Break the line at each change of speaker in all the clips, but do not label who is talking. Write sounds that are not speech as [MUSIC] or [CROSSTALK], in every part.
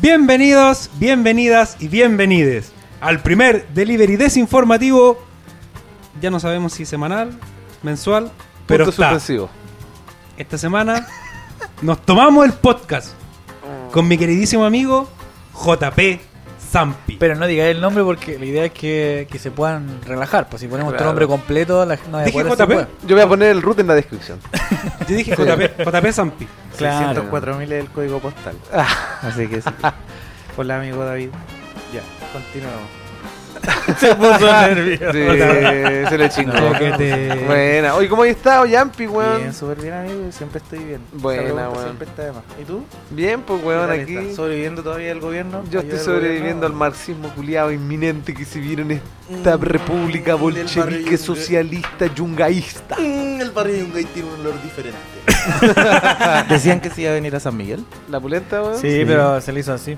Bienvenidos, bienvenidas y bienvenides al primer delivery desinformativo. Ya no sabemos si semanal, mensual, pero
Punto
está.
suspensivo.
Esta semana nos tomamos el podcast con mi queridísimo amigo JP Zampi.
Pero no digáis el nombre porque la idea es que, que se puedan relajar. Pues si ponemos tu
Claro.
nombre completo, la gente no va a
Dije
poder hacer
JP.
hueá.
Yo voy a poner el root en la descripción.
Yo dije JP, JP Zampi.
Claro.
604.000 es el
[LAUGHS]
código postal. Así que sí. Hola, amigo David. Ya, continuamos.
Se puso nervioso.
Ah, Sí, se le chingó.
No, que te-
Buena. Oye, ¿cómo has estado, Yampi,
Bien,
weón?
súper bien, amigo. Siempre estoy bien. Esa
Buena,
pregunta
weón.
Siempre está de más. ¿Y tú?
Bien, pues,
¿Qué
weón,
tal
aquí.
estás? ¿Sobreviviendo todavía del gobierno?
Yo
¿Ayuda
estoy
del
sobreviviendo al
gobierno?
marxismo culiado inminente que se vieron esta
Mm,
república
del barrio
bolchevique
yunque.
socialista yungaísta.
Mm, el barrio de Yungay tiene un olor diferente. [LAUGHS] Decían que sí iba a venir a San Miguel.
¿La pulenta, weón?
Sí, pero se le hizo así.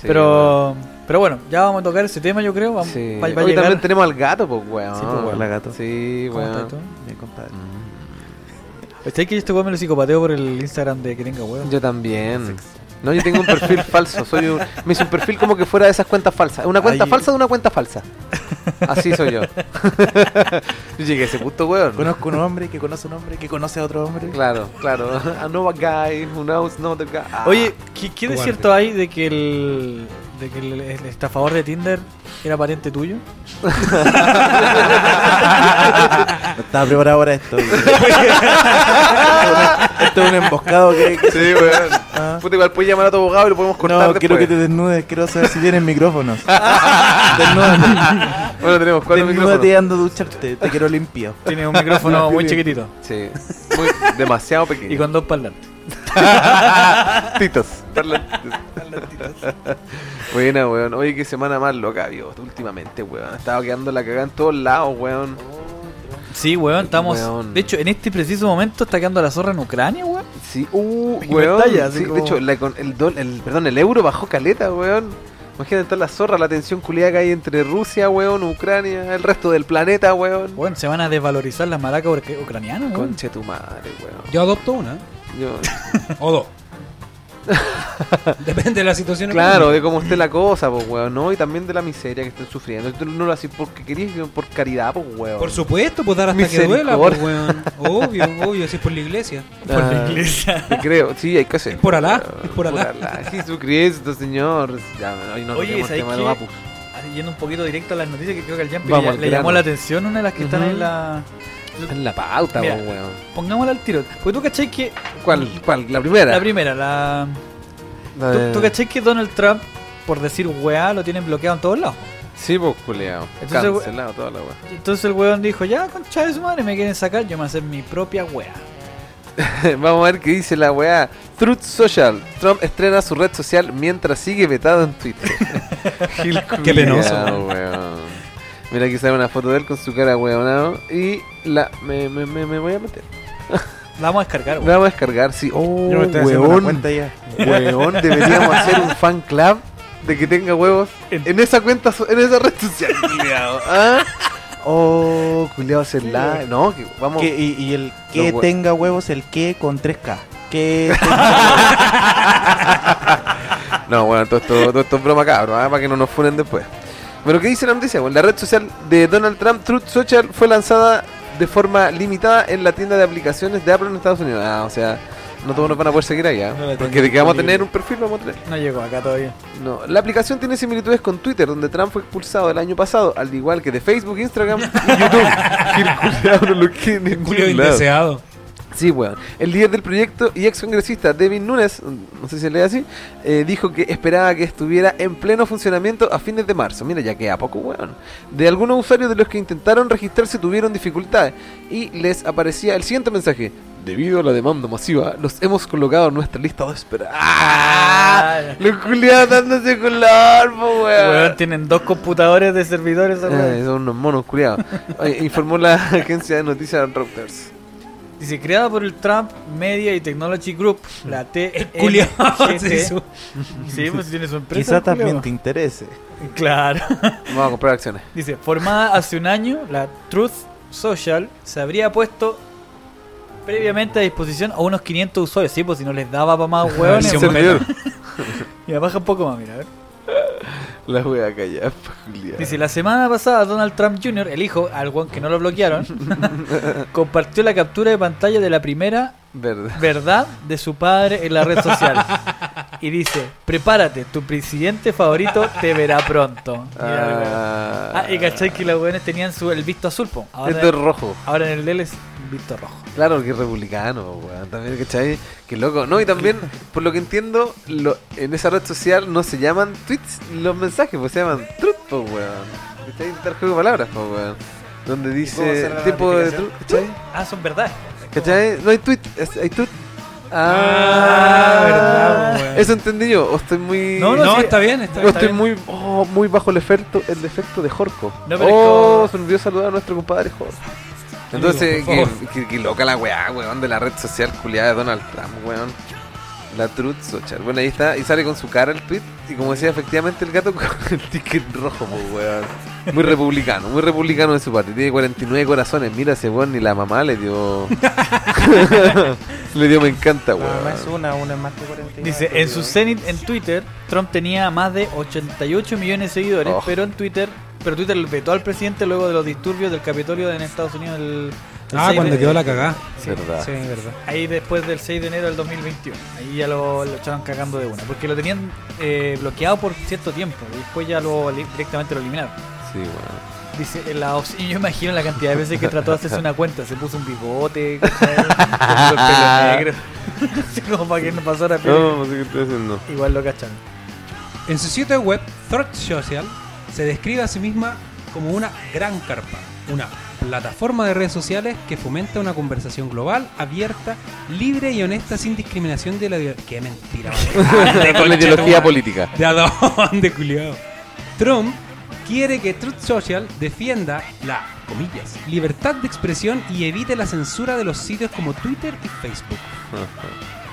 pero, pero bueno, ya vamos a tocar ese tema, yo creo. Vamos,
Sí.
va- va a
Hoy
llegar.
también tenemos al gato, pues, weón.
Sí, pues, weón, la gato.
Sí,
¿Cómo estás tú?
weón.
Mi compadre.
Mm.
¿Sabes que yo este weón me lo psicopateo por el Instagram de Keringa, weón?
Yo también. No, yo tengo un perfil [LAUGHS] falso. Soy un, me hice un perfil como que fuera de esas cuentas falsas. Una cuenta
Ay.
falsa de una cuenta falsa. Así soy yo.
[LAUGHS]
yo llegué a ese punto, weón.
Conozco un hombre que conoce a un hombre que conoce a otro hombre.
Claro, claro. I know a guy who knows another guy. Ah.
Oye, ¿qué, qué de
Cobarde.
cierto hay de que el de que el, el estafador de Tinder era pariente tuyo?
No estaba preparado para esto. güey. esto es un emboscado que... que-
[LAUGHS] Sí, weón.
Ah.
Puta, igual puedes llamar a tu abogado y lo podemos cortar
No,
después.
quiero
Ah,
que te desnudes, quiero saber si tienes micrófonos.
[LAUGHS]
Desnúdate.
Bueno, tenemos cuatro
Desnúdate
micrófonos.
ando a ducharte, te quiero limpio.
Tiene un [LAUGHS] micrófono muy chiquitito
Sí. Muy, demasiado
y
pequeño.
con dos parlantes.
Titos. Parlantitos. [LAUGHS] Buena, weón. Oye, qué semana más loca, vio. Últimamente, weón. Estaba quedando la cagada en todos lados, weón.
Sí, weón, estamos.
Weón.
De hecho, en este preciso momento está quedando la zorra en Ucrania, weón.
Sí, uh,
Y
weón.
pantalla, así
sí,
como-
De hecho, la econ- el, dol- el, perdón, el euro bajó caleta, weón. Imagínate estar la zorra, la tensión culiada que hay entre Rusia, weón, Ucrania, el resto del planeta, weón.
Bueno, se van a desvalorizar las maracas ucra- ucranianas, weón.
Conche tu madre, weón.
Yo adopto una ¿eh? [LAUGHS]
Yo-
o
[LAUGHS]
dos. Depende de la situación.
claro,
económica.
de cómo esté la cosa, pues, weón, ¿no? Y también de la miseria que estén sufriendo. Esto no lo haces porque querías, weón, por caridad, pues, weón.
Por supuesto, pues dar hasta que duela,
Misericordia.
pues, weón. Obvio, obvio, si es por la iglesia.
Ah, te creo, sí, hay que hacer.
Es por Alá, es por Alá.
Jesucristo, señor. Ya, no, hoy no
Oye,
toquemos el
¿sabes
tema de los
qué?
mapus.
Yendo un poquito directo a las noticias, que creo que al Jampi
Vamos
le,
al
le
grano.
llamó la atención una de las que están ahí en
Ujú.
la.
En la pauta,
Mira.
pues, weón.
Pongámosla al tiro. Porque tú cachai que.
¿Cuál? ¿Cuál? ¿La primera?
La primera, la.
La de-
¿Tú, tú cachai que Donald Trump, por decir weá, lo tienen bloqueado en todos lados?
Sí, pues, culiao.
Entonces, we-
Cancelado toda la weá. [LAUGHS]
Y Entonces el weón dijo, ya, concha de su madre, me quieren sacar, yo me voy a hacer mi propia weá.
Vamos a ver qué dice la weá. Truth Social. Trump estrena su red social mientras sigue vetado en Twitter.
[LAUGHS]
Gil
Qué penoso.
culiao, weón. Mira, aquí sale una foto de él con su cara weonado. Y la. Me, me, me, me voy a meter.
La vamos a descargar,
Me
weón.
vamos a descargar, sí. Oh,
[LAUGHS] Yo me estoy haciendo una
weón.
cuenta ya.
Weón, deberíamos hacer un fan club de que tenga huevos en esa cuenta, so- en esa red
[LAUGHS]
social, culiao. ¿Ah? Oh, culiao, se la. No, que vamos.
Que- y, y el que
Los hue-
tenga huevos, el que con 3K.
[LAUGHS]
Que
No, bueno, todo esto, todo esto es broma cabrón, ¿ah? para que no nos funen después. Pero ¿qué dice la noticia? Bueno, la red social de Donald Trump, Truth Social, fue lanzada de forma limitada en la tienda de aplicaciones de Apple en Estados Unidos. Ah, o sea, no todos nos van a poder seguir allá.
No la
porque
tengo
de que vamos a
disponible.
tener un perfil, vamos a tener.
No llegó acá todavía.
No, la aplicación tiene similitudes con Twitter, donde Trump fue expulsado el año pasado, al igual que de Facebook, Instagram y YouTube. Gil culiao, no lo quiere en ningún
[LAUGHS] Julio
lado.
indeseado.
Sí, weón. El líder del proyecto y ex congresista Devin Nunes, mm, no sé si se lee así, eh, dijo que esperaba que estuviera en pleno funcionamiento a fines de marzo. Mira, ya queda poco, weón. De algunos usuarios de los que intentaron registrarse tuvieron dificultades y les aparecía el siguiente mensaje. Debido a la demanda masiva, los hemos colocado en nuestra lista de espera. ¡Ah! Los culiados dándose color, po,
Weón, tienen dos computadores de servidores, esa weá.
Eh, son unos monos culiados. Oye, Informó la [LAUGHS] agencia de noticias Reuters.
Dice, creada por el Trump Media y Technology Group, la
El [LAUGHS]
[LAUGHS]
culiao se
TNGT.
hizo-
Sí, pues tiene su empresa.
quizá
el culiao.
también te interese.
Claro. [LAUGHS]
Vamos a comprar acciones.
Dice, formada hace un año, la Truth Social se habría puesto previamente a disposición a unos 500 usuarios. Sí, pues si no les daba para más hueones.
Versión
pues,
beta.
y Mira, baja un poco más, mira, a ver.
La voy a callar, Julia.
Dice, la semana pasada Donald Trump Jr., el hijo, al guan que no lo bloquearon, compartió la captura de pantalla de la primera
Verdad.
verdad de su padre en la red social. Y dice, prepárate, tu presidente favorito te verá pronto. Mira, weón.
Ah,
Ah, y cachai que los weones tenían su, el visto azul, po. Ahora,
Esto es rojo.
ahora en el DL es visto rojo.
Claro, que es republicano, weón. También, ¿cachai? Qué loco. No, y también, por lo que entiendo, lo- en esa red social no se llaman tweets los mensajes, pues se llaman truth, po, weón. Está juego de palabras, po, weón. Donde
cómo
dice
será la
tipo de
notificación?
truth, ¿cachai?
Ah, son verdades.
¿Cachai? No hay tweet, es- hay tweet.
Ah, verdad, po, weón.
Eso entendí yo, o estoy muy.
No,
No,
no, sí.
está bien, está
o
bien.
estoy muy, oh, muy bajo el efecto, el efecto de Jorco.
No, pero es
oh,
como-
se olvidó saludar a nuestro compadre Jorco. Entonces,
por
que,
favor.
que- que loca la weá, weón, de la red social culiada de Donald Trump, weón. La Truth Social. Bueno, ahí está, y sale con su cara el tweet. Y como decía, efectivamente, el gato [LAUGHS] con el ticket rojo, pues, weón. Muy republicano, muy republicano de su parte. Tiene 49 corazones. Mira ese weón, ni la mamá
[LAUGHS]
le dio. [LAUGHS] le dio me encanta,
No, no es
weón.
una, una es más que 49.
Dice, en su
serie
cenit en Twitter, Trump tenía más de 88 millones de seguidores,
Oh.
pero en Twitter, pero Twitter vetó al presidente luego de los disturbios del Capitolio en Estados Unidos el, el
Ah,
6
cuando
de-
quedó la cagada.
sí.
Verdad.
Sí, verdad.
Ahí después del 6 de enero del 2021. Ahí ya lo, lo echaban cagando de una. Porque lo tenían eh, bloqueado por cierto tiempo. Y después ya lo li- directamente lo eliminaron.
Sí, weón.
Dice, en la opción, yo imagino la cantidad de veces que trató de hacerse una cuenta. Se puso un
[LAUGHS]
bigote, ¿cachai? Se puso el pelo negro. [LAUGHS] Así como para que no pasara piola.
No, no sé qué estoy haciendo.
Igual lo cacharon.
En su sitio web, Third Social se describe a sí misma como una gran carpa, una plataforma de redes sociales que fomenta una conversación global, abierta, libre y honesta sin discriminación de la ideo- ¡Qué mentira! [LAUGHS] más grande,
Con la
Ah, concha
ideología
tu madre!
política.
¿De a dónde, culiao? Trump quiere que Truth Social defienda la, comillas, libertad de expresión y evite la censura de los sitios como Twitter y Facebook.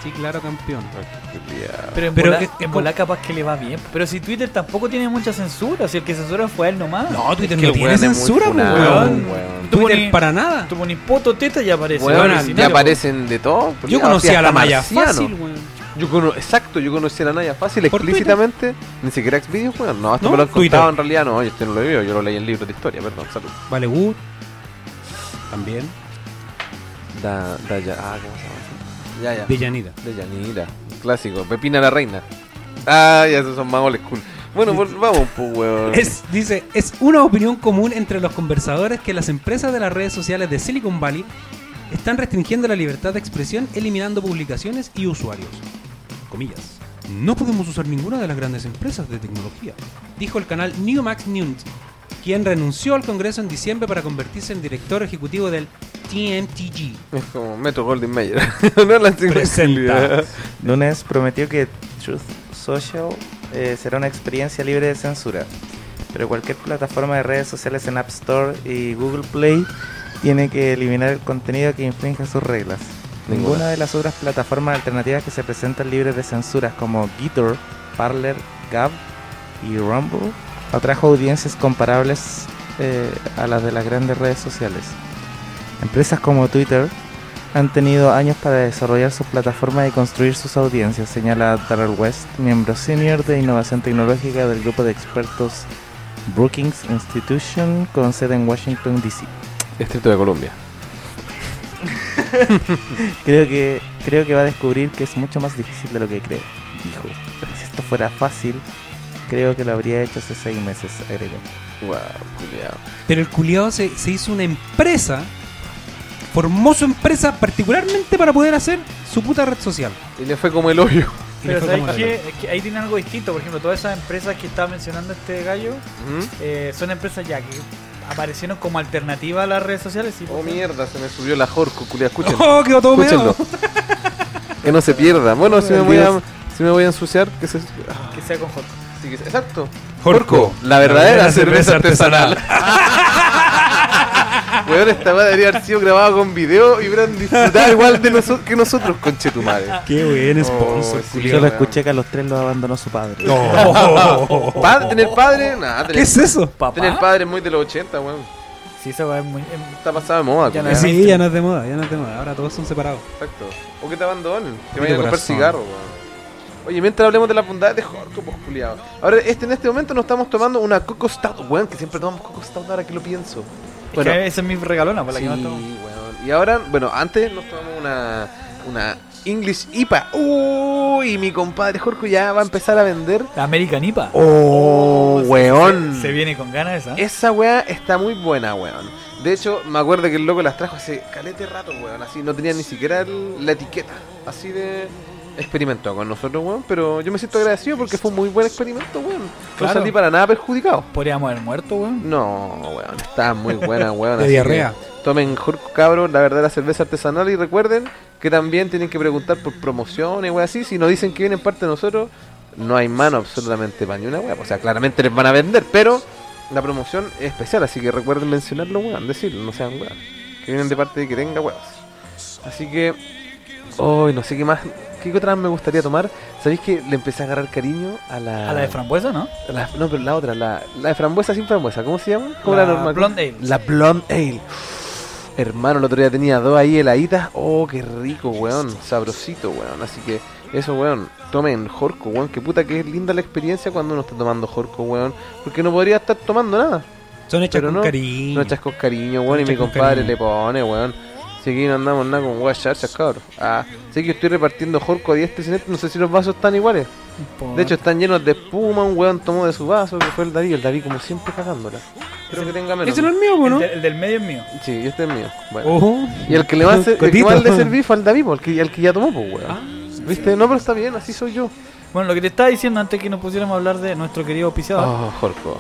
Sí, claro, campeón.
Pero en,
Pero
bola,
es-
en
es
bola capaz que le va bien. Pero si Twitter tampoco tiene mucha censura, si el que censura fue él nomás.
No, Twitter
que
no
el
tiene
weón es muy
censura, pues,
funado,
weón.
weón.
Twitter
Tú ni-
para nada.
Tuvo un hipoto teta y aparece.
Weón,
Bueno,
Ahora sí,
te
ya
no,
aparecen de todo.
Yo
culiao, sí,
conocía a
hasta
la Maya
marciano.
fácil, weón.
Yo cono- Exacto, yo conocí a la Naya fácil
¿Por
explícitamente. Ni siquiera ex videos, weón. No, esto
No,
me lo han
Twitter.
contado en realidad. No, yo esto no lo veo, yo lo leí en libros de historia, perdón, salud.
Vale, Wood. También.
Da, da ya. Ah, ¿cómo se llama? Ya, ya. De,
Villanida.
Yanira. un Clásico. Pepina la reina. Ah, ya esos son más old school. Bueno, pues, vamos, pues, weón.
Es, dice, es una opinión común entre los conversadores que las empresas de las redes sociales de Silicon Valley están restringiendo la libertad de expresión, eliminando publicaciones y usuarios. Comillas. No podemos usar ninguna de las grandes empresas de tecnología, dijo el canal Newmax News, quien renunció al Congreso en diciembre para convertirse en director ejecutivo del TMTG.
Es como Metro Golden Mayer. [LAUGHS] no la
Presenta.
Nunes prometió que Truth Social eh, será una experiencia libre de censura, pero cualquier plataforma de redes sociales en App Store y Google Play tiene que eliminar el contenido que infrinja sus reglas.
Ninguna.
Ninguna, de las otras plataformas alternativas que se presentan libres de censuras como Gitor, Parler, Gab y Rumble atrajo audiencias comparables eh, a las de las grandes redes sociales. Empresas como Twitter han tenido años para desarrollar sus plataformas y construir sus audiencias, señala Darrell West, miembro senior de innovación tecnológica del grupo de expertos Brookings Institution con sede en Washington, D.C.
Distrito de Colombia.
Creo que, creo que va a descubrir que es mucho más difícil de lo que cree, dijo. Si esto fuera fácil, creo que lo habría hecho hace seis meses, agregó.
Wow, culiao.
Pero el culiado se, se hizo una empresa, formó su empresa particularmente para poder hacer su puta red social.
Y le fue como el hoyo.
Y le
Pero
fue
¿sabes
como la
qué? Es que ahí tiene algo distinto. Por ejemplo, todas esas empresas que estaba mencionando este gallo
¿Mm?
eh, son empresas ya que aparecieron como alternativa a las redes sociales. pues, Y
Oh mierda, se me subió la jorco, culia, [LAUGHS]
lora.
escúchenlo.
¡Oh, quedó todo
Escúchenlo.
meado!
que no se pierda. Bueno, si me
El
voy a
Dios.
si me voy a ensuciar, que se ah,
que sea con Hot.
sí, que se- exacto.
Jorco,
la verdadera cerveza artesanal. [LAUGHS] Weón, esta weá debería haber sido grabada con video y hubieran disfrutado igual de nosotros que nosotros, conche tu madre.
¡Qué buen
sponsor,
sponsor,
sí.
Yo
culiao.
lo
weón.
escuché que a los tres los abandonó su padre.
[LAUGHS]
Pa- ¿Tener padre? Nada,
¿Qué
tener,
es eso?
tener
¿Papá?
padre es muy de los 80, weón.
Sí, esa weá es muy... em,
Está pasado de moda,
Ya no
culiao.
es.
Sí, ya no es de moda, ya no es de moda. Ahora todos son separados.
Exacto. O que te abandonen,
Pito
que vayan a comprar
corazón.
cigarros, weón. Oye, mientras hablemos de las bondades de Jorco, pues culiado. Ahora, este, en este momento nos estamos tomando una Coco Stout, weón, que siempre tomamos Coco Stout ahora que lo pienso. Bueno,
Es que esa es mi regalona, por la
sí,
que más tomo.
weón. Y ahora, bueno, antes nos tomamos una, una English IPA. Uy, mi compadre Jorco ya va a empezar a vender.
La American IPA.
Oh,
se-
weón.
Se, se viene con ganas
¿Ah?
esa.
Esa weá está muy buena, weón. De hecho, me acuerdo que el loco las trajo hace calete rato, weón. Así no tenía ni siquiera el- la etiqueta. Así de experimentó con nosotros, weón. Pero yo me siento agradecido porque fue un muy buen experimento, weón.
Claro.
No salí para nada perjudicado.
Podríamos haber muerto, weón.
No, weón. Está muy buena,
[LAUGHS]
weón.
De
así
diarrea.
que Tomen Jorco Cabro, la verdad, la cerveza artesanal. Y recuerden que también tienen que preguntar por promociones, weón. Así, si nos dicen que vienen parte de nosotros, no hay mano absolutamente para ni una weón. O sea, claramente les van a vender, pero la promoción es especial. Así que recuerden mencionarlo, weón. Decirlo, no sean weón. Que vienen de parte de que tenga weón. Así que. Hoy no sé qué más. ¿Qué otras me gustaría tomar? ¿Sabéis que le empecé a agarrar cariño a la.
A la de frambuesa, ¿no?
La- no, pero la otra, la, la de frambuesa sin frambuesa, ¿cómo se llama? ¿Cómo la,
La
normal?
Blonde Ale.
La Blonde Ale. Hermano, el otro día tenía dos ahí heladitas. Oh, qué rico, weón. Sabrosito, weón. Así que eso, weón. Tomen Jorco, weón. Qué puta que es linda la experiencia cuando uno está tomando Jorco, weón. Porque no podría estar tomando nada.
Son hechas
Pero
con
no-
cariño.
No echas con cariño, weón. Y
Hechas
mi
con
compadre
cariño.
le pone, weón. Así que no andamos nada con weas charchas, cabrón. Ah, sé que estoy repartiendo Jorco a diestra y siniestra. No sé si los vasos están iguales. De hecho, están llenos de espuma. Un weón tomó de su vaso, que fue el David. El David, como siempre, cagándola. Creo que tenga menos.
Ese no es mío, po,
el,
¿no?
del- el del medio es mío.
Sí, este es mío. Bueno.
Ojo.
Y el que, le más, el que
Cotito.
más le serví fue al David, po, el que, el que ya tomó, pues, weón.
Ah,
¿Viste? No, pero está bien, así soy yo.
Bueno, lo que te estaba diciendo antes que nos pusiéramos a hablar de nuestro querido auspiciador,
Oh, Jorco.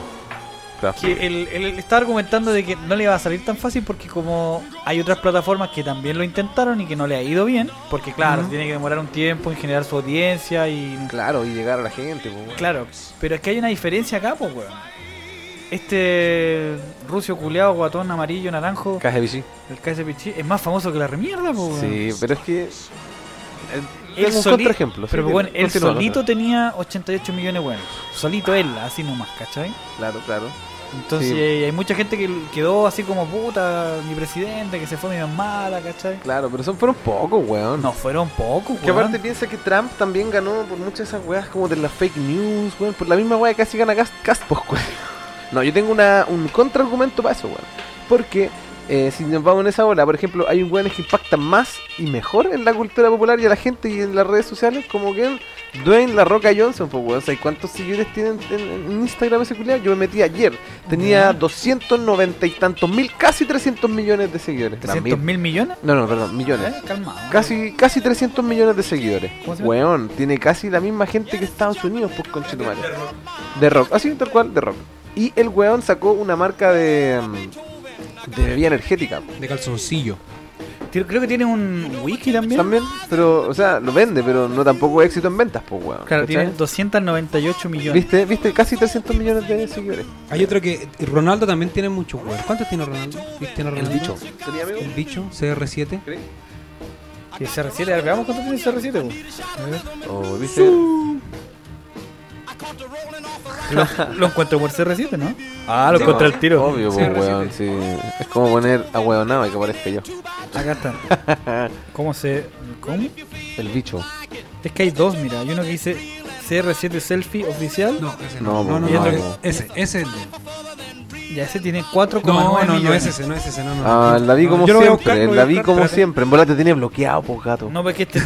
Craft
que
beer.
él, él- él estaba argumentando de que no le va a salir tan fácil porque como hay otras plataformas que también lo intentaron y que no le ha ido bien, porque claro,
Ujú.
tiene que demorar un tiempo en generar su audiencia y...
Claro, y llegar a la gente, pues, weón.
Claro, pero es que hay una diferencia acá, pues, weón. Este rucio culeado, guatón, amarillo, naranjo,
Caja de bici.
el KSPC, es más famoso que la remierda, pues, weón.
Sí, pero es que. eh,
Él
Tengo un
soli-
contraejemplo. sí,
Pero, bueno, él
continúa,
solito
continúa.
tenía 88 millones, weón. Solito él, así nomás, ¿cachai?
Claro, claro.
Entonces eh,
Sí.
hay mucha gente que quedó así como puta, mi presidente, que se fue mi mamá, ¿cachai?
Claro, pero son fueron pocos, weón.
No, fueron pocos,
Que
weón.
aparte piensa que Trump también ganó por muchas de esas weas como de las fake news, weón. Por la misma wea casi gana Cas- Caspos, weón. [LAUGHS] No, yo tengo una, un contraargumento para eso, weón. Porque eh, si nos vamos en esa ola, por ejemplo, hay un weones que impactan más y mejor en la cultura popular y a la gente y en las redes sociales, como que el Dwayne La Roca Johnson, pues, weón. O sea, ¿y ¿cuántos seguidores tienen en, en Instagram ese culiao? Yo me metí ayer. Tenía
Ya.
290 y tantos mil, casi 300 millones de seguidores.
300
mil?
mil millones.
No, no, perdón, millones.
Eh, calmado.
Casi, casi 300 millones de seguidores.
¿Cómo se llama?
Weón, tiene casi la misma gente que Estados Unidos, pues conchetumare. De rock, así tal cual, de rock. Y el weón sacó una marca de. mm, de bebida energética. pues,
de calzoncillo.
Tien- Creo que tiene un wiki también.
También, pero, o sea, lo vende, pero no tampoco éxito en ventas, pues weón.
Claro,
¿cachai?
tiene 298 millones.
¿Viste? ¿Viste? Casi 300 millones de seguidores.
Hay otro que. Ronaldo también tiene muchos weón. ¿Cuántos tiene Ronaldo? Cristiano Ronaldo.
¿Tenía amigo?
El bicho, CR7.
¿Crees?
Y CR7, veamos cuánto tiene CR7, weón.
Oh, ¿viste?
Lo, lo encuentro por CR7, ¿no? Ah, lo encontré al tiro.
Obvio, pues, weón, sí. Es como poner a weonado y que aparezca yo.
Acá está. ¿Cómo se.? ¿Cómo?
El bicho.
Es que hay dos, mira. Hay uno que dice CR7 Selfie Oficial.
No, ese
No,
no. No, no,
no,
no,
no.
Ese, ese es el de.
Ya ese tiene
No,
4,9
no, no
millones.
es ese, no es ese, no, no.
Ah, la vi
No,
como
yo lo voy a
siempre,
buscar, lo voy a
la vi
buscar,
como
espérate.
siempre. En bola te tiene bloqueado, pues gato.
No, porque este.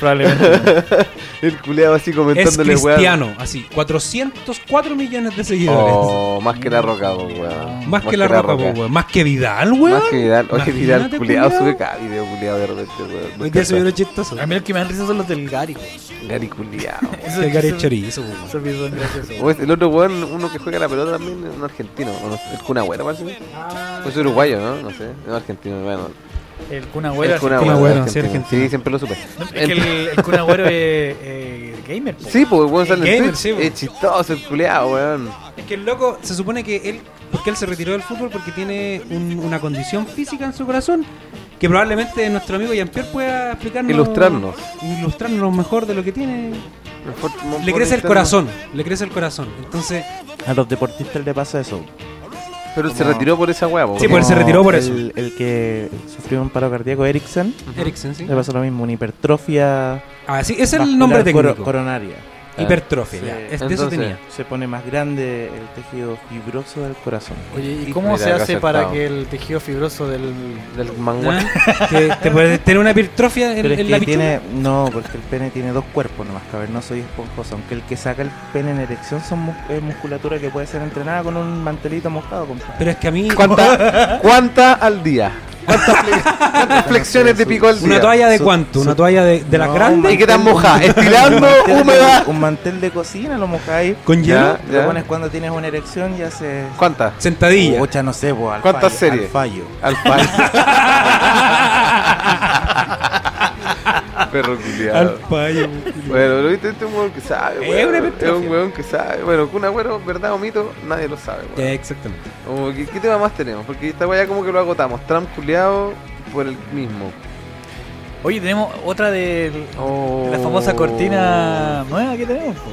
Probablemente. no.
[LAUGHS] El culeado así
Es
comentándole, weón.
cristiano, así. 404 millones de seguidores.
Oh, más que la roca, po, weón.
Más que la roca, po, weón. Más que Vidal, weón.
Más que Vidal. Oye, Vidal,
Imagínate,
culeado,
culiao.
sube cada video, culeado, de repente, weón.
Hoy día se vieron chistoso.
A mí el que me dan risa son los del Gary.
[LAUGHS]
güey.
Gary culeado.
Esos-
El Gary
esos-
Chorizo, weón.
esos videos son graciosos, güey.
O es el otro weón, uno que juega la pelota también, un argentino. o no sé, el Kun Agüero, parece. Pues uruguayo, ¿no? No sé. No, argentino, bueno.
El Kun Agüero.
El Kun
Kun
Agüero,
Agüero,
argentino.
sí, argentino.
Sí, siempre lo supe.
No, es que el, el Kun Agüero es eh, gamer. po.
Sí, pues weón sale en
gamer,
Twitch.
sí, po.
Es chistoso el culeado, weón.
Es que el loco se supone que él, porque él se retiró del fútbol porque tiene un- una condición física en su corazón que probablemente nuestro amigo Jean-Pierre pueda explicarnos.
Ilustrarnos.
Ilustrarnos mejor de lo que tiene. Le crece el corazón, le crece el corazón. Entonces,
A los deportistas le pasa eso.
Pero se
Como-
retiró por esa hueá, po.
Sí, pues, él se
Como
retiró por
el-
eso.
El que sufrió un paro cardíaco, Erickson,
Ujú.
Erickson, sí.
le pasó lo mismo, una hipertrofia.
Ah, sí, ese es el
vascular
nombre
coro-
técnico.
coronaria.
Hipertrofia,
Sí.
ya. Es- De eso
Entonces-
tenía.
Se pone más grande el tejido fibroso del corazón.
Oye, ¿y
Y
cómo
mira,
se hace
acertado.
para que el tejido fibroso del.
Del mangua.
Ah, [LAUGHS] que te puedes tener una hipertrofia en,
Pero es
en
que
la pichula.
tiene, no, porque el pene tiene dos cuerpos nomás, cavernoso y esponjoso. Aunque el que saca el pene en erección son mus- es musculatura que puede ser entrenada con un mantelito mojado, compadre.
Pero es que a mí [LAUGHS]
¿Cuánta, ¿Cuánta al día? ¿Cuántas, fle- cuántas flexiones de pico al día?
una toalla de
Su-
cuánto,
su-
una toalla de, de las
No,
grandes
¿Y qué tan
[LAUGHS]
mojada? Estirando,
mantel de-
húmeda.
Un mantel de cocina lo mojáis.
con hielo,
Ya.
Lo pones cuando tienes una erección y haces.
¿Cuántas?
sentadilla.
Ocha, no sé, po, al
¿Cuántas
fallo, al
series?
fallo.
[LAUGHS]
Al fallo. Perro culiado.
Al payo.
Bueno, pero viste, este es un weón que sabe,
Es
weón.
una
Es un
hipertrofia.
weón que sabe. Bueno, con un agüero, verdad o mito, nadie lo sabe, weón.
Ya, exactamente.
Como que- ¿Qué tema más tenemos? Porque esta weá como que lo agotamos. Trump culiado por el mismo.
Oye, tenemos otra de
Oh.
de la famosa cortina nueva que tenemos. po.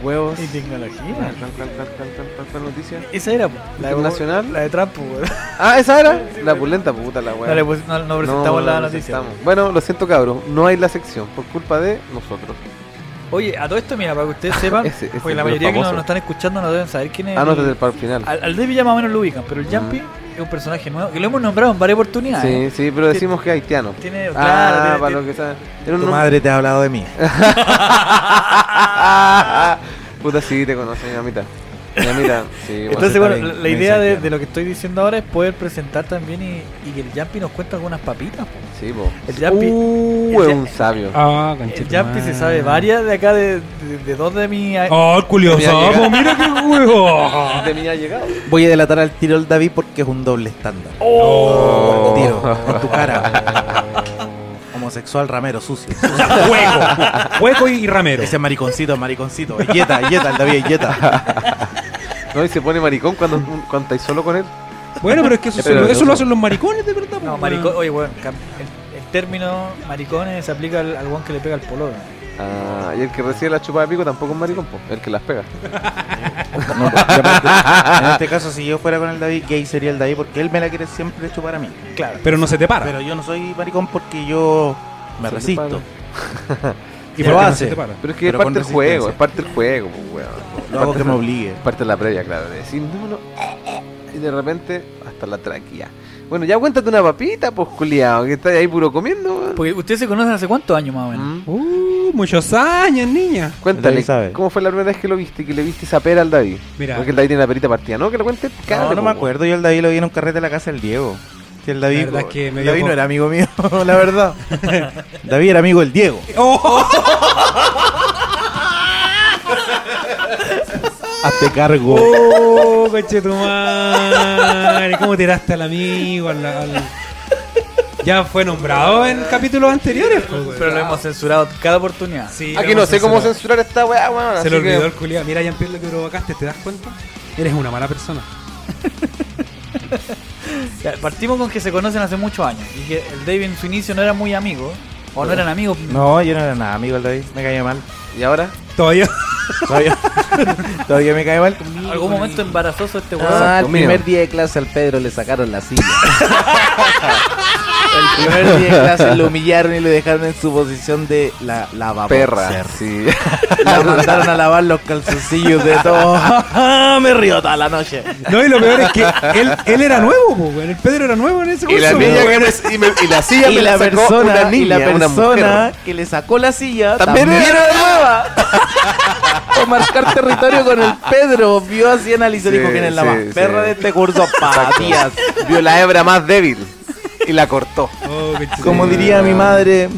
Huevos.
Y
Clan,
tecnología.
clan, clan, clan, clan, clan, clan, noticias.
Esa era po, la de-
Internacional.
La de Trump, po, weón.
Ah, esa era. La pulenta, puta la weá.
No, le pus- no- no pues, presentamos la noticia.
presentamos. Bueno, lo siento, cabros. No hay la sección por culpa de nosotros.
Oye, a todo esto, mira, para que ustedes
[LAUGHS]
sepan,
Ese- ese
porque la
es de los
mayoría que nos,
famosos.
nos están escuchando no deben saber quién es.
Ah, no,
el-
desde el par final.
al, al Debbie ya más o menos lo ubican, pero el Jumpy es un personaje nuevo que lo hemos nombrado en varias oportunidades.
Sí, sí, pero decimos que es haitiano.
eh. Tiene, claro,
Ah, para
tiene- tiene-
los que saben. Era un
Tu
nom-
[LAUGHS]
madre te ha hablado de mí.
Puta, sí, te conoce, mi mamita. Mi mamita, sí. bueno.
Entonces,
está
bueno,
bien,
la- la,
me
idea de,
incentiva.
de lo que estoy diciendo ahora es poder presentar también y, y que el Jumpy nos cuente algunas papitas. po.
Sí, po.
El Jumpy,
Eh,
Uh, es
el
un
Ja-
sabio.
Ah,
el
canchito.
Jumpy se sabe varias de acá, de, de- de dos de mis.
Oh, curioso.
Mira, llega.
Vamos, mira qué
[LAUGHS]
huevo.
Ah.
De mí ha llegado.
Voy a delatar al tiro al David porque es un doble estándar.
Oh.
Al tiro, en tu cara. [LAUGHS] Homosexual ramero sucio.
Hueco. Hueco y ramero.
Ese mariconcito, mariconcito. Yeta, yeta, el David yeta.
No, y se pone maricón cuando, cuando estáis solo con él.
Bueno, pero es que eso,
Pero
eso
no.
lo hacen los maricones, de verdad.
No,
pues,
maricón.
weón.
Oye, bueno, cam- el, el término maricones se aplica al, al guan que le pega al pololo.
Ah, y el que recibe la chupada de pico tampoco es maricón, po. El que las pega.
No, pues, y aparte, en este caso, si yo fuera con el David, gay sería el David porque él me la quiere siempre chupar a mí.
Claro.
Pero no se te para.
Pero yo no soy maricón porque yo me
Se le
resisto.
para.
¿Y por qué
Pero
no
hace.
se te para?
Pero es que
Pero
es
con
parte del juego,
resistencia.
es parte del juego, po, weón.
Lo hago que me obligue.
Parte de la previa, claro, de decir, no, no, eh, eh, y de repente hasta la traquía. Bueno, ya cuéntate una papita, pues culiao, que estás ahí puro comiendo, weón.
Porque ustedes se conocen hace cuántos años más o
Pues,
menos.
Mm.
Uh, muchos años, niña.
Cuéntale,
David sabe.
¿cómo fue la primera vez que lo viste? Que le viste esa pera al David.
Mira.
Porque el David tiene la perita partida, ¿no? Que lo cuente.
No,
cágate,
no
po,
me acuerdo. Yo el David lo vi en un carrete de la casa del Diego. Que el David,
La verdad es que me
el
dio
David no
po-
era amigo mío, [LAUGHS]
[LAUGHS]
la verdad. David era amigo del Diego. Hazte cargo.
Oh, coche tu madre. ¿Cómo tiraste al amigo? al- al- Ya fue nombrado en capítulos anteriores. po, weón. Ah,
Pero lo hemos censurado cada oportunidad.
Sí,
Aquí
lo
no sé cómo
censurado.
censurar esta weá, weón.
Se
así
le olvidó
que-
el culiado. Mira, Jean-Pierre, lo que provocaste, ¿te das cuenta? Eres una mala persona.
Ya, Partimos con que se conocen hace muchos años y que el David en su inicio no era muy amigo, o no eran amigos.
No, yo no era nada amigo del David. Me caía mal.
¿Y ahora?
Todavía. [LAUGHS]
Todavía, [LAUGHS] todavía me caía mal. conmigo.
Algún momento embarazoso este weón.
Ah,
Exacto,
el
mío.
primer día de clase al Pedro le sacaron la [LAUGHS] silla. el primer día de clase lo humillaron y lo dejaron en su posición de la
Perra.
lavaboxer.
Sí.
[LAUGHS] La mandaron a lavar los calzoncillos de todo. [LAUGHS] me río toda la noche.
No, y lo peor es que él, él era nuevo, po, weón. El Pedro era nuevo en ese
y la
curso,
niña
weón.
que me- y, me- y la silla
Y
me
la
sacó
persona,
una
y la
niña, una
persona
mujer.
que le sacó la silla
También
también, era nueva. [LAUGHS] Por marcar territorio con el Pedro, vio así analizó y
Sí,
dijo quién es la
sí,
más
sí.
perra de este curso, patías.
Vio la hebra más débil y la cortó.
Oh, qué chido.
Como
Sí.
diría mi madre,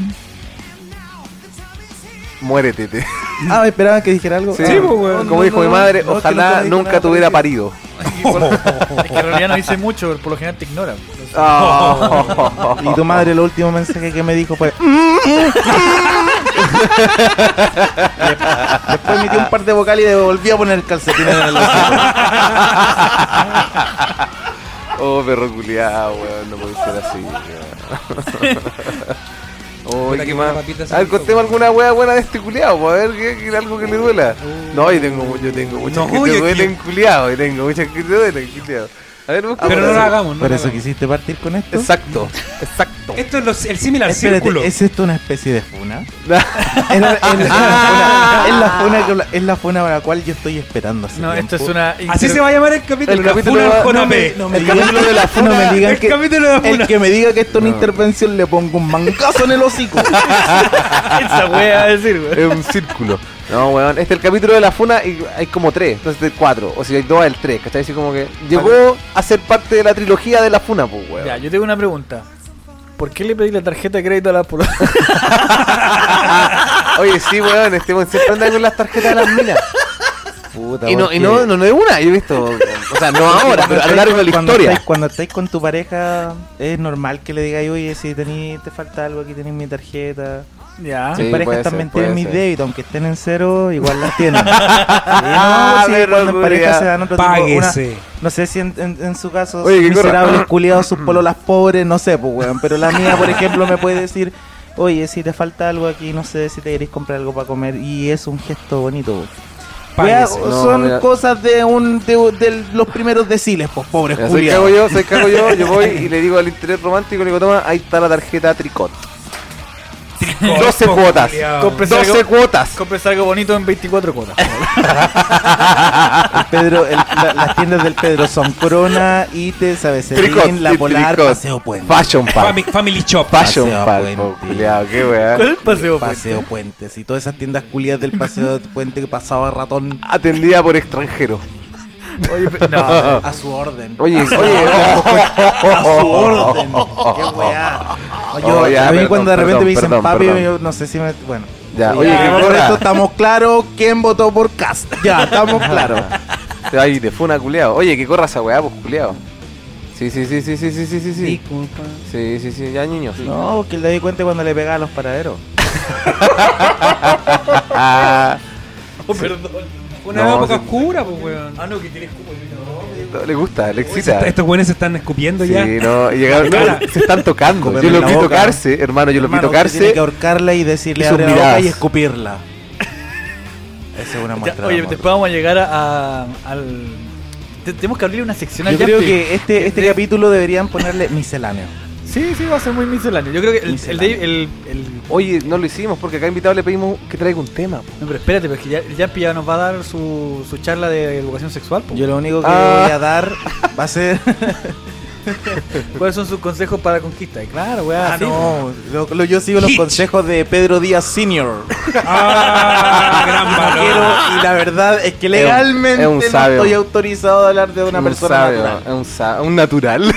Muérete. te.
Ah, esperaban que dijera algo.
Sí,
Ah.
pues, weón.
No,
Como
no,
dijo
no,
mi madre,
no, es que
ojalá
me dijo
nunca
nada
tuviera
parecido.
parido.
[LAUGHS] Es que en realidad no dice mucho, pero por lo general te ignora. Entonces,
[LAUGHS]
Oh.
Y tu madre, el último mensaje que me dijo fue. "Mm, Después- [LAUGHS] Después emití un par de vocales y le volví a poner calcetines en el [LAUGHS] hocico.
[LAUGHS]
Oh, perro culiao, weón, no puede ser así. weón. Oy,
Puta,
qué
que
más.
una papita se
A ver,
me hizo,
contemos
weón.
alguna wea buena de este culiado, a ver, que, que algo que le duela. No, yo tengo, yo tengo muchas
Uh. No,
que
yo
te
que-
duelen culiado, y tengo muchas que te duelen culiado. A ver, busca
Pero
una.
no lo hagamos, no
Por
lo
eso
hagamos.
quisiste partir con esto.
Exacto, exacto.
Esto es los- el similar círculo.
Espérate, ¿es esto una especie de funa? [LAUGHS]
Este-
Era- Es la- es la funa que la- es la funa para la cual yo estoy esperando hace
No,
tiempo.
esto es una.
Así
inter-
se va a llamar el capítulo.
El
la
capítulo
funa
va-
al
no
Joname.
me, no me digan,
capítulo de la
no me digan
el
que
capítulo de la
el
funa.
que me diga que esto es una
No.
intervención le pongo un mangazo en el hocico.
Esa wea a decir, weón.
[LAUGHS] es un círculo. No, weón, este es el capítulo de la funa y hay como tres, entonces de cuatro, o si hay dos, el tres, ¿cachai? Así como que llegó a ser parte de la trilogía de la funa, pues, [LAUGHS] weón.
Ya, yo tengo una pregunta. ¿Por qué le pedí la tarjeta de crédito a la polola? [LAUGHS]
[LAUGHS] Oye, sí, weón, este weón siempre anda con las tarjetas de las minas.
Puta,
Y no, y
porque-
no, no, no es una, yo he visto, o sea, no
porque
ahora,
cuando
pero a lo
estáis
largo
con-
de la
cuando
historia.
estáis- Cuando estáis con tu pareja, es normal que le digáis, oye, si tení, te falta algo, aquí tenés mi tarjeta.
Ah.
Ya.
Mis
Sí,
parejas
puede ser,
también
puede
tienen mis
ser.
débitos, aunque estén en cero, igual
[LAUGHS]
las tienen. Sí, no, sí,
pero
cuando en pareja
culiao.
se dan otro tipo- una-
Páguese.
No sé si en, en- en su caso
Oye,
son
qué Mm. corra.
miserables culiados, sus pololas pobres, no sé, pues weón. Pero la mía, por ejemplo, me puede decir, oye, si te falta algo aquí, no sé si te queréis comprar algo para comer. Y es un gesto bonito, weón. Weá,
Páguese.
No,
son
mira.
cosas de un de, de los primeros deciles, pues pobres
Ya, soy cago
culiados.
yo, soy cago yo, yo voy y le digo al interés romántico, le digo, toma, ahí está la tarjeta tricot. 12
Corpo,
cuotas.
culiao.
Compre- Pues
12
algo-
cuotas.
Compres algo bonito en 24
[LAUGHS]
cuotas.
[LAUGHS] El Pedro, el- la- las tiendas del Pedro son Corona, ITES,
Tricot,
Abecerín, La
sí,
Polar,
tricot.
Paseo Puente.
Fashion Park.
Fami- Family Shop.
Fashion
Paseo
Park, po,
Puente.
culiao, qué weá.
¿Cuál paseo, pues?
Paseo Puentes y todas esas tiendas culiadas del Paseo Puente que pasaba ratón
Atendida por extranjeros.
Oye, pe-
[LAUGHS]
no.
a su orden.
Oye,
[LAUGHS]
oye,
a su orden. Qué weá. Yo,
Oh, ya,
a mí
perdón,
cuando de repente
perdón,
me dicen
perdón,
papi,
perdón.
yo no sé si me. Bueno.
Ya, oye,
ya,
qué
por
buena.
esto estamos claros quién votó por
[LAUGHS]
Cast. Ya, estamos claros.
Ay, de funa, culiao. Oye, que corra esa weá, pues, culiao. Sí, sí, sí, sí, sí, sí, sí, sí. Sí, sí, sí, sí, ya, niños.
No, porque le di cuenta cuando le pegaba a los paraderos.
Ah,
Oh, perdón.
Una
No,
época
sí.
oscura, pues, weón.
Ah, no, que tienes cupo. yo
le gusta, le
Se está-
excita.
Estos weones se están escupiendo
Sí,
ya.
no, y llegaron, no,
Cara.
se están tocando.
Cómeme
Yo
en
los
la
vi
boca.
tocarse, hermano, yo los vi
Hermano, usted Tiene
tocarse.
que ahorcarla y decirle
y sus
abre la boca
miradas.
y escupirla. Esa es una
Ya,
muestra. de
oye,
amor.
después vamos a llegar a, a- al. te- tenemos que abrir una sección al
Yo creo
Jumping.
que este, este capítulo deberían ponerle misceláneo.
Sí, sí, va a ser muy misceláneo. Yo creo que el. el,
Misceláneo.
[LAUGHS]
Dave- el- el-
Oye, no lo hicimos porque acá invitado le pedimos que traiga un tema. po.
no, pero espérate, porque ya, el Jumpy ya nos va a dar su, su charla de educación sexual. pues. po.
Yo lo único que
Ah.
voy a dar va a ser.
¿Cuáles son sus consejos para conquista? Y Claro, weá.
[LAUGHS] Ah,
sí, po.
no. Lo- lo- yo sigo los
Hitch.
consejos de Pedro Díaz Senior.
Ah,
[LAUGHS]
gran valor.
y la verdad es que
un-
legalmente
es un
no
sabio.
estoy autorizado a hablar de una
Un
persona
sabio,
natural.
es Un, sa- un
[LAUGHS]
natural.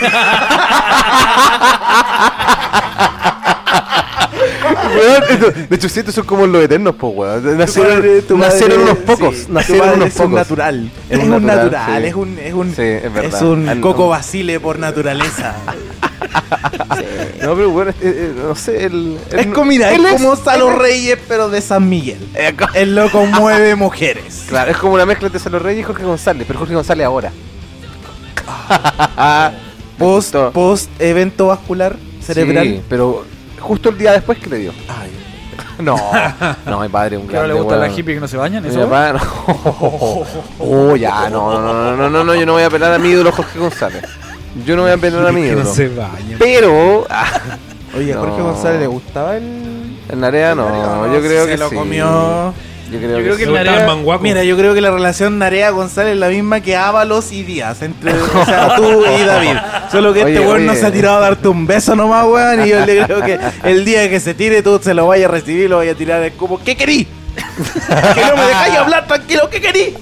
Weón, esto- de hecho, sí, estos son como los eternos, po, weón. Nacieron,
Tu madre-
nacieron
tu
unos
madre-
pocos.
sí, tu
nacieron
madre
unos
es
pocos.
un natural. Es un natural,
sí.
es un es un
Sí, es verdad.
es un
Al-
coco
un-
basile
[LAUGHS]
por naturaleza.
No, pero bueno, eh, eh, no sé, el. el-
es como mira, es
él
como Salo
él
Reyes pero de San Miguel.
es- eh, co-
Él
[LAUGHS]
lo conmueve mujeres.
Claro, es como una mezcla entre Salo Reyes y Jorge González, pero Jorge González ahora.
Ah, Post
Justo.
post evento vascular cerebral.
Sí, pero justo el día después que le dio.
Ay,
No, no, mi padre,
[LAUGHS]
un
Que ahora
grande,
le gusta
weón.
la hippie que no se bañan.
Mi
¿Eso? [LAUGHS]
papá, no. [LAUGHS] Oh, ya, no, no, no, no, no, no, yo no voy a apelar a mi ídolo Jorge González. Yo no voy a apelar a mi
Que no
ídolo.
se baña.
Pero, ah,
oye, a Jorge
No.
González le gustaba el
en la área no, yo creo
se
que
lo
sí.
comió.
Yo creo,
Yo creo
que,
que
Le
sí.
la-
gustaba el manguaco.
Mira, yo creo que la relación Narea González es la misma que Ábalos y Díaz, entre o sea, tú y David. Solo que
Oye,
este weón no
oye.
se ha tirado a darte un beso nomás, weón. Y yo le creo que el día que se tire, tú se lo vayas a recibir, lo vayas a tirar de como, ¿qué querí? que no me dejáis hablar tranquilo, ¿qué querí?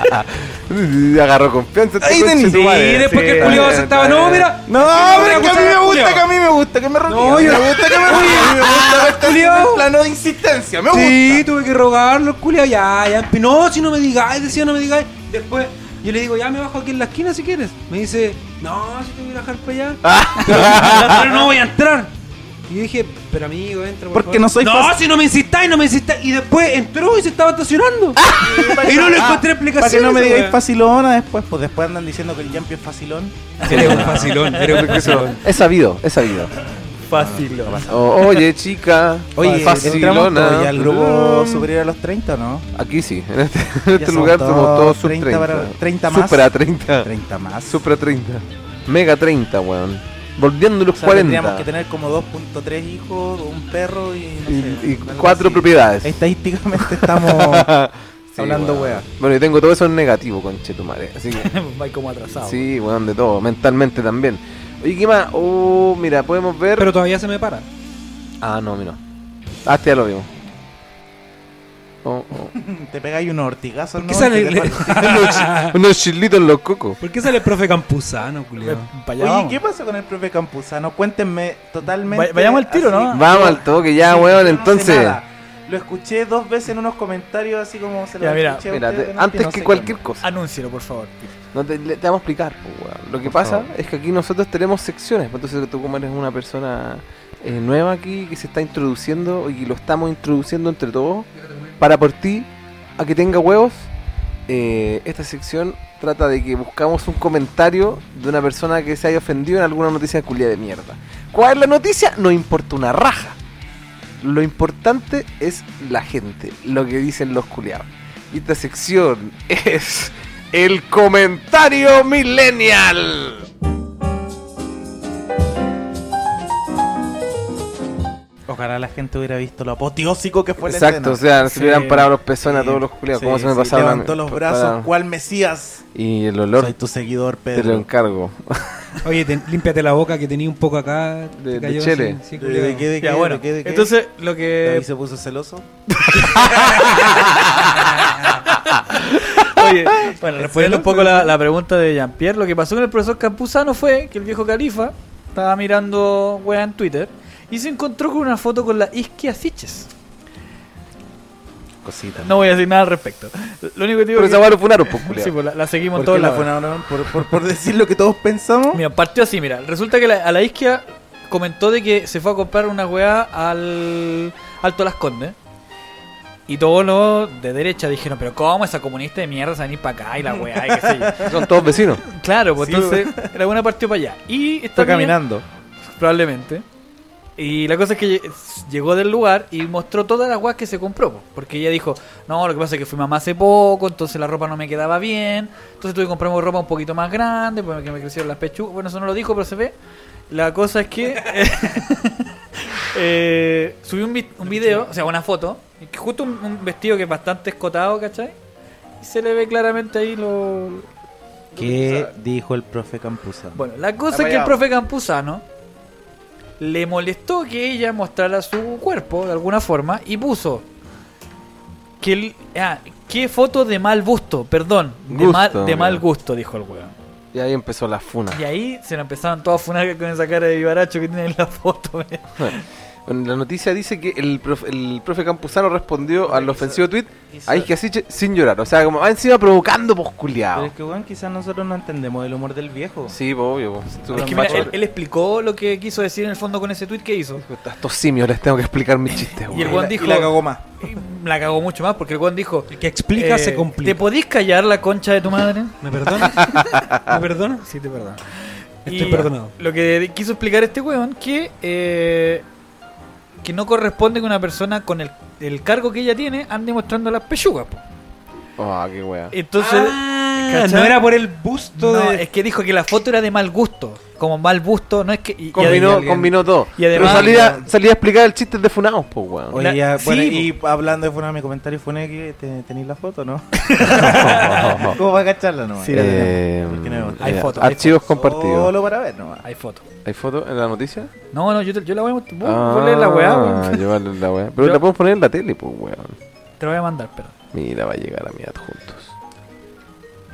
[LAUGHS] agarró confianza. este
Ahí tenés.
conchetumare.
Y después que el
Está
culiado
bien,
se estaba.
está
No,
bien.
mira.
No, hombre, que a mí me gusta, que a mí me gusta, que me rodean.
No, yo-
me gusta que me rodean. Me gusta verte así en el
culiao.
plano de insistencia, me gusta.
Sí, tuve que rogarlo, el culiao, ya, ya. No, si no me digáis, decía, no me digáis. Después yo le digo, ya me bajo aquí en la esquina si quieres. Me dice, no, si te voy a bajar para allá.
Ah.
Pero- pero no voy a entrar. Y yo dije, pero amigo, entra. Por
Porque
favor".
no soy
No,
fácil.
si no me insistáis, no me insistáis. Y después entró y se estaba estacionando. y no le encontré explicación.
Ah. Para que no me
esa
digáis
wea.
facilona después, pues después andan diciendo que el Jampi es facilón.
Eres un facilón, eres un
Eso
facilón.
Es sabido, es sabido.
Fácil.
O- oye, chica.
Oye, entramos
facilona.
todos ya al grupo
Mm.
superior a los 30, o ¿no?
Aquí sí, en este, [LAUGHS] en este
somos
lugar somos
todos
todos sub 30.
30 para- 30 más.
Supra 30.
30 más.
Supra 30. Mega 30, weón. Volviendo a los
O sea,
40.
tendríamos que tener como 2.3 hijos, un perro y no sé,
Y, y
algo
cuatro
así.
propiedades. [LAUGHS]
Estadísticamente estamos
Sí,
hablando
weón.
wea.
Bueno, y tengo todo eso en negativo, conchetumare. Así
[LAUGHS]
que.
Va como atrasado.
sí, weón, de todo. Mentalmente también. Oye, ¿qué más? Oh, mira, podemos ver.
Pero todavía se me para.
Ah, no, mira. Ah, este ya lo vimos. Oh,
[LAUGHS]
oh.
Te pegáis unos hortigazos,
¿Por
¿no?
qué sale
Y
[LAUGHS]
te
el- [LAUGHS]
dejas-
unos, chi- unos chilitos en los cocos.
¿Por qué sale el profe Campuzano,
[LAUGHS]
Ve-
culiao?
pa' allá
Oye,
vamos.
¿qué pasa con el profe Campuzano? Cuéntenme totalmente.
Va- vayamos al tiro, ¿no?
Vamos al toque ya,
Sí,
weón,
yo no sé
entonces.
nada. Lo escuché dos veces en unos comentarios, así como se lo
Ya, mira.
escuché a
Mira,
ustedes
te-
delante y
antes
no
que
sé
cualquier
cómo.
cosa,
Anúncielo, por favor.
no te, le- te vamos a explicar. pues, weón. Lo que pasa
favor.
es que aquí nosotros tenemos secciones. pues, Entonces tú como eres una persona eh, nueva aquí que se está introduciendo y lo estamos introduciendo entre todos, para por ti, a que tenga huevos, eh, esta sección trata de que buscamos un comentario de una persona que se haya ofendido en alguna noticia culia de mierda. ¿Cuál es la noticia? No importa una raja. Lo importante es la gente, lo que dicen los culiados. Y esta sección [LAUGHS] es el comentario millennial.
Ojalá la gente hubiera visto lo apoteósico que fue la
Exacto, o
escena.
sea, se
Sí.
le hubieran parado los pezones a todos los culiados.
Sí,
¿Cómo se me
sí,
pasaron? a mí?
Levantó los
Pasaron.
brazos, ¿cuál Mesías?
Y el
Soy
olor,
tu seguidor,
te lo
Pedro.
encargo.
Oye, te- límpiate la boca que tenía un poco acá. te
De- de chele.
así, sí,
¿De-
culiao.
de qué, de qué,
Ya, bueno.
de qué, de qué?
Entonces, eh, lo que.
David se puso celoso?
Oye, bueno, respondiendo un poco la, la pregunta de Jean-Pierre, lo que pasó con el profesor Campuzano fue que el viejo califa estaba mirando weá en Twitter y se encontró con una foto con la Isquia Siches.
Cosita.
No voy a decir nada al respecto. Lo único que digo
Pero
es
esa
que...
weá lo funaron,
[LAUGHS]
pues, culiao.
Sí, pues, la, la seguimos en todos
¿Por, qué la
lados.
funaron? ¿Por, por, por decir lo que todos pensamos?
Mira, partió así, mira. Resulta que la- a la isquia comentó de que se fue a comprar una weá al Alto Las Condes. Y todos los de derecha dijeron, pero ¿cómo esa comunista de mierda se va a venir para acá y la weá y qué sé yo?
pues.
Son todos
[LAUGHS]
vecinos.
Claro, pues
Sí,
entonces [LAUGHS] la buena partió para allá. Y esta
Está
mina-
caminando.
Probablemente. Y la cosa es que lle- llegó del lugar y mostró todas las guas que se compró. po. Porque ella dijo, no, lo que pasa es que fui mamá hace poco, entonces la ropa no me quedaba bien. Entonces tuve que comprarme ropa un poquito más grande, pues, porque me crecieron las pechugas. Bueno, eso no lo dijo, pero se ve. La cosa es que [LAUGHS] eh, subí un, vi- un video, o sea, una foto, que justo un, un vestido que es bastante escotado, ¿cachai? Y se le ve claramente ahí lo,
¿Qué dijo el profe Campuzano?
bueno, la cosa es que el profe Campuzano le molestó que ella mostrara su cuerpo de alguna forma y puso que el- ah, qué foto de mal gusto, perdón, de,
Gusto,
mal, de
mira.
mal gusto, dijo el weón.
Y ahí empezó la funa.
Y ahí se le empezaron todos a funar con esa cara de vivaracho que tiene en la foto.
Bueno, la noticia dice que el profe, el profe Campuzano respondió al ofensivo tweet ahí que así che- sin llorar. O sea, como ah, encima provocando, pues
Pero
culiao.
es que, weón, quizás nosotros no entendemos el humor del viejo.
Sí, pues, obvio. pues. Tú
Es que mira,
macho,
él, él explicó lo que quiso decir en el fondo con ese tweet que hizo.
A estos simios les tengo que explicar
[LAUGHS]
mis chistes,
Y el
weón.
weón
la-
dijo-
la cagó más.
Y la cagó mucho más porque el weón dijo...
El que explica
eh,
se complica.
¿Te podís callar la concha de tu madre?
¿Me perdonas? ¿Me perdonas?
Sí, te perdono.
Estoy
Y
perdonado.
Lo que quiso explicar este weón que eh, que no corresponde que una persona con el, el cargo que ella tiene ande mostrando las pechugas. po.
Ah, qué weón.
Entonces,
Ah,
¿cachai?
no era por el busto
no,
de...
es que dijo que la foto era de mal gusto. Como mal gusto, no es que. y- y
Combinó,
además-
combinó todo.
y además-
Pero salía, salía a explicar el chiste de funados, pues, weón. [LAUGHS]
Oye,
La-
ya,
sí,
bueno,
po.
y hablando de Funá, mi comentario fue que te- tenéis la
[LAUGHS]
foto, ¿no? [LAUGHS] ¿Cómo va a cacharla nomás?
Sí, la
Eh,
¿Por qué no?
Hay
ya,
fotos, hay
Archivos compartidos.
Solo para ver nomás.
Hay foto.
¿Hay fotos en la noticia?
No, no, yo, te- yo la voy a mostrar. Vos-
Ah,
vos lees la weá, weón.
yo vale la weá. Pero
Yo-
la podemos poner en la tele, pues, weón.
[LAUGHS] Te la voy a mandar, perdón.
Mira, va a llegar a mi adjuntos.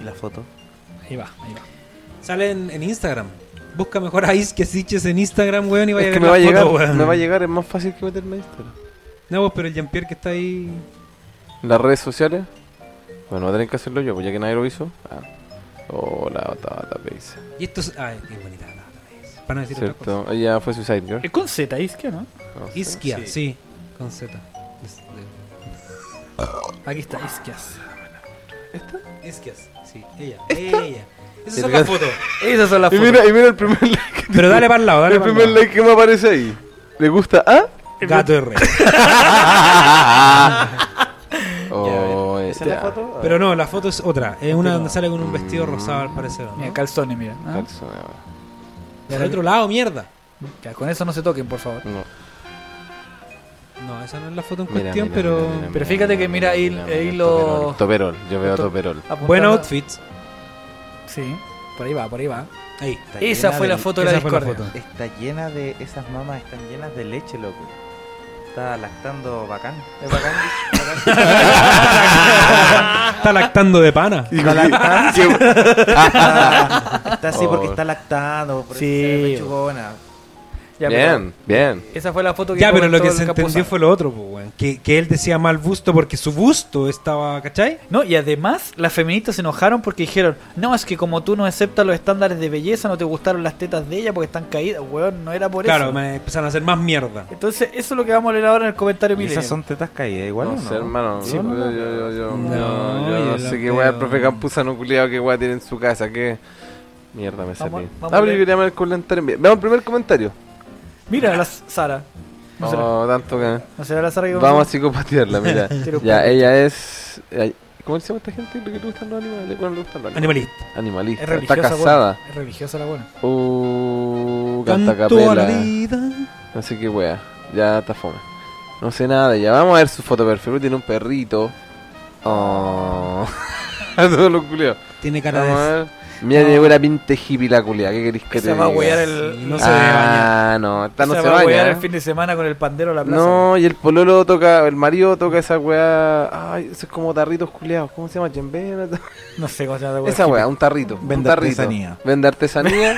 ¿Y la foto?
Ahí va, ahí va.
Sale en, en Instagram. Busca mejor a Isque Siches en Instagram, weón, y vaya a
Es que
ver
me
la
va a
foto,
llegar,
weón.
me va a llegar, es más fácil que meterme a Instagram.
No, pues, pero el Jean-Pierre que está ahí...
Las redes sociales. Bueno, voy a tener que hacerlo yo, pues ya que nadie lo hizo. Ah. Hola, Tabata Peisa.
Y esto es... Ay, qué bonita la otra vez. Para no decir otra cosa.
¿Cierto? Ella fue Suicide Girl. Ah,
Es con Z, Isquia, ¿no?
No sé.
Isquia, sí.
Sí.
Con Z. Es-
Aquí está, Isquias.
de- Isquias, sí. Ella. Ella. Esas son las fotos.
Esas son las
Y
fotos.
mira, y mira el primer [LAUGHS] like.
Pero dale para el lado, dale
el
para el
primer
lado.
like que me aparece ahí. ¿Le gusta a?
Gato de rey.
Ah.
[LAUGHS] Oh,
¿Esa es la
ya.
foto?
Pero no, la foto es otra. Es una donde sale con un
Mm.
vestido rosado al parecer. ¿no?
Mira, calzones, mira. ¿ah?
Calzón,
Del otro lado, mierda.
Ya, con eso no se toquen, por favor.
no.
No, esa no es la foto en
Mira,
cuestión,
mira,
pero.
mira, mira,
pero fíjate que mira ahí- ahí lo-
Toperol, Toperol, yo veo a
To- [LAUGHS]
Toperol.
Apuntando-
Buen outfit.
Sí, por ahí va, por ahí va.
Ahí. [LAUGHS] está.
Esa
llena
fue la
de-
foto de la
esa fue la
discordia.
foto.
Está llena de esas mamas, están llenas de leche, loco. Está lactando bacán. Es bacán. [LAUGHS]
Está lactando de pana.
Está lactando.
[LAUGHS]
Está, está así
Oh.
porque está lactando, por eso
Sí.
se ve pechugona.
Ya, pero-
bien, bien.
Esa fue la foto que
Ya, pero lo
comentó
que
el
se entendió
Campuzano.
fue lo otro, pues, weón. Que, que él decía mal busto porque su busto estaba, ¿cachai?
No, y además las feministas se enojaron porque dijeron, no, es que como tú no aceptas los estándares de belleza, no te gustaron las tetas de ella porque están caídas, weón, no era por
claro,
eso.
me empezaron a hacer más mierda.
Entonces, eso es lo que vamos a leer ahora en el comentario
Y
Millennium.
esas son tetas caídas, igual.
No,
o
sé, hermano.
Sí,
yo, yo,
no,
yo, yo-
No,
yo- yo
yo
no
la
sé qué weá el
veo.
profe Campuzano culiado, qué weá tiene en su casa, qué mierda me salí.
vamos a
Abre
leer.
y veamos el comentario. Veamos el primer comentario.
Mira, la S- Sara. No, será,
No, tanto que.
no será la Sara que
Oh, Vamos a psicopatearla, [LAUGHS] mira.
Tiro
ya,
puro.
ella es. eh, ¿Cómo se llama esta gente? ¿Lo que le gustan los animales? ¿Cuál le gustan los animales?
Animalista.
Animalista.
Es
Está
religiosa,
casada.
buena. Es religiosa la buena.
Uh, canta a
Canto a la
capela.
vida.
No sé qué wea. Ya está fome. No sé nada de ella. Vamos a ver su foto de perfil. Tiene un perrito. Oh. [LAUGHS] Todo lo culiao.
Tiene cara
Vamos a
de.
ver. Mira,
No.
llegó la pinta hippie la culia. ¿Qué querés que
Que
te
se va a
diga?
huear el...
No se debe bañar.
Ah, no. Esta no
se
se,
va a huear
baña. ¿eh?
el fin de semana con el pandero a la plaza.
No, y el pololo toca, el marido toca esa weá. Ay, eso es como tarritos culiados. ¿Cómo se llama? Chembena.
No sé cómo se llama.
Esa weá, un tarrito. un
Vende
tarrito.
artesanía.
Vende artesanía.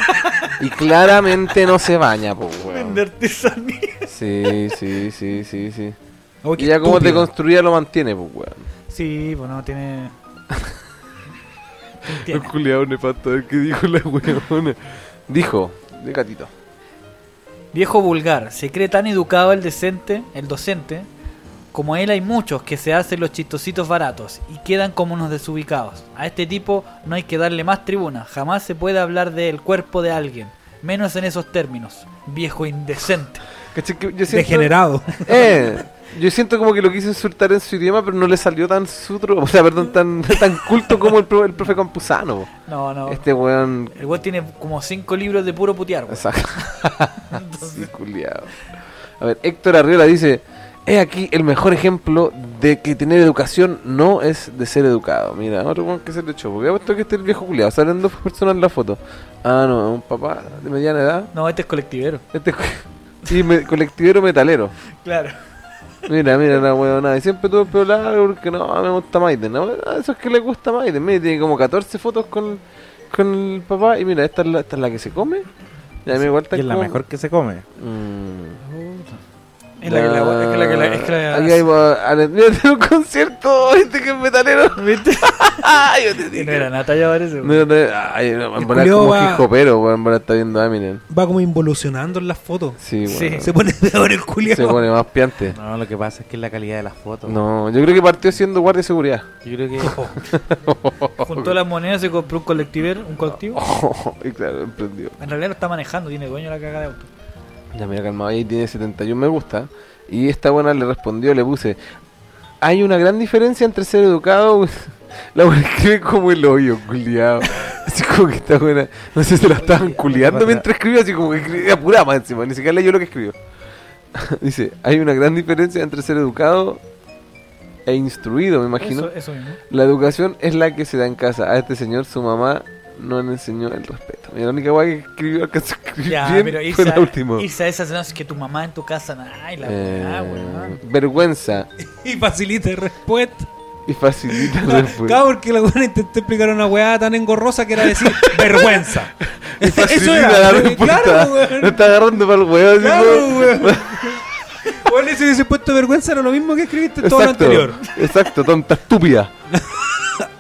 y claramente no se baña, pues [LAUGHS] weón.
Vender artesanía.
Sí, sí, sí, sí, sí.
Oh, qué
Y ya como te
estúpido.
construía lo mantiene, pues weón.
Sí, pues no,
[LAUGHS]
tiene...
Los culiados nefasto, a ver qué dijo la weona. Dijo, de gatito.
Viejo vulgar, se cree tan educado el decente, el docente, como él hay muchos que se hacen los chistositos baratos y quedan como unos desubicados. A este tipo no hay que darle más tribuna, jamás se puede hablar del cuerpo de alguien, menos en esos términos. Viejo indecente.
Caché que yo siento-
Degenerado.
Eh, yo siento como que lo quiso insultar en su idioma, pero no le salió tan sutro, [LAUGHS] o sea, perdón, tan, tan culto como el, pro- el profe Campuzano. po.
No, no.
Este weón.
El weón tiene como cinco libros de puro putear. weón.
Exacto. Sí, culiao. A ver, Héctor Arriola dice: He aquí el mejor ejemplo de que tener educación no es de ser educado. Mira, otro weón que se le echó. Porque apuesto que este es el viejo culiado. Salen dos personas en la foto. Ah, no, un papá de mediana edad.
No, este es colectivero.
Este es [LAUGHS] co- y me- colectivero metalero.
Claro.
Mira, mira la huevonada. Y siempre tuve el pelo largo porque no, me gusta Maiden. ¿no? Ah, Eso es que le gusta Maiden. Mira, tiene como 14 fotos con, con el papá. Y mira, esta es la, esta es la que se come. Ya me igual está
Y es la
como-
mejor que se come.
Mm.
Es la que la- es que la que la- es que la-
Aquí hay, ah, mira, tiene un concierto. Viste que es metalero. [LAUGHS]
¿Viste?
Yo te
Y
dije.
no era nata ya parece. weón.
No, no, ay, no, en
El
verdad es
culiao
como
va-
hijopero. weón, En verdad está viendo a Eminem.
Va como involucionando en las fotos.
Sí,
Sí.
bueno,
Se pone peor el culiao.
se pone más piante.
No, lo que pasa es que es la calidad de las fotos.
No, yo creo que partió siendo guardia de seguridad. [LAUGHS]
Yo creo que.
Juntó las monedas, se compró un colectivero, un colectivo.
y claro, emprendió.
En realidad lo está manejando, tiene dueño la caga de auto.
Ya mira calmado, ahí tiene 71 me gusta. Y esta buena le respondió, le puse. Hay una gran diferencia entre ser educado. [LAUGHS] La buena escribe como el hoyo, culiado. [LAUGHS] Así como que está buena. No sé si la estaban culiando mientras escribía, así como que escribía pura más encima. Ni siquiera leyó lo que escribió. [LAUGHS] Dice: Hay una gran diferencia entre ser educado e instruido, me imagino.
Eso, eso
[LAUGHS]
mismo.
La educación es la que se da en casa. A este señor, su mamá no le enseñó el respeto. Mira, la única guay que escribió alcanzó a escribir
Ya,
bien
pero
fue
Isa,
la última.
Isa, esas no, es que tu mamá en tu casa, na- ay, la
ah,
Eh,
weá, weón.
vergüenza
[LAUGHS] Y facilita respuesta.
y facilita la respuesta.
Claro, porque la weá intentó explicar una weá tan engorrosa que era decir [LAUGHS] vergüenza.
Y
Eso
facilita
era.
la
eh,
respuesta.
Claro,
No
weón.
está agarrando para el huevo.
Claro, weón. Weón, ese hubiese puesto vergüenza era lo mismo que escribiste todo lo
[LAUGHS] Exacto,
anterior.
exacto,
[LAUGHS]
tonta estúpida.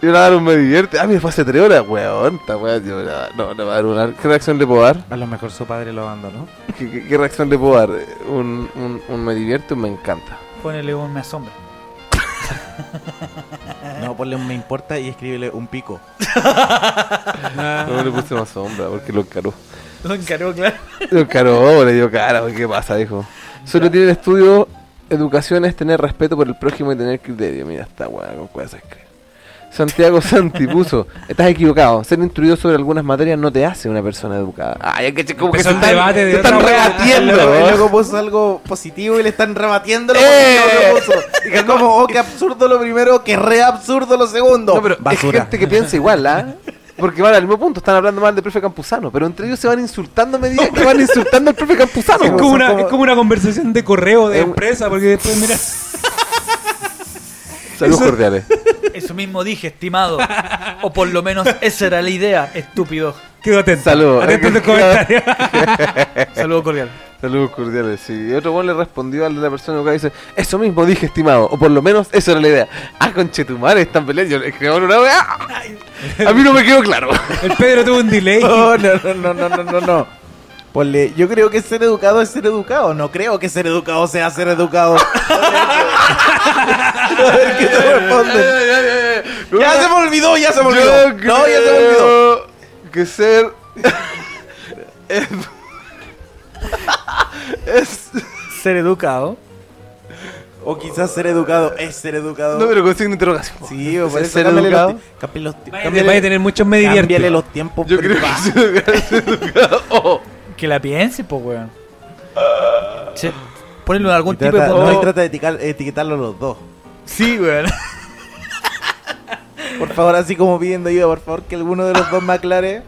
Y una dar un me divierte. Ah, mira, fue hace tres horas, weón. Esta weá, yo, no, no va a dar una. ¿Qué reacción le puedo dar?
A lo mejor su padre lo abandonó.
¿Qué, qué- qué reacción le puedo dar? Un, un, un me divierte, un me encanta.
Ponele un me asombra. [LAUGHS]
No, ponle un me importa y escríbele un pico.
Ah.
No le puse más sombra porque lo encaró.
Lo encaró, claro.
Lo encaró, le dio cara, ¿qué pasa? Dijo. Solo tiene el estudio, educación es tener respeto por el prójimo y tener criterio. Mira, está buena con cosas que escribe. Santiago [LAUGHS] Santi puso, estás equivocado, ser instruido sobre algunas materias no te hace una persona educada. Ay, es que como que
Empezó el
se están,
debate de
se están
otra wea.
rebatiendo.
El
¿no?
loco puso algo positivo y le están rebatiendo lo
¡Eh!
positivo que puso. Dije, como, oh, qué absurdo lo primero, qué re absurdo lo segundo.
No, pero es gente que piensa igual, ¿ah? Porque van al mismo punto, están hablando mal del profe Campuzano, pero entre ellos se van insultando a medida que van insultando al profe Campuzano.
Es
po.
como,
Son
una, es como una conversación de correo de
Eh,
empresa, porque después, mira,
Saludos
eso-
cordiales.
Eso mismo dije, estimado. O por lo menos esa era la idea, estúpido.
quedo atento.
Saludos.
Atento en los comentarios.
Saludo cordial.
[LAUGHS] Saludos cordiales, sí. Y otro buen le respondió al de la persona que dice, eso mismo dije, estimado, o por lo menos eso era la idea. Ah, conchetumare, están peleando, yo le escribo una wea. ¡ah! [LAUGHS] A mí no me quedó [LAUGHS] claro.
El Pedro tuvo un delay.
[LAUGHS]
Oh,
No, no, no, no, no, no, no. Ponle, yo creo que ser educado es ser educado. No creo que ser educado sea ser educado.
[LAUGHS]
A ver qué te responde. Ya se me olvidó, ya se me olvidó.
Yo
No, ya se me olvidó.
creo Que ser. es- es.
Ser educado.
O quizás ser educado es ser educado.
No, pero con signo de interrogación.
Sí, o
Es
por eso
ser
cámbiale los
educado.
ti- cámbiale los ti-
Vaya- Vaya a tener muchos me
Cámbiale
divierte.
los tiempos.
Yo creo que ser educado es ser educado. [LAUGHS] Oh,
Que la piense, pues, weón. Che, ponle algún
Y
tipo de
trata,
punto.
no, y trata de etiquetar- etiquetarlo los dos.
Sí, weón.
Por favor, así como pidiendo ayuda, por favor, que alguno de los dos me aclare.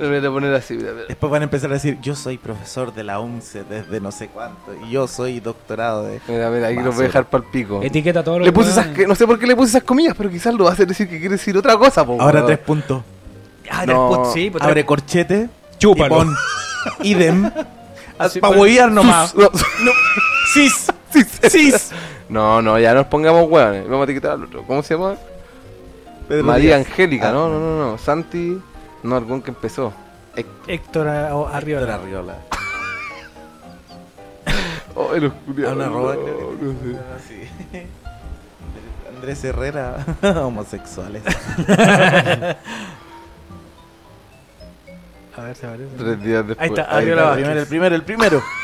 Lo voy a poner así, mira, mira.
Después van a empezar a decir, yo soy profesor de la UNCE desde no sé cuánto, y yo soy doctorado de...
Mira, mira, ahí lo voy a
Basura.
dejar para el pico.
Etiqueta a todos los
Este- Le puse esas,
weones.
que- no sé por qué le puse esas comillas, pero quizás lo hace decir que quiere decir otra cosa. po,
Ahora
weón.
tres puntos.
Ah,
No.
tres put- sí, pues,
Abre corchete,
Chúpalo.
y pon
[LAUGHS]
idem,
Así,
para
pues.
huevear nomás.
Sus- no,
Sis,
[LAUGHS] sis.
sis.
No, no, ya nos pongamos hueones. Vamos a etiquetar al otro. ¿Cómo se llama?
Pedro
María
Díaz.
Angélica,
Ah,
no, no, no, no. Santi, no, algún que empezó. Héctor
Héctor a- o-
Pedro
Arriola.
Arriola.
Oh, el
A
oscuro.
una arroba,
no,
creo que-
no sé.
Ah, sí. Andrés Herrera,
[LAUGHS]
[LAUGHS] homosexuales.
A ver, se parece.
Tres días después.
Ahí está,
Ahí
Arriola
está,
Vázquez.
el primero, el primero, el primero.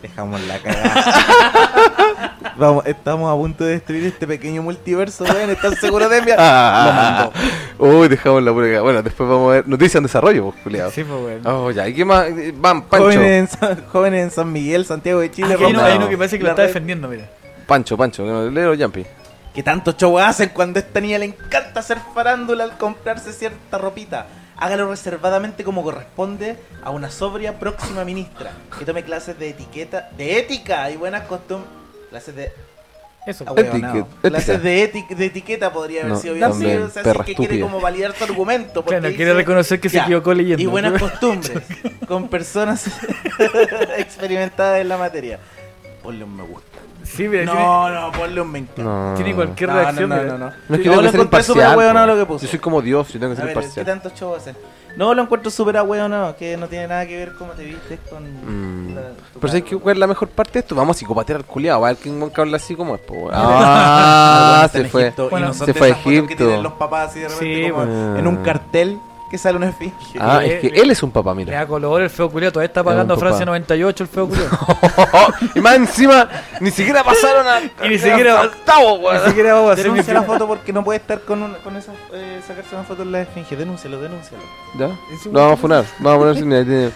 Dejamos la cagada. [LAUGHS] Vamos, estamos a punto de destruir este pequeño multiverso, weón. ¿Están seguros de enviar?
Ah, uy, dejamos la pura. Bueno, después vamos a ver noticias en desarrollo, pues, culiado.
Sí, pues, weón.
Oh, ya, ¿y qué más? Eh, Van, Pancho.
Jóvenes en, San, jóvenes en San Miguel, Santiago de
Ah,
Chile,
que hay, uno,
rompen-
hay uno que parece que lo
la
está
red-
defendiendo, mira.
Pancho, Pancho, que no leo Jumpy.
Que tanto show hacen cuando a esta niña le encanta hacer farándula al comprarse cierta ropita. Hágalo reservadamente como corresponde a una sobria próxima ministra. Que tome clases de etiqueta, de ética y buenas costumbres. Clases de
Eso.
Ah,
pues.
weón, no.
Etiquet- ética.
Clases de, eti- de etiqueta podría haber
No,
sido bien.
también,
o sea, si es
perra
que quiere
estúpida.
como validar su argumento. porque
Claro, quiere
dice,
reconocer que se
"Ya,
equivocó leyendo. [LAUGHS]
Y buenas costumbres con personas [LAUGHS] experimentadas en la materia. Ponle un me gusta.
Sí, mira,
No, no, ponle un me encanta.
No.
tiene, tiene cualquier
No,
reacción.
no, no,
mira.
no, no.
No es que
Yo
tengo
lo
que ser
encontré súper
imparcial.
hueonado
po.
lo que puso.
Yo soy como Dios, yo tengo que ser
A ver, ¿qué
imparcial.
tanto show hacen? No, lo encuentro súper ahueonado, que no tiene nada que ver cómo te viste con...
Mm.
la- tu
Pero ¿sabes
cara.
qué cuál es la mejor parte de esto? Vamos a psicopatear al culiado, a ver quién que habla así como es, po, weón. Ah,
Está
se
en
fue.
Egipto, y
Bueno,
no son
se
de
fue a
esas fotos que
Egipto.
tienen los papás así de repente
Sí,
como
bueno.
en un cartel que sale una esfinge.
Ah, es que él es un papá,
Le
mira. [LAUGHS]
da color el feo culiao. Todavía está
un
pagando
papá.
Francia 98 el feo
[LAUGHS]
culiao.
Oh, y más encima, ni siquiera pasaron a.
Y ni siquiera-
a octavo,
Ni
weón.
siquiera vamos a hacer
Denuncia
ni-
[LAUGHS] la foto porque no puede estar con, un- con esa, eh, sacarse una foto en la esfinge. Denúncialo, denúncialo.
¿Ya? Lo
[LAUGHS]
vamos a funar. Vamos a ponerse. Mira, ahí tiene-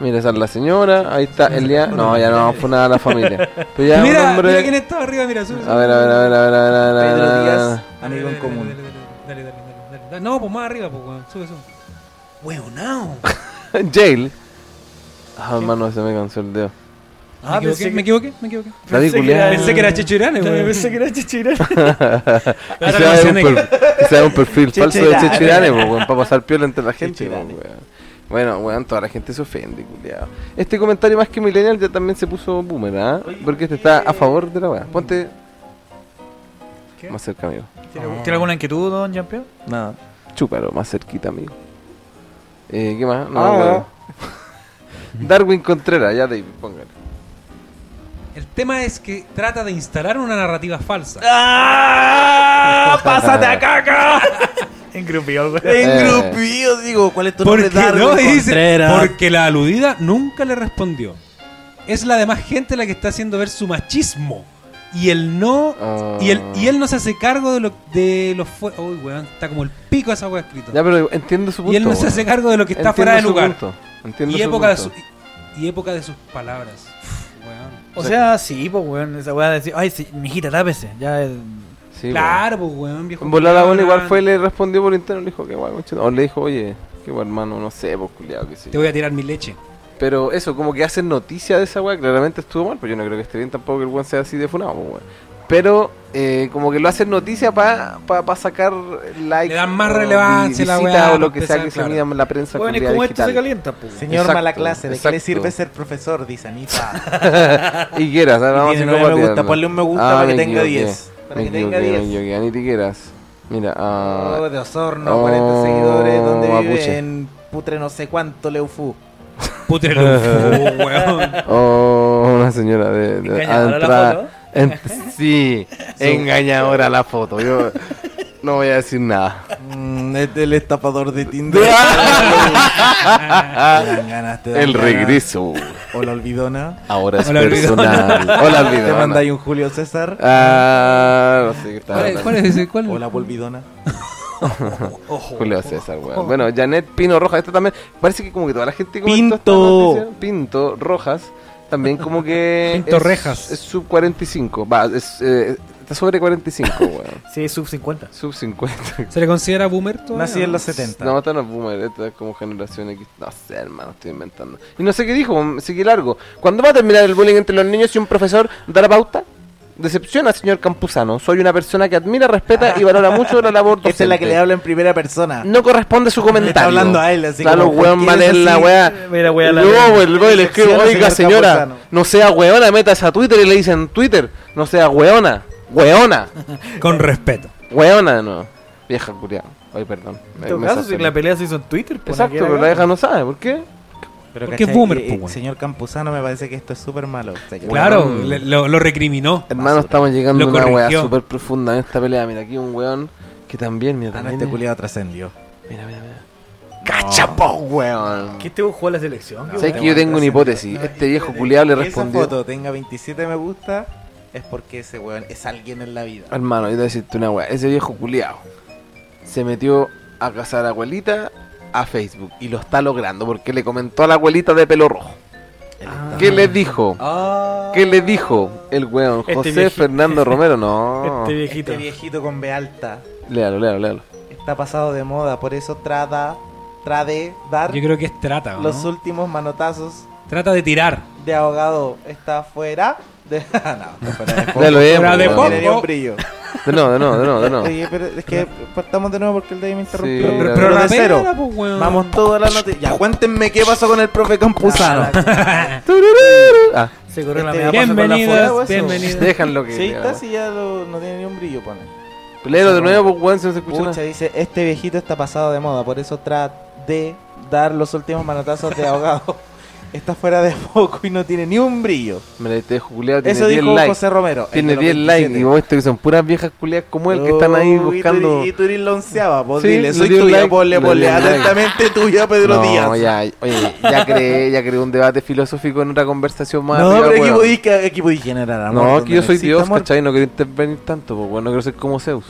mira, esa es la señora. Ahí está Elia. No, ya no vamos a funar a la familia. Pero ya un
Mira,
hombre-
mira quién estaba arriba, mira, sube.
A ver, a ver, a ver, a ver, a ver, a ver, a ver,
Pedro
a ver, a ver.
Díaz, amigo en común.
Dale, dale, dale, dale, dale, dale. No, pues más arriba, pues, weón. Sube, sube. Weonao.
Jail. Ah, hermano, se me cansó el dedo.
Ah,
me,
pensé
equivoqué,
que-
me equivoqué, me equivoqué.
David
Pensé que
Culiao.
era-
Pensé que era Chichirane, weón.
Pensé que era chichirán.
Que
Ahora
sea un,
relacioné.
per- que sea un perfil falso de
Chechirane.
Chechirane, po, weón, para pasar piola entre la gente, po,
Chechirane.
weón. Bueno, weón, toda la gente se ofende, culiao. Este comentario más que Millennial ya también se puso boomer, ¿ah? Porque este está a favor de la weá. Ponte
¿Qué?
más cerca, amigo.
¿Tiene alguna inquietud, don Jean-Pierre?
Nada.
Chúpalo, más cerquita, amigo. Eh, ¿Qué más? No,
Ah.
weón. [LAUGHS] Darwin Contreras, ya David, póngale.
El tema es que trata de instalar una narrativa falsa.
[LAUGHS] ¡Ah! ¡Pásate a caca!
Engrupido, güey.
Ah,
Engrupido, digo, ¿cuál es tu nombre?
Porque no,
Darwin
y dice,
Contreras.
porque la aludida nunca le respondió. Es la demás gente la que está haciendo ver su machismo. Y él no.
Ah.
Y, él, y él no se hace cargo de, lo, de los. fue- Uy, weón, está como el pico esa weá escrito.
Ya, pero entiendo su punto.
y él no se
weón.
hace cargo de lo que está
Entiendo
fuera de
su
lugar.
punto, Entiendo
Y
su
época, de
punto.
su- y época de sus palabras. Uf, weón.
O sea, sí, pues, weón. Esa weá de decir, ay, sí, mijita, tápese. Ya, eh,
Sí, weón.
claro, pues, weón, viejo.
En volada, bueno, igual
culiao.
Ah.
fue y le respondió por interno, le dijo, qué guay, conchito. O le dijo, oye, qué guay, hermano, no sé, pues culiado que sí.
Te voy a tirar mi leche.
Pero eso, como que hacen noticia de esa weá, claramente estuvo mal, pero yo no creo que esté bien tampoco que el weón sea así de funado, pues, weón. Pero eh, como que lo hacen noticia para pa, pa sacar like.
Le dan más
o
relevancia
vi-
la
visita
weá,
o lo que
pues,
empezar,
sea que se
claro.
mida en la prensa
weón, es
culiá
como esto se
digital.
calienta, pues. weón.
Señor
Exacto,
mala clase, ¿de qué le
exacto.
sirve ser profesor? Dice Anita.
Y quieras, ahora
Y
vamos
tiene
a
nueve me
psicopatearla.
gusta, ponle un me gusta
Ah,
para que
me
tenga
equivoqué,
10. Para
me
que tenga
equivoqué, me
10.
equivoqué, ni te quieras. Mira, ah,
Oh, de Osorno,
Oh,
40 seguidores, donde
mapuche.
vive en putre no sé cuánto, Leufú.
Putre lo-
[LAUGHS]
oh, weón.
Oh, una señora de, de-
Engañadora la
entra-
foto.
en-
[LAUGHS]
sí, engañadora la foto. Yo no voy a decir
[LAUGHS]
nada.
Mm, es del estafador de [LAUGHS] Tinder. Dan ganas, te dan
El
ganas.
regreso.
O la olvidona. Ah,
Ahora es
Hola, olvidona.
personal. Hola,
Te manda
olvidona.
ahí un Julio César.
Ah, no sé qué tal.
¿Cuál es, cuál es ese? ¿Cuál?
O la volvidona.
Ojo.
Julio César, weón. Bueno, Janet Pino Rojas, esta también. Parece que como que toda la gente comentó esta
Pinto.
noticia. Pinto Rojas. También como
[LAUGHS]
que.
Pinto
es-
Rejas.
Es sub 45. Va, es, eh, está sobre 45, weón.
Sí, sub 50.
Sub 50.
¿Se le considera boomer todavía?
Nací en los 70.
No, esta no es boomer, esta es como generación X. No sé, hermano, estoy inventando. Y no sé qué dijo, seguí largo. ¿Cuándo va a terminar el bullying entre los niños y un profesor da la pauta? Decepciona, señor Campuzano. Soy una persona que admira, respeta y
[LAUGHS]
valora mucho la labor docente.
Esta es la que le habla en primera persona.
No corresponde su comentario.
está hablando a él, así
Claro,
como,
weón,
¿por qué
mal
eres
en la
así?
weá.
Ah, Mira, weá, la-
Luego el weón le escribe,
Decepciona,
oiga,
señor
señora,
Campuzano".
no sea weona, metas a Twitter y le dicen, Twitter, no sea weona, weona,
Con respeto.
weona, no. Vieja curia. Ay, perdón.
En
Me-
todo
me
caso, si
exacerbé.
la pelea se hizo en Twitter, pues,
Exacto,
no queda
pero la
acá.
vieja no sabe, ¿por qué?
Pero
Porque es
¿cachai?
boomer,
Eh,
po, weón.
Señor Campuzano, me parece que esto es súper malo. O sea, que-
Claro,
Weón.
le- lo, lo recriminó.
Hermano, estamos
Lo
llegando a una weá
corrigió.
súper profunda en esta pelea. Mira, aquí un weón que también, mira,
Ah, no,
también.
este
es-
culiado trascendió.
Mira, mira, mira. ¡Cachapó, weón!
¿Qué te jugó a la selección? qué
¿Sabes
weón?
que yo tengo una hipótesis? Este viejo culiado le
Que Esa
respondió.
foto tenga 27 me gusta es porque ese weón es alguien en la vida.
Hermano, yo te voy a decirte una weá. Ese viejo culiado se metió a casar a abuelita a Facebook y lo está logrando porque le comentó a la abuelita de pelo rojo.
Ah,
¿Qué le dijo? ¿Qué le dijo el weón?
Este
José
vieji-
Fernando Romero, no.
[LAUGHS] Este
Este
viejito.
viejito. con B alta
Léalo, léalo, léalo.
está pasado de moda, por eso trata, trata de dar
Yo creo que es trata, ¿no?
los últimos manotazos
Trata de tirar.
de ahogado. Está fuera de. [LAUGHS] no, está fuera de
Dale,
foco.
bien,
Fuera de
weón.
foco.
Le dio un brillo.
De no, de no, de no, de no.
Oye, pero es que partamos de nuevo porque el David me interrumpió.
Sí,
pero,
pero
de
rapera,
cero.
pues, weón.
Vamos toda la noticia. Ya, cuéntenme qué pasó con el profe Campuzano.
Ah,
Se corrió la media pasa con
Este-
la
Bienvenidas,
foto.
bienvenidas.
déjanlo que.
Sí, está, si ya lo- no tiene ni un brillo, pone.
Léelo de nuevo, pues, weón, si no se escucha
Pucha,
nada.
dice, este viejito está pasado de moda, por eso trata de dar los últimos manotazos de ahogado. [LAUGHS] está fuera de foco y no tiene ni un brillo.
Mira, este culiado tiene
Eso
10
dijo
likes.
José Romero. el
Tiene
de los
10 likes.
27.
Y vos viste que son puras viejas culiadas como él que están ahí
Uy, tú-
buscando.
Y tú eres lonceaba, pues
Sí,
dile,
le
soy
dio un
tuya,
like,
ponle,
le
ponle,
dio un like.
atentamente tuya, Pedro Díaz.
No, ya, oye, ya creé, ya creé un debate filosófico en otra conversación más.
No,
arriba,
pero aquí
weón.
podéis, que- aquí podéis generar amor.
No,
donde
que yo soy
exista
Dios,
amor. [LAUGHS]
¿cachai? No quiero intervenir tanto, pues bueno, no quiero ser como Zeus.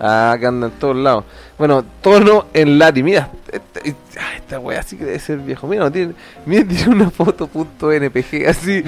Ah, que anda en todos lados. Bueno, tono en Lati, mira. Este, ah, esta wea sí que debe ser viejo. Mira, no tiene. Mira, [LAUGHS] tiene una foto punto NPG
[LAUGHS]
así.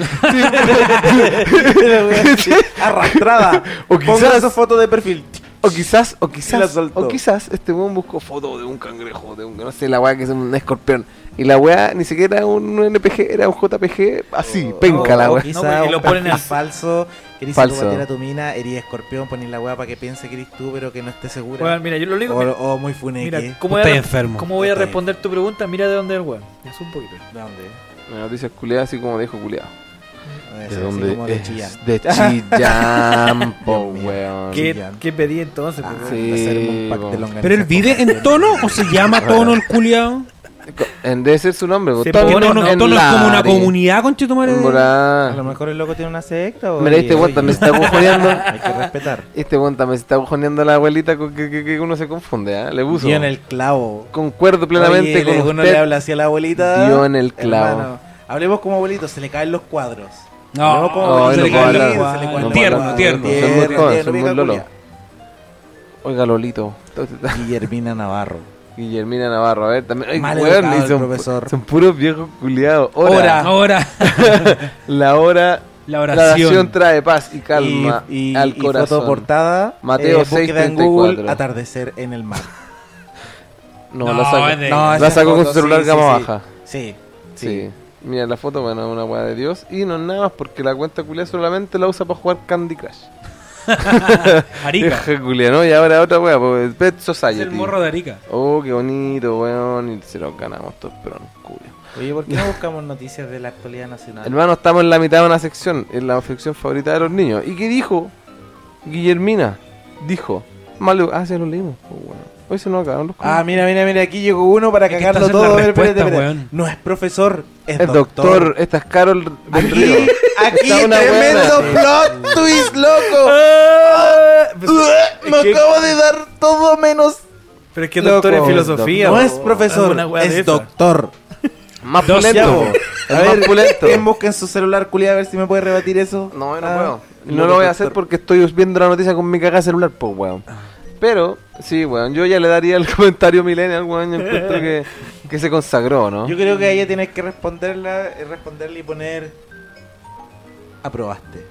Pero,
[LAUGHS]
weón, sí, Arrastrada.
O
Ponga
quizás-
esa foto de perfil.
o quizás, o
la
quizás,
soltó.
o quizás este weón buscó foto de un cangrejo, de un, no sé, la wea que es un escorpión. Y la wea ni siquiera era un NPG, era un JPG
Oh,
así, penca la
O
wea.
quizá
No, porque
un
lo ponen
perfil
así.
falso. Querís
Falso.
psicopatear a tu mina, herida escorpión, poner la weá para que piense que eres tú, pero que no esté segura.
Weón, mira, yo lo
o,
digo. mira,
o muy funeque.
Mira,
Tú
¿cómo voy,
estás
a,
enfermo.
¿cómo voy a
Está bien.
responder tu pregunta? Mira de dónde es el weón. Ya es un poquito.
¿De dónde?
Noticias culiadas así como dijo culiado.
No, es
¿De
así
dónde
como
es?
Chillán. [LAUGHS]
De Chillán, po,
Dios mío.
weón.
¿Qué,
Brillan.
qué pedí entonces?
Ah, [LAUGHS]
pues, weón?
Sí,
de hacer un pack de
po.
longaniza
¿Pero él
con
vive en
carne.
tono o se llama tono el culiao?
En- Debe ser su nombre. po.
Sí,
Porque
Tono
Tono-
Tono-
en
Tono es como una
Lari.
comunidad, conchetumare.
A lo
Morá.
mejor el loco tiene una secta o.
Mira, este weón también se está bujoneando.
[LAUGHS] Hay que respetar.
Este weón también se está bujoneando a la abuelita con que, que- que uno se confunde, ¿ah? Le puso.
Dio en el clavo.
Concuerdo plenamente
Oye,
con
uno
usted.
le habla así a la abuelita.
Dio en el clavo.
Hermano, hablemos como abuelito, se le caen los cuadros.
No,
Hablemos como
no, no
abuelito, se le
puedo
caen los
hablar.
cuadros, se le caen los
Tierno,
cuadros.
tierno.
Soy muy
Tierno,
joven,
tierno,
soy muy
pica
lolo.
culia.
Oiga, Lolito.
Guillermina Navarro.
Guillermina Navarro, a ver, también. Ay,
Mal
weón,
educado
y
el
son,
profesor.
son puros viejos culiados.
Ahora,
Hora. La hora.
la
La
oración.
oración trae paz y calma
y, y-
al
y
corazón.
fotoportada.
Mateo
eh, búsqueda en
634.
Google, atardecer en el mar.
no,
No,
la
es
sacó.
de- No,
esa
Ah, la sacó con
foto,
su celular
sí,
gama
sí, sí.
baja.
Sí,
Sí.
sí.
Mira la foto, bueno, es una weá de Dios. Y no es nada más porque la cuenta culiada solamente la usa para jugar Candy Crush. [LAUGHS]
Arica.
Deja culia, ¿no? Y ahora otra weá, pues, Pet
Es
Society.
el morro de Arica.
Oh, qué bonito, weón. Y se lo ganamos todos, pero no, culia.
Oye, ¿por qué no buscamos noticias de la actualidad
Ah.
nacional?
Hermano, estamos en la mitad de una sección, en la sección favorita de los niños. ¿Y qué dijo? Guillermina dijo. Malu, ah, se lo leímos. Oh, bueno. Hoy se nos acabaron los
Ah,
comentarios.
mira, mira, mira, aquí llegó uno para
que
cagarlo
estás en la
todo. A ver, espérate,
respuesta,
espérate.
weón.
No es profesor, es,
El doctor, esta es Carol del Río.
Aquí, aquí
Está una
tremendo plot twist,
Ah,
loco.
Ah,
Ah, Me
¿Qué?
acabo de dar todo menos.
Pero es que doctor en
Loco,
filosofía.
No
po.
es profesor,
Alguna wea de
es
esa.
doctor.
Más
Dos
pulento.
chavos.
El
A
más
ver,
pulento.
¿Quién busca en su celular, culiado? A ver si me puede rebatir eso.
No, yo no
Ah,
puedo.
el
No lo voy a
doctor.
hacer porque estoy viendo la noticia con mi cagada celular, pues, weón. Pero, sí, weón, yo ya le daría el [LAUGHS] comentario millennial, weón. Yo encuentro que, que se consagró, ¿no?
Yo creo que a ella tienes que responderla, eh, responderle y poner. Aprobaste.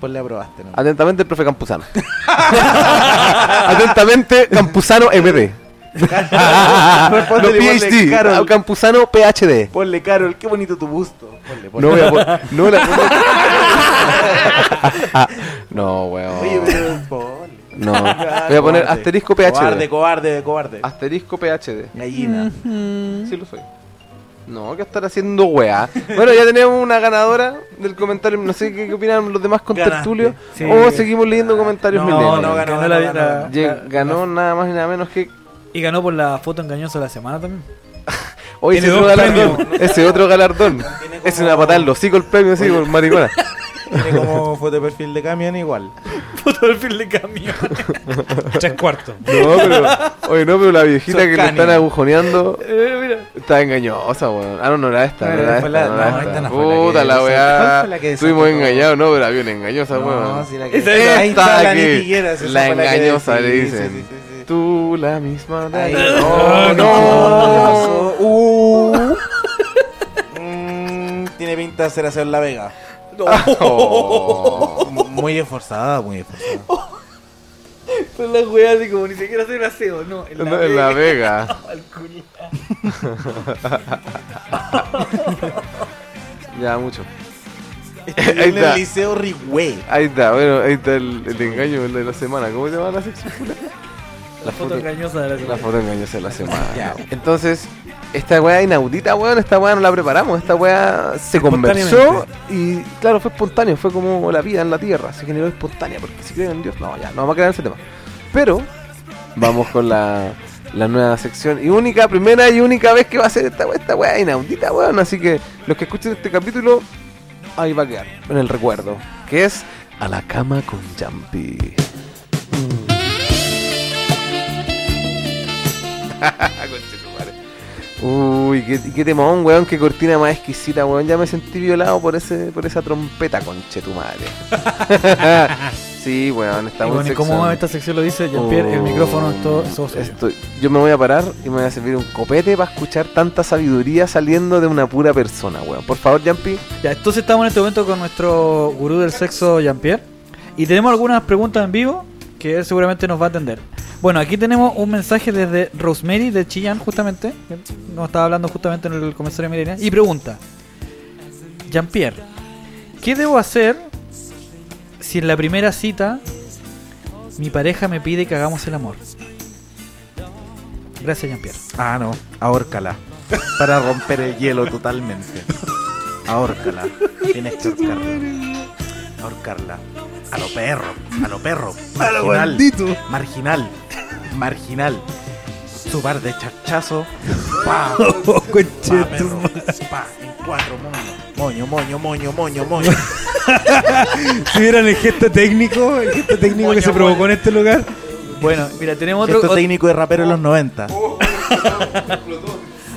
Ponle aprobaste, ¿no?
Atentamente, el profe Campuzano. [LAUGHS] Atentamente, Campuzano MD. no
Respóndele,
PhD,
ponle, Carol.
Campuzano PhD.
Ponle, Carol, qué bonito tu busto. Ponle, ponle.
No voy a po- No, [LAUGHS] la- no, weón.
Oye, pero ponle. [LAUGHS]
No. Voy a poner asterisco
Cobarde,
PhD.
cobarde, cobarde.
Ah. Asterisco PhD.
Gallina.
Mm, Sí lo soy. No, que estar haciendo
[LAUGHS]
weá. Bueno, ya tenemos una ganadora del comentario. No sé qué, qué opinan los demás con
Ganaste. Ah,
Tertulio.
Sí.
O seguimos leyendo comentarios
No,
millennials.
no, ganó,
la-
ganó,
la-
ganó.
Lleg- ganó nada más y nada menos que
Y ganó por la foto engañosa de la semana también. [LAUGHS]
Oye, ese
Tiene dos
otro galardón.
premios.
Ese otro galardón.
Tiene como-
Es una patada en los hocico el premio, sí, por maricona.
Tiene como foto de perfil de camión igual.
Foto del fin de cambio.
Tres cuartos.
No, pero. Oye, no, pero la viejita
Sos
que le
cani.
están agujoneando
eh, mira.
está engañosa, weón. Ah, no, no era esta,
No,
no
era-
era
fue
esta.
la-
no era
no,
esta.
esta no fue la que
Puta la
desató. ¿Cuál fue la
weá.
que desató
Estuvimos
todo?
engañados, no, pero había una engañosa, weón.
si la
Esa es
Ahí
esta
está la
que-
nitiguera, si esa
la
fue que
engañosa,
decidí,
le
sí,
dicen.
sí, sí, sí.
Tú la misma. de
Ahí.
ayer.
No,
No, no.
no. Uh. Mm, tiene pinta de ser hacer en la Vega.
Oh.
M- Muy esforzada, muy esforzada.
Fue la wea así como ni siquiera hacer aseo. No, en la,
No, en La Vega.
Al culiao.
Ya, mucho.
En
Ahí está.
el liceo Rigüey.
Ahí está, bueno, ahí está el, el engaño de la semana. ¿Cómo se llama la sección?
La foto
foto-
engañosa de la
La
semana.
foto engañosa de la semana.
Ya.
Entonces, esta weá inaudita, weón, esta weá no la preparamos. Esta weá se conversó y, claro, fue espontáneo. Fue como la vida en la tierra. Se generó espontánea porque si creen en Dios, no, ya, no vamos a crear ese tema. Pero, vamos con la, la nueva sección. Y única, primera y única vez que va a ser esta weá, esta weá inaudita, weón. Así que los que escuchen este capítulo, ahí va a quedar en el recuerdo. Que es a la cama con Jumpy. Conchetumare. Uy, qué, qué temón, weón, qué cortina más exquisita, weón. Ya me sentí violado por ese, por esa trompeta, conchetumare. sí, weón,
Y
estamos
bueno, y como esta sección lo dice Jean-Pierre, el micrófono es todo es todo suyo.
Estoy- Oh. yo me voy a parar y me voy a servir un copete para escuchar tanta sabiduría saliendo de una pura persona, weón. Por favor, Jumpy.
Ya, entonces estamos en este momento con nuestro gurú del sexo, Jean-Pierre. Y tenemos algunas preguntas en vivo que él seguramente nos va a atender. Bueno, aquí tenemos un mensaje desde Rosemary de Chillán, justamente. que Nos estaba hablando justamente en el comentario de Mirena. Y pregunta: Jean-Pierre, ¿qué debo hacer si en la primera cita mi pareja me pide que hagamos el amor? Gracias, Jean-Pierre.
Ah, no. Ahórcala. Para romper el hielo totalmente. Ahórcala. Tienes que ahorcarla. Ahorcarla. A lo perro. A lo perro. Marginal. Marginal. Marginal. Su par de chachazo. Pa,
[LAUGHS] Oh,
pa,
conchetum-
perro, pa, en cuatro, moño, moño, moño, moño, moño, moño.
Si vieran el gesto técnico, el gesto técnico que se provocó en este lugar.
Bueno, mira, tenemos otro.
Esto
ot- Oh.
técnico de rapero en los 90.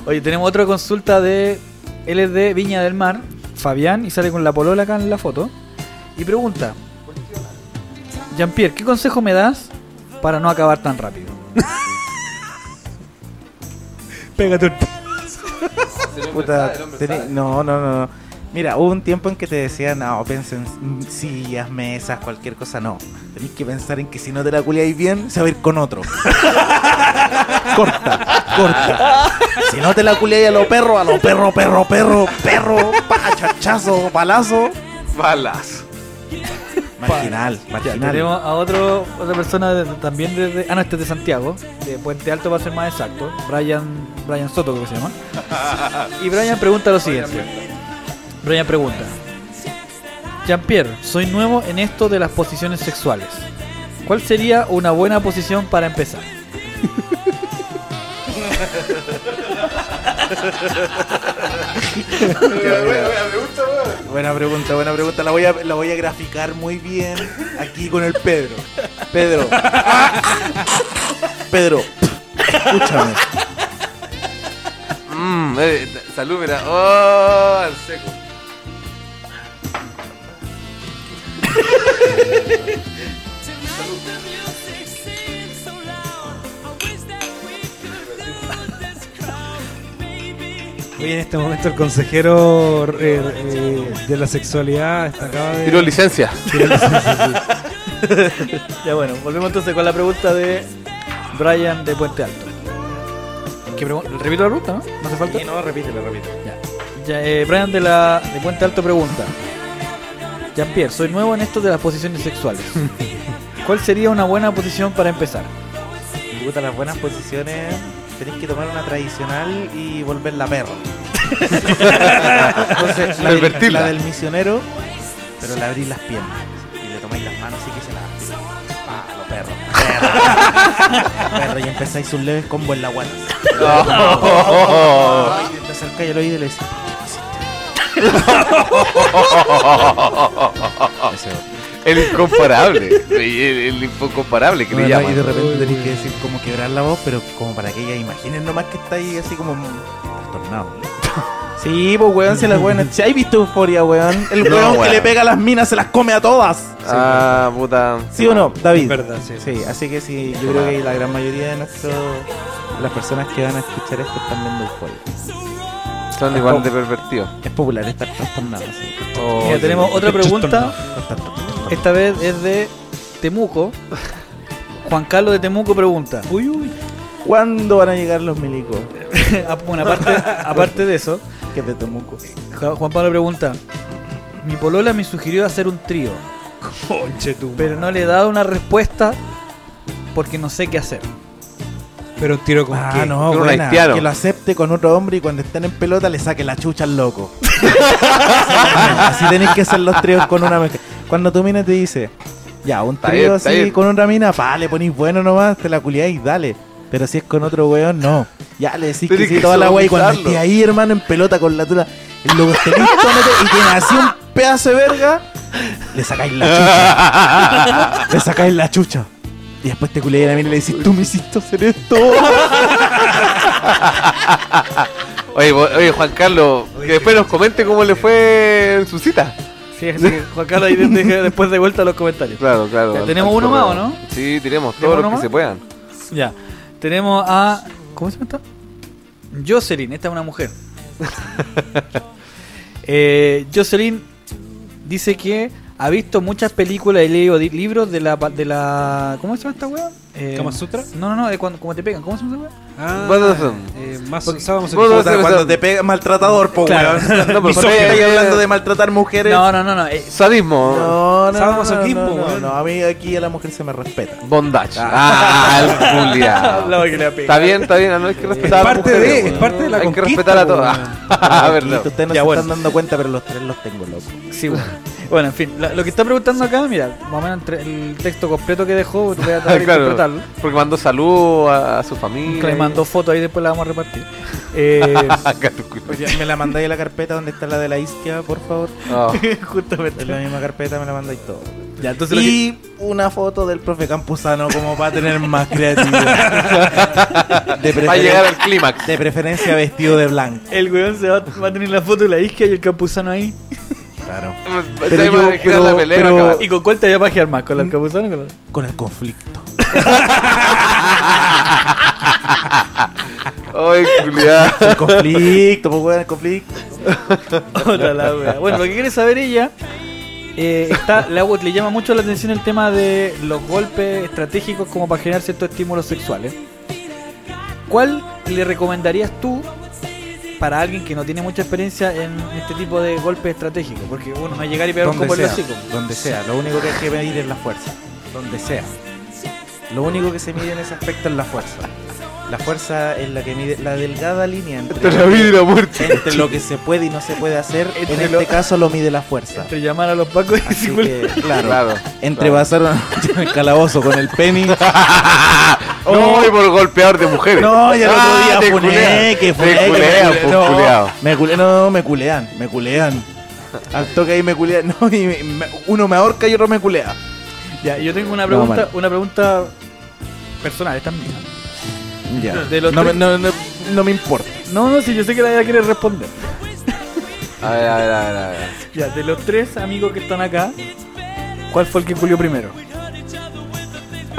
Oye, tenemos otra consulta de él es de Viña del Mar, Fabián, y sale con la polola acá en la foto. Y pregunta: Jean-Pierre, ¿qué consejo me das para no acabar tan rápido?
Pégate un
Puta, teni- no, no, no. no. Mira, hubo un tiempo en que te decían, no, piensa en mm, sillas, mesas, cualquier cosa, no. Tenés que pensar en que si no te la culiáis bien, se va a ir
[LAUGHS]
con otro. corta, corta. Si no te la culiáis a los perros, a los perros, perro, perro, perro, pa, chachazo, palazo.
Balas.
Marginal, marginal.
Tenemos a otro, otra persona de- también desde. Ah, no, este es de Santiago, de Puente Alto para ser más exacto. Brian, Brian Soto, creo que se llama. Y Brian pregunta lo siguiente: Brian pregunta: Jean-Pierre, soy nuevo en esto de las posiciones sexuales. ¿Cuál sería una buena posición para empezar?
Buena pregunta, buena pregunta. La voy, a, la voy a graficar muy bien aquí con el Pedro. Pedro. Pedro. Escúchame.
Mmm, eh, salud, mira. Oh, al seco.
Oye, en este momento el consejero eh, eh, de la sexualidad está- acaba de...
Tiro licencia.
Ya bueno, volvemos entonces con la pregunta de Brian de Puente Alto. ¿Qué pregun- ¿Repito la pregunta, no? ¿No hace falta?
no, repítelo, repítelo.
Ya. Ya, eh, Brian de, la, de Puente Alto pregunta. Jean-Pierre, soy nuevo en esto de las posiciones
[LAUGHS]
sexuales. ¿Cuál sería una buena posición para empezar?
Puta, las buenas posiciones. Tenéis que tomar una tradicional y volver la perra. Entonces, la, del,
Pervertirla.
la del misionero, pero le abrís las piernas y le tomáis las manos y que se las abrís. Pa, lo perro. Perro. perro. Y empezáis un leve combo en la guata.
Oh.
Y te acercáis al oído y le decís,
[LAUGHS] El incomparable. El, el incomparable que le
Bueno, y de
llaman.
repente tenés que decir como quebrar la voz, pero como para que ella imaginen nomás que está ahí así como trastornado. [LAUGHS] Sí, pues weón, se las weón. Si hay visto euforia, weón. El
No,
weón, que
weón.
le pega a las minas se las come a todas.
Ah, puta.
¿Sí o no, David?
Es verdad, sí.
Sí, así que sí, yo creo que la gran mayoría de nuestros las personas que van a escuchar esto están viendo euforia.
Son igual de pervertidos.
Es popular estar trastornado. sí.
Oh,
Mira,
sí.
tenemos otra pregunta.
[LAUGHS] Trastornado.
Esta vez es de Temuco. Juan Carlos de Temuco pregunta. [LAUGHS]
Uy, uy.
¿Cuándo van a llegar los milicos?
Ah, bueno, aparte, aparte de eso,
Que es de Temuco.
Ja- Juan Pablo pregunta. Mi polola me sugirió hacer un trío,
Conchetum.
pero no le he dado una respuesta porque no sé qué hacer.
Pero un tiro con
Ah,
qué?
no,
Con un
buena.
haitiano.
Que lo acepte con otro hombre y cuando estén en pelota le saque la chucha al loco. [LAUGHS] así tenéis que hacer los tríos con una mujer. Cuando tu mina te dice, ya, un
Está
trío
bien,
así
está bien.
con una mina, pa, le ponís bueno nomás, te la culiáis, dale. Pero si es con otro weón, no. Ya le decís que
Tenés
sí,
que
toda la wea y cuando
sodomizarlo.
esté ahí, hermano, en pelota con la tula, el loco esté listo, mete, y tiene así un pedazo de verga, le sacáis la chucha. Le sacáis la chucha. Y después te culeas a la mina y le decís, tú me hiciste hacer [LAUGHS] esto.
[LAUGHS] Oye, vo- oye, Juan Carlos, que después nos comente cómo le fue en su cita.
Sí, así [LAUGHS] que, Juan Carlos ahí de- deja después de vuelta los comentarios.
Claro, claro.
Ya,
al-
tenemos
al
uno más,
correo.
¿o no?
Sí, tenemos
¿Tenemos
todos los
uno
que
más?
se puedan.
Ya. Tenemos a. ¿Cómo se llama esta? Jocelyn, esta es una mujer. [LAUGHS] Eh, Jocelyn dice que ha visto muchas películas y leído di- libros de la. pa- De la ¿Cómo se llama esta weá? Eh,
¿Kama Sutra?
No, no, no, de cuando, como te pegan. ¿Cómo se llama esa weá?
Ah,
Buddhism.
eh, más sábamos
Buddhism.
el-
Puta, cuando te pega maltratador, po,
Claro.
[LAUGHS]
weón.
No, pero-
Misógino,
eh,
ahí hablando de maltratar mujeres.
No, no, no, no. eh,
Sadismo.
no, no, no,
Sadomasoquismo,
no, no,
weón.
no, a mí aquí a la mujer se me respeta.
Bondage. Ah, el culiao.
Hablaba que le iba a pegar.
Está bien, está bien, no hay que
Es
respetar a las
parte
mujeres,
de, es
weón.
parte de la
Hay que
conquista,
respetar a [LAUGHS] todas.
weón.
Ah,
Aquí
verdad.
Ustedes no
Ya,
se
bueno.
están dando cuenta, pero los tres los tengo, loco.
Sí, bueno. Bueno, en fin, la- lo que está preguntando acá, mira, más o menos entre el texto completo que dejó, voy a tratar de
Claro.
[LAUGHS] interpretarlo. revisarlo.
Porque mandó saludos a, a su familia.
Que le
[LAUGHS]
mandó fotos ahí, después la vamos a [LAUGHS] repartir. Eh,
Oye, me la mandáis a la carpeta donde está la de la isquia, por favor.
Oh.
[LAUGHS] justamente.
En la misma carpeta me la mandáis todo.
Ya, entonces lo que-
Y una foto del profe Campuzano como para tener más creatividad. [LAUGHS] [LAUGHS] De,
Va a llegar
preferen-
al clímax.
de preferencia vestido de blanco.
el weón se va, va a tener la foto de la isquia y el capuzano ahí.
Claro.
Se
yo-
va a girar la
pero-
pelea,
pero-
cabrón.
¿Y con cuál te vas a pajear más? ¿Con el capuzano? o Con la-
Con el conflicto. [LAUGHS]
Ay, culiao.
El conflicto, pues weón, el conflicto.
Otra la wea. Bueno, lo que quiere saber ella. eh, está, la web le llama mucho la atención el tema de los golpes estratégicos como para generar ciertos estímulos sexuales. ¿Cuál le recomendarías tú para alguien que no tiene mucha experiencia en este tipo de golpes estratégicos? Porque uno no es llegar y pegar un
Donde
combo en el
sea,
hocico.
donde sea. Lo único que hay que medir es la fuerza. Donde sea. Lo único que se mide en ese aspecto es la fuerza. La fuerza es la que mide la delgada línea entre,
Entre la vida y la muerte.
entre lo que se puede y no se puede hacer.
Entre
en este
lo-
caso lo mide la fuerza.
Entre llamar a los pacos y
Así
decirle-
que, claro.
Claro,
Entre
claro.
pasar una noche [LAUGHS] en el calabozo con el penny.
No voy por golpeador de mujeres.
No, ya
Ah,
lo
te
podía funé,
culean.
que funé,
Te
que
culean,
me
pues,
no,
culeado.
me cule- no, me culean, me culean. Al toque ahí me culean, no, y me- me- uno me ahorca y otro me culea.
Ya, yo tengo una
No,
pregunta,
mal.
una pregunta personal, esta es mía.
Ya.
De los
No, me-
tres-
no, no, no me importa.
No, no, si yo sé que la idea quiere responder.
A ver, a ver, a ver, a ver.
Ya, de los tres amigos que están acá, ¿cuál fue el que culió primero?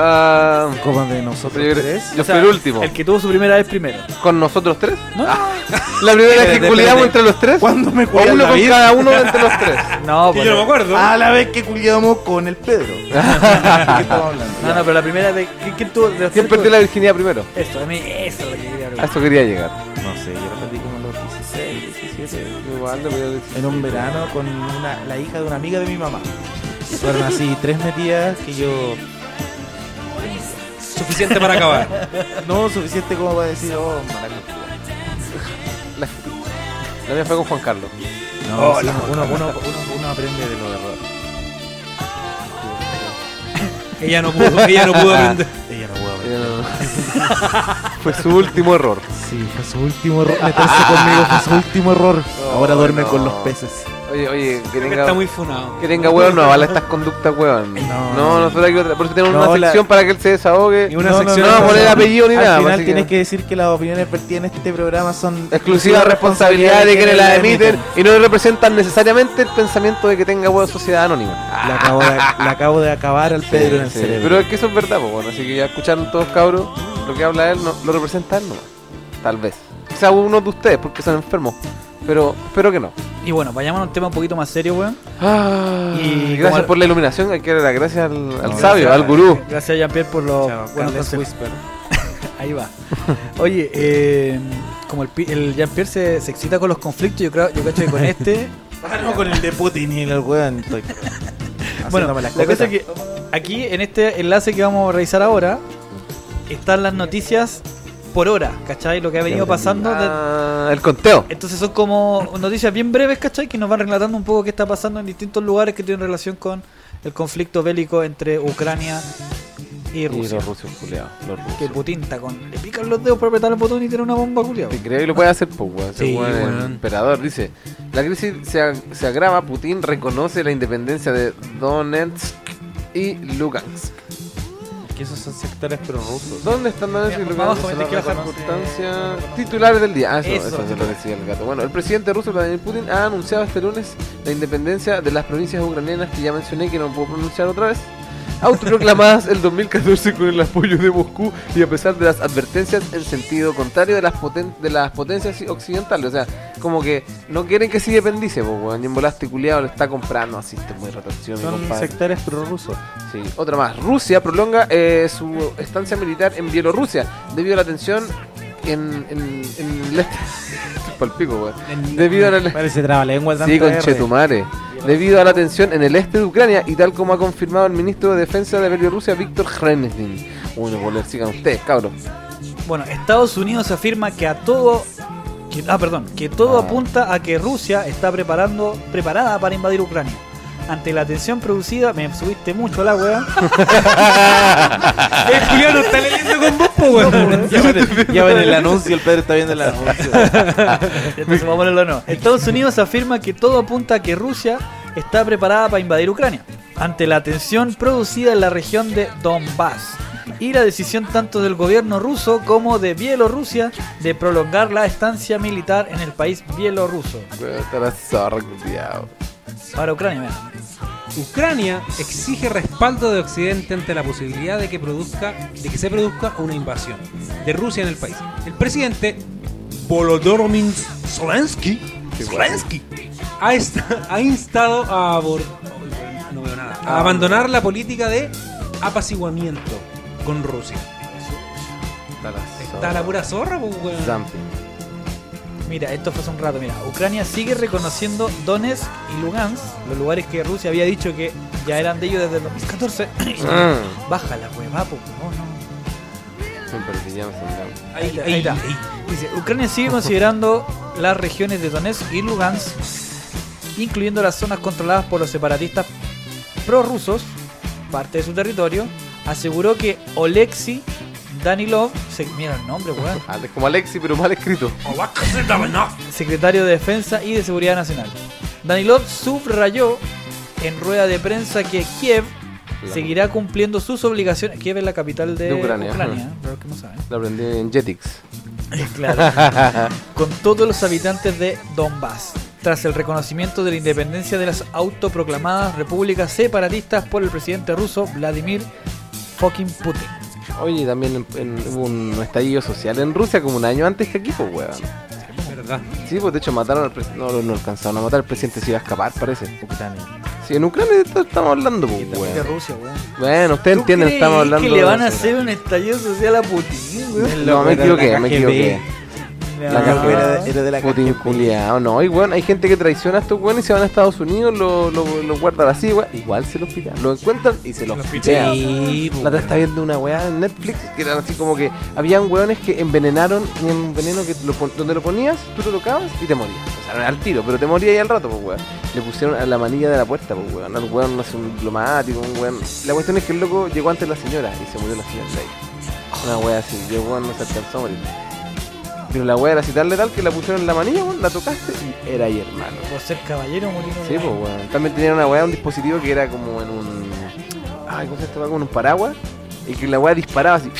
Ah,
Como de
yo
nosotros tres.
creo- yo fui el último.
El que tuvo su primera vez primero.
¿Con nosotros tres?
No,
[LAUGHS]
¿La primera vez
Espérate,
que culiamos
espérate.
entre los tres?
¿Cuándo me
O
culean
uno
la
con
vida?
cada uno de entre los [LAUGHS] tres.
no,
Y
pues,
yo no me acuerdo.
A la vez que culiamos con el Pedro. [LAUGHS] ¿De qué estamos hablando?
no, no, pero la primera vez, ¿quién, quién tuvo? De los
¿Quién
tres
perdió la virginidad primero?
tuvo- Eso, a mí, eso es lo que quería
A
hablar.
eso quería llegar.
No sé, yo lo perdí como a los 16, 17.
Igual, no me-
en un verano con una, la hija de una amiga de mi mamá. Fueron así tres metidas que yo...
Suficiente para acabar.
No, suficiente como para decir, oh, maravilloso.
La, la mía fue con Juan Carlos.
[LAUGHS] No,
Oh,
sí, uno, uno, uno, uno aprende de los errores.
Ella no pudo, ella no
Ah.
pudo aprender.
Ella no puede aprender.
Eh, [LAUGHS] fue su último error.
Sí, fue su último error. Meterse conmigo fue su último error.
No,
Ahora duerme
no.
con los peces.
Oye, oye, que
Creo que Está
tenga,
muy funado.
que tenga hueón no avala estas conductas, hueón.
No.
No, nosotros aquí otra. Por eso tenemos
No,
una
la-
sección para que él se desahogue.
Ni una
No, no,
sección.
no,
de-
no, poner apellido ni
Al
nada, así
final
que-
tienes que decir que las opiniones vertidas en este programa son
Exclusiva responsabilidad de quienes la emiten y no representan necesariamente el pensamiento de que tenga hueón sociedad anónima.
La acabo, de, la acabo de acabar al Pedro en el
Sí,
cerebro.
Pero es que eso es verdad, pues, bueno, así que ya escucharon todos cabros, lo que habla él no, lo representan no. Tal vez. Quizá uno de ustedes porque son enfermos, pero espero que no.
Y bueno, vayamos a un tema un poquito más serio, weón.
y
Ah, Y
gracias
como-
por la iluminación, hay que darle las gracias al, al
gracias,
sabio, al gurú.
Gracias, Jean-Pierre, por los
Chao,
Oh, buenos
Carles
consejos.
Whisper.
Ahí va. Oye, eh, como el, pi- el Jean-Pierre se, se excita con los conflictos, yo creo, yo cacho que con este
Ah, no, con el de Putin y el weón. Estoy
Bueno,
haciéndome
la
la escopeta.
cosa es que aquí en este enlace que vamos a revisar ahora están las noticias por hora, ¿cachai? Lo que ha venido
aprendí.
pasando. de-
Ah, el conteo.
Entonces son como noticias bien breves, ¿cachai? Que nos van relatando un poco qué está pasando en distintos lugares que tienen relación con el conflicto bélico entre Ucrania y
Y
Rusia.
los rusos, culiados, los rusos.
que Putin está con... Le pican los dedos para apretar el botón y tiene una bomba culiada.
Te creo que lo puede hacer, pues, weón. Ese
Sí,
weón es
weón.
el emperador dice: La crisis se, ag- se agrava. Putin reconoce la independencia de Donetsk y Lugansk.
que esos son sectores prorrusos.
¿Dónde están Donetsk y
Mira,
Lugansk?
vamos,
Se
este
hay que
la
bajar.
importancia. Titulares del día. Ah, eso, eso
Eso,
es lo que
titulares.
decía el gato. Bueno, el presidente ruso Vladimir Putin ha anunciado este lunes la independencia de las provincias ucranianas que ya mencioné, que no puedo pronunciar otra vez. Autoproclamadas el 2014 con el apoyo de Moscú y a pesar de las advertencias en sentido contrario de las, poten- de las potencias occidentales. O sea, como que no quieren que se independice, pues, weón. Y en volaste culiado le está comprando así, está muy rotación, mi
Son
compadre.
sectores prorrusos.
Sí, otra más. Rusia prolonga eh, su estancia militar en Bielorrusia debido a la tensión en, en, en el este. [LAUGHS] Esto es pa'l pico, weón. Debido a la.
Parece trabalengua
Sí,
tanta
con
R.
Chetumare. Debido a la tensión en el este de Ucrania y tal como ha confirmado el ministro de Defensa de Bielorrusia, Víctor Hremezdin. Bueno, por sigan ustedes, cabros.
Bueno, Estados Unidos afirma que a todo. que- ah, perdón, que todo apunta a que Rusia está preparando, preparada para invadir Ucrania. ante la tensión producida, me subiste mucho
[LAUGHS]
la wea.
El Juliano está leyendo con vos, po, weón.
Ya ven, ya ven el anuncio, el Pedro está viendo el anuncio. [LAUGHS]
Entonces vamos a ponerlo no. Estados Unidos afirma que todo apunta a que Rusia está preparada para invadir Ucrania, ante la tensión producida en la región de Donbass y la decisión tanto del gobierno ruso como de Bielorrusia de prolongar la estancia militar en el país bielorruso
Weón, está la zorra, culiao.
para Ucrania. mira.
Ucrania exige respaldo de Occidente ante la posibilidad de que produzca, de que se produzca una invasión de Rusia en el país. El presidente Volodymyr Zelensky, Zelensky ha, esta- ha instado a, abor- no veo nada, a abandonar la política de apaciguamiento con Rusia.
Está la zorra.
Está la pura zorra, pues, weón.
[LAUGHS]
Dumping.
Mira, esto fue hace un rato, mira. Ucrania sigue reconociendo Donetsk y Lugansk, los lugares que Rusia había dicho que ya eran de ellos desde el [COUGHS] 2014.
Mm.
Baja la hueva, po. No, no.
Siempre los villanos son dumping.
Ahí está, ahí está. Dice, Ucrania sigue considerando las regiones de Donetsk y Lugansk, incluyendo las zonas controladas por los separatistas prorrusos, parte de su territorio, aseguró que Oleksiy Danilov, se- mira el nombre, [LAUGHS] weón,
Ah, es como Alexi, pero mal escrito.
Oh,
secretario de Defensa y de Seguridad Nacional. Danilov subrayó en rueda de prensa que Kiev
La-
seguirá cumpliendo sus obligaciones. Kiev es la capital de,
De Ucrania.
Ucrania, para los que no saben.
Lo aprendí en Jetix.
Claro. Con todos los habitantes de Donbass. Tras el reconocimiento de la independencia de las autoproclamadas repúblicas separatistas por el presidente ruso Vladimir fucking Putin.
Oye, también en- en- hubo un estallido social en Rusia como un año antes que aquí, pues, weón.
¿Verdad?
Sí, pues de hecho mataron al presidente. No, no, no alcanzaron a matar al presidente, se iba a escapar, parece.
Ucrania.
Sí, en Ucrania de esto estamos hablando, pues,
De
weón.
Rusia, weón.
Bueno, ustedes
¿Tú
entienden,
crees
estamos hablando.
que le
de
van a
Venezuela.
hacer un estallido social a Putin, weón?
No, me equivoqué,
La
me
KGB.
equivoqué. La
La
cagó.
era, era de la
Putin
KGB.
culiao, no. Y bueno, hay gente que traiciona a estos weones y se van a Estados Unidos, lo, lo, lo guardan así, weón. Igual se los pitean. Lo encuentran y se los,
Los
pitean.
pues,
Sí,
La otra está viendo una weá en Netflix que eran así como que habían weones que envenenaron y un veneno que lo pon- donde lo ponías, tú lo tocabas y te morías. O sea, no era al tiro, pero te morías ahí al rato, pues weón. Le pusieron a la manilla de la puerta, pues weón. Al weón no sé, un diplomático, un weón. La cuestión es que el loco llegó antes de la señora y se murió la señora ahí. Una weá así, yo weón no se alcanzó a morir. Pero la weá era así tan letal que la pusieron en la manilla, weón, la tocaste y era ahí, hermano.
Por ser caballero, morir
Sí, pues, weón. También tenían una weá, un dispositivo que era como en un. Ay, ¿cómo se llama? Como en un paraguas. Y que la weá disparaba así.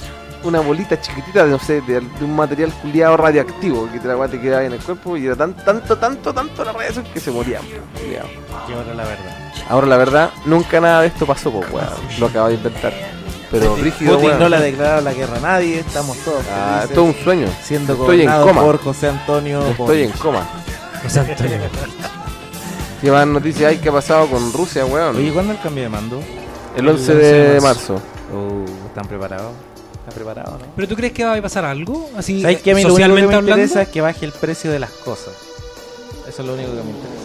Una bolita chiquitita, de, no sé, de, de un material culiado radioactivo. Que la weá te quedaba en el cuerpo. Y era tan, tanto, tanto, tanto la radiación que se morían. pues, culiao.
Y ahora la verdad.
Ahora, la verdad, nunca nada de esto pasó, pues, weón. Lo acabo de inventar. Pero rígido,
Putin
weón.
no le ha declarado la guerra a nadie, estamos todos
Ah,
felices,
esto es un sueño.
siendo
Estoy en
gobernados
coma.
por José Antonio
Estoy en coma.
O sea, Antonio,
Llevan noticias ahí que ha pasado con Rusia, weón.
Oye, ¿cuándo el cambio de mando?
el 11 de marzo.
Uh, ¿están preparados? ¿Están preparados, no?
¿Pero tú crees que va a pasar algo? Así,
¿Sabes qué? A mí lo único que
socialmente
me
hablando.
interesa es que baje el precio de las cosas. Eso es lo único que me interesa.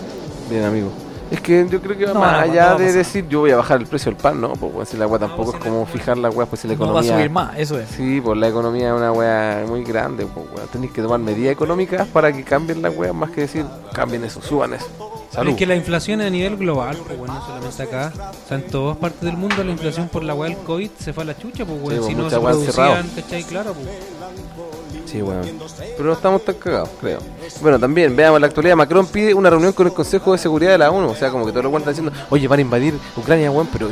Bien, amigo. Es que yo creo que va
No,
más
no, no
allá
va a
de
pasar.
decir yo voy a bajar el precio del pan, ¿no? Pues bueno, si la weá tampoco
si
es
la-
como fijar la weá, pues si la
No va a
economía.
subir más, eso es.
Sí, pues la economía es una weá muy grande, pues weón. Tenéis que tomar medidas económicas para que cambien las weas, más que decir cambien eso, suban eso.
Pero
Salud.
Es que la inflación a nivel global, pues bueno, no solamente acá, o sea, en todas partes del mundo la inflación por la weá del COVID se fue a la chucha, pues bueno,
Sí, pues,
si no
mucha
se
weá
producían,
encerrado.
¿cachai? Claro, pues.
Sí, weón. Pero no estamos tan cagados, creo. Bueno, también, veamos la actualidad. Macron pide una reunión con el Consejo de Seguridad de la ONU. O sea, como que todos los weones están diciendo, oye, van a invadir Ucrania, weón, pero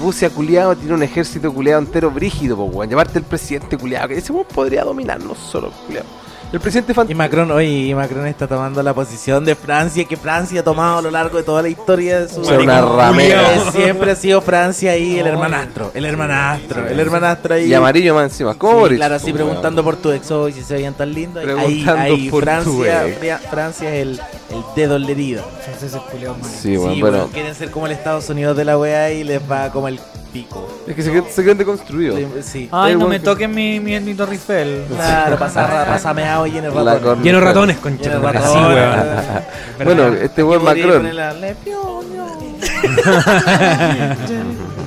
Rusia culiado tiene un ejército culiado entero brígido, pues weón. Llevarte el presidente culiado, que ese weón podría dominarnos solo, culiado. El presidente fan
Y Macron, oye, y Macron está tomando la posición de Francia, que Francia ha tomado a lo largo de toda la historia de su
O sea, una ramera.
Eh, Siempre ha sido Francia ahí, el
No.
hermanastro, el hermanastro, el hermanastro ahí.
y amarillo más encima.
Sí,
¿Cómo Boris?
claro, sí,
Pues, weón.
preguntando por tu exo y si se veían tan lindos. Ahí,
Preguntando
ahí
por tu
Francia,
ex.
Fria- Francia es el, el dedo en la herida.
Franceses culiados, man.
Sí, weón,
Sí,
bueno.
bueno, quieren ser como el Estados Unidos de la weá y les va como el pico.
Es que se, qued- se quedan deconstruidos.
Le- Sí.
Ay, no
Igual
me
que-
toquen mi, mi Nito Rifel.
Claro, pasa, pasa meado y lleno de
La
ratón.
corneta.
Lleno de ratones, concha.
Lleno de
tu madre,
ratón.
sí, weón.
[LAUGHS]
eh,
Bueno, este
Y
weón
podría
Macron.
ponerla, "Le pio, pio".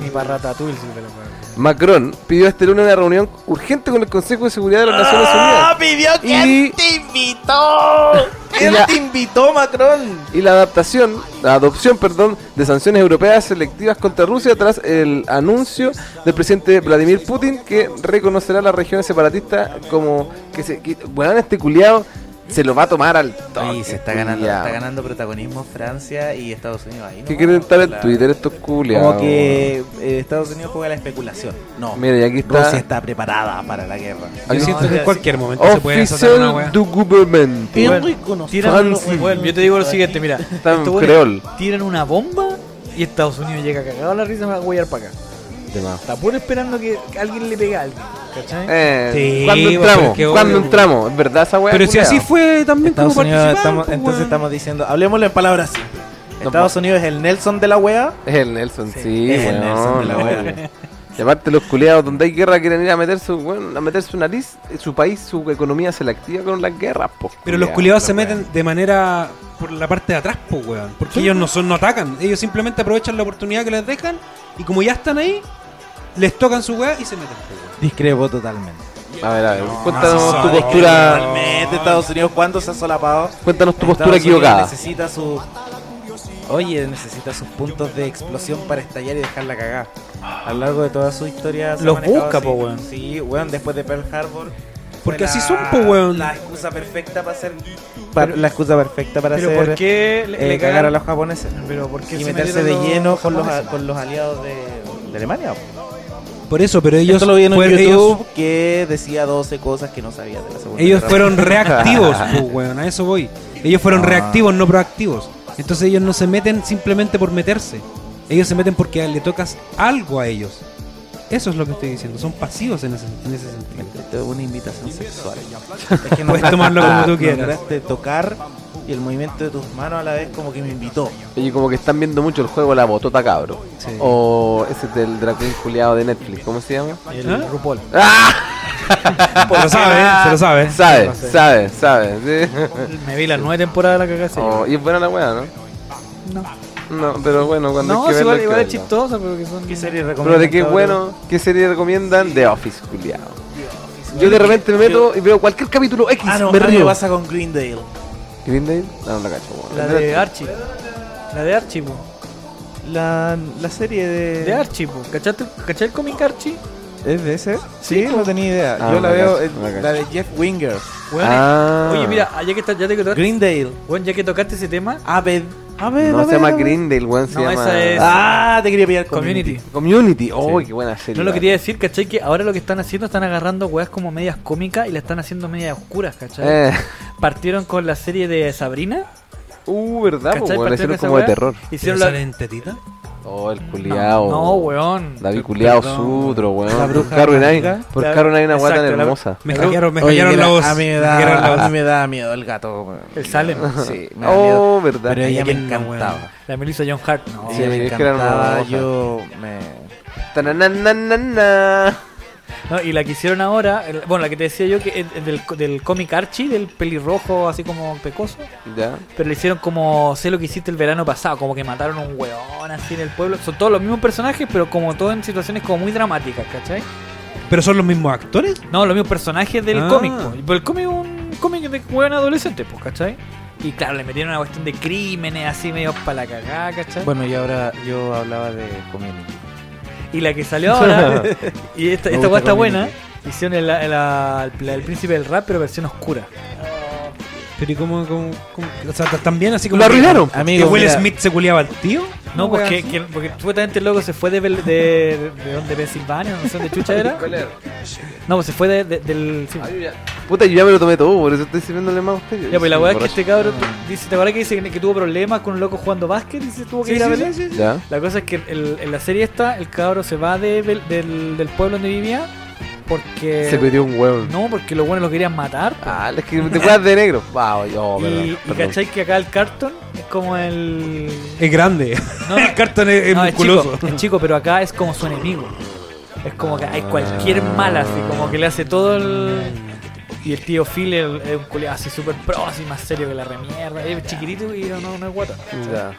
Ni para Ratatouille, sí, pero bueno.
Macron pidió este lunes una reunión
¡Ah,
urgente con el Consejo de Seguridad de las Naciones Unidas.
pidió
Y- [LAUGHS]
te invitó!
y
Él
la-
te invitó, Macron.
y la adaptación, la adopción, perdón, de sanciones europeas selectivas contra Rusia tras el anuncio del presidente Vladimir Putin que reconocerá las regiones separatistas como que se que- bueno, este culiado se lo va a tomar al toque.
Ay, se está ganando,
culiao.
está ganando protagonismo Francia y Estados Unidos. Ahí
¿Qué
nomás,
quieren estar en
la-
Twitter estos culiados?
Como que eh, Estados Unidos juega a la especulación. No,
Mira, y aquí está-
Rusia está preparada para la guerra.
Yo
No,
siento que en
ya-
cualquier momento se puede desatar una
Oficial
wea.
du government.
Bueno, tiran,
Fancy.
bueno, yo te digo lo siguiente, mira.
Tan
estos güeyes
creol.
Tiran una bomba y Estados Unidos llega cagado a la risa para huellar para acá. Está puro esperando que alguien le pegue a alguien. ¿Cachai?
Eh,
Sí,
¿Cuándo
pues, pero
entramos?
qué
¿Cuándo
obvio,
entramos? ¿Es verdad esa wea?
Pero si
culiao?
así fue también
Estados
como
Unidos,
participaron,
estamos,
pues,
entonces
weón.
estamos diciendo, hablemoslo en palabras simples.
No,
Estados Unidos es el Nelson de la wea.
Es el Nelson, sí,
es
weón,
el Nelson de la
no,
wea.
weón. [LAUGHS] Y aparte los culiados, donde hay guerra quieren ir a meter su, weón, a meter su nariz, su país, su economía se la activa con las guerras, po,
Pero los culiados se meten de manera por la parte de atrás, pues, weón. Porque ellos no son, no atacan. Ellos simplemente aprovechan la oportunidad que les dejan y como ya están ahí, les tocan su weá y se meten. pues, weón.
Discrepo totalmente.
A ver, a ver,
no,
cuéntanos
sí
tu
son,
postura,
Totalmente, Estados Unidos, ¿cuándo se ha solapado?
cuéntanos tu
Estados
postura
Unidos
equivocada.
Necesita su. Oye, necesita sus puntos de explosión para estallar y dejarla cagada. A lo largo de toda su historia. se ha
Los
manejado
busca,
así.
po, weón.
Sí, weón, después de Pearl Harbor.
Porque
fue
así
la-
son, po, weón.
La excusa perfecta para hacer. pa- la excusa perfecta para
Pero
hacer.
¿por qué le,
eh,
le
cagar a
cagan-
los japoneses.
Pero ¿por qué
Y
se
meterse de
metieron
lleno con los,
japoneses?
con los aliados de, de Alemania. po.
Por eso, pero ellos,
Esto lo vi en un
fueron-
YouTube
ellos,
que decía 12 cosas que no sabía de la Segunda
ellos
Guerra [LAUGHS]
fueron reactivos, pues, weón. A eso voy. Ellos fueron
Ah.
reactivos, no proactivos. Entonces ellos no se meten simplemente por meterse. Ellos se meten porque le tocas algo a ellos. Eso es lo que estoy diciendo. Son pasivos en ese, en ese sentido.
Esto es una invitación sexual. Es [LAUGHS] que
Puedes tomarlo como tú quieras.
lograste tocar y el movimiento de tus manos a la vez como que me invitó.
Oye, como que están viendo mucho el juego La Botota Cabro.
Sí.
O ese del Dracón Juliado de Netflix, ¿cómo se llama?
El
¿Ah?
RuPaul.
¡Ah!
Se lo sabe, [LAUGHS] se lo sabe.
Sabe, sabe, sabe. sí.
Me vi las nueve temporadas de la cagada.
Oh, y es buena la wea, ¿no?
No,
No, pero bueno, cuando hay
no
que
sí,
verla, hay
igual,
que
igual es
verla.
chistosa, pero que son...
¿Qué serie recomiendas?
Pero de qué
cabrón?
bueno, ¿qué serie recomiendan? The Office, culiado. Yo de repente me meto y veo cualquier capítulo X,
Ah, no,
me
ah, me
río.
pasa con Greendale.
Green Day? Ah, No, no la cacho. weón.
La de Ah, Archie. La de Archie, po.
La, la serie de...
De Archie, po. ¿Cachaste, ¿Caché el cómic Archie?
¿Es de ese? Sí, no tenía idea.
Ah,
Yo la
me
veo,
cacho,
eh,
me cacho.
la de Jeff Winger.
Weón,
Ah.
Oye, mira, ah, ya que, está- ya, te que tocaste,
Greendale.
weón, ya que tocaste ese tema,
Abed. Abed,
No
Abed,
se llama
Abed.
Green Day, weón, se
No,
llama.
esa es-
Ah, te quería pillar
Community.
Community. Oh,
Sí.
qué buena serie.
No lo
weón.
quería decir, ¿cachai? Que ahora lo que están haciendo, están agarrando weas como medias cómicas y la están haciendo medias oscuras, ¿cachai?
Eh.
Partieron con la serie de Sabrina.
Uh, verdad, po,
¿Cachai?
weón, le
Partieron con
hicieron
esa
como de
wea.
terror.
Hicieron la...
salen tetita?
Oh, el culiao.
No, no, weón.
David culiao
Perdón.
sutro,
La
weón. Por
bruja
Carol Nine,
blanca.
por
La-
Carol Nine, una weá tan
Exacto, la-
hermosa.
Me
Pero-
hackearon, me
Oye,
hackearon
mira,
la voz.
A mí me
Me hackearon la
da,
voz.
a mí me da miedo el gato. weón.
El Salem.
Sí, me da miedo.
Oh, verdad.
Pero ella me
Ella no,
encantaba.
weón.
La Melissa John Hart. No.
Sí,
Ella me
es que era
encantaba.
hermosa.
Yo me...
Tananananana.
No, y la que hicieron ahora, el- bueno, la que te decía yo, que es del, del cómic Archie, del pelirrojo así como pecoso,
Ya.
pero le hicieron como, sé lo que hiciste el verano pasado, como que mataron a un weón así en el pueblo. Son todos los mismos personajes, pero como todo en situaciones como muy dramáticas, ¿cachai?
¿Pero son los mismos actores?
No, los mismos personajes del
Ah.
cómic. po. Pero el cómic es un cómic de weón adolescente, pues, ¿cachai? Y claro, le metieron una cuestión de crímenes así medio para la cagada, ¿cachai?
Bueno, y ahora yo hablaba de Community.
Y la que salió ahora, y esta,
Me
esta weá
gusta
está buena,
Community.
hicieron el, el- el- el príncipe del rap, pero versión oscura.
Pero ¿y cómo, cómo- cómo- O sea, también así como...
Lo arruinaron.
¿Que
Amigo,
Will
mira,
Smith se culiaba al tío?
No,
Una
pues
wea
que,
así.
que- porque supuestamente el loco se fue de, Bel- de, de, de donde Pensilvania, no sé dónde chucha era. No, pues se fue de, de- del. sí.
Puta, yo ya me lo tomé todo, por eso estoy sirviéndole más a ustedes.
Ya, pues la
Yo
weá
soy
es que este cabrón dice, ¿te acuerdas que dice que, que tuvo problemas con un loco jugando básquet y se tuvo que
Sí,
ir a
sí,
ver?
sí, sí, sí.
borracho.
La cosa es que el- en la serie esta, el cabro se va de Bel- del, del pueblo donde vivía
Ya. Se
porque.
pidió un huevo.
Eh, No, porque los buenos lo querían matar. pues.
Ah, es que te juegas de negro. Wow, yo,
y,
perdón,
y
Oh, perdón.
cachai que acá el cartón es como el.
Es [LAUGHS] grande.
No,
el cartón es, es
No, es
musculoso.
chico, es chico, pero acá es como su enemigo. Es como que hay cualquier
Ah.
mala, así como que le hace todo el. Y el tío Phil el- es un culiado así súper pro, así más serio que la remierda. Es chiquitito y no, no, no es guata.
Ya.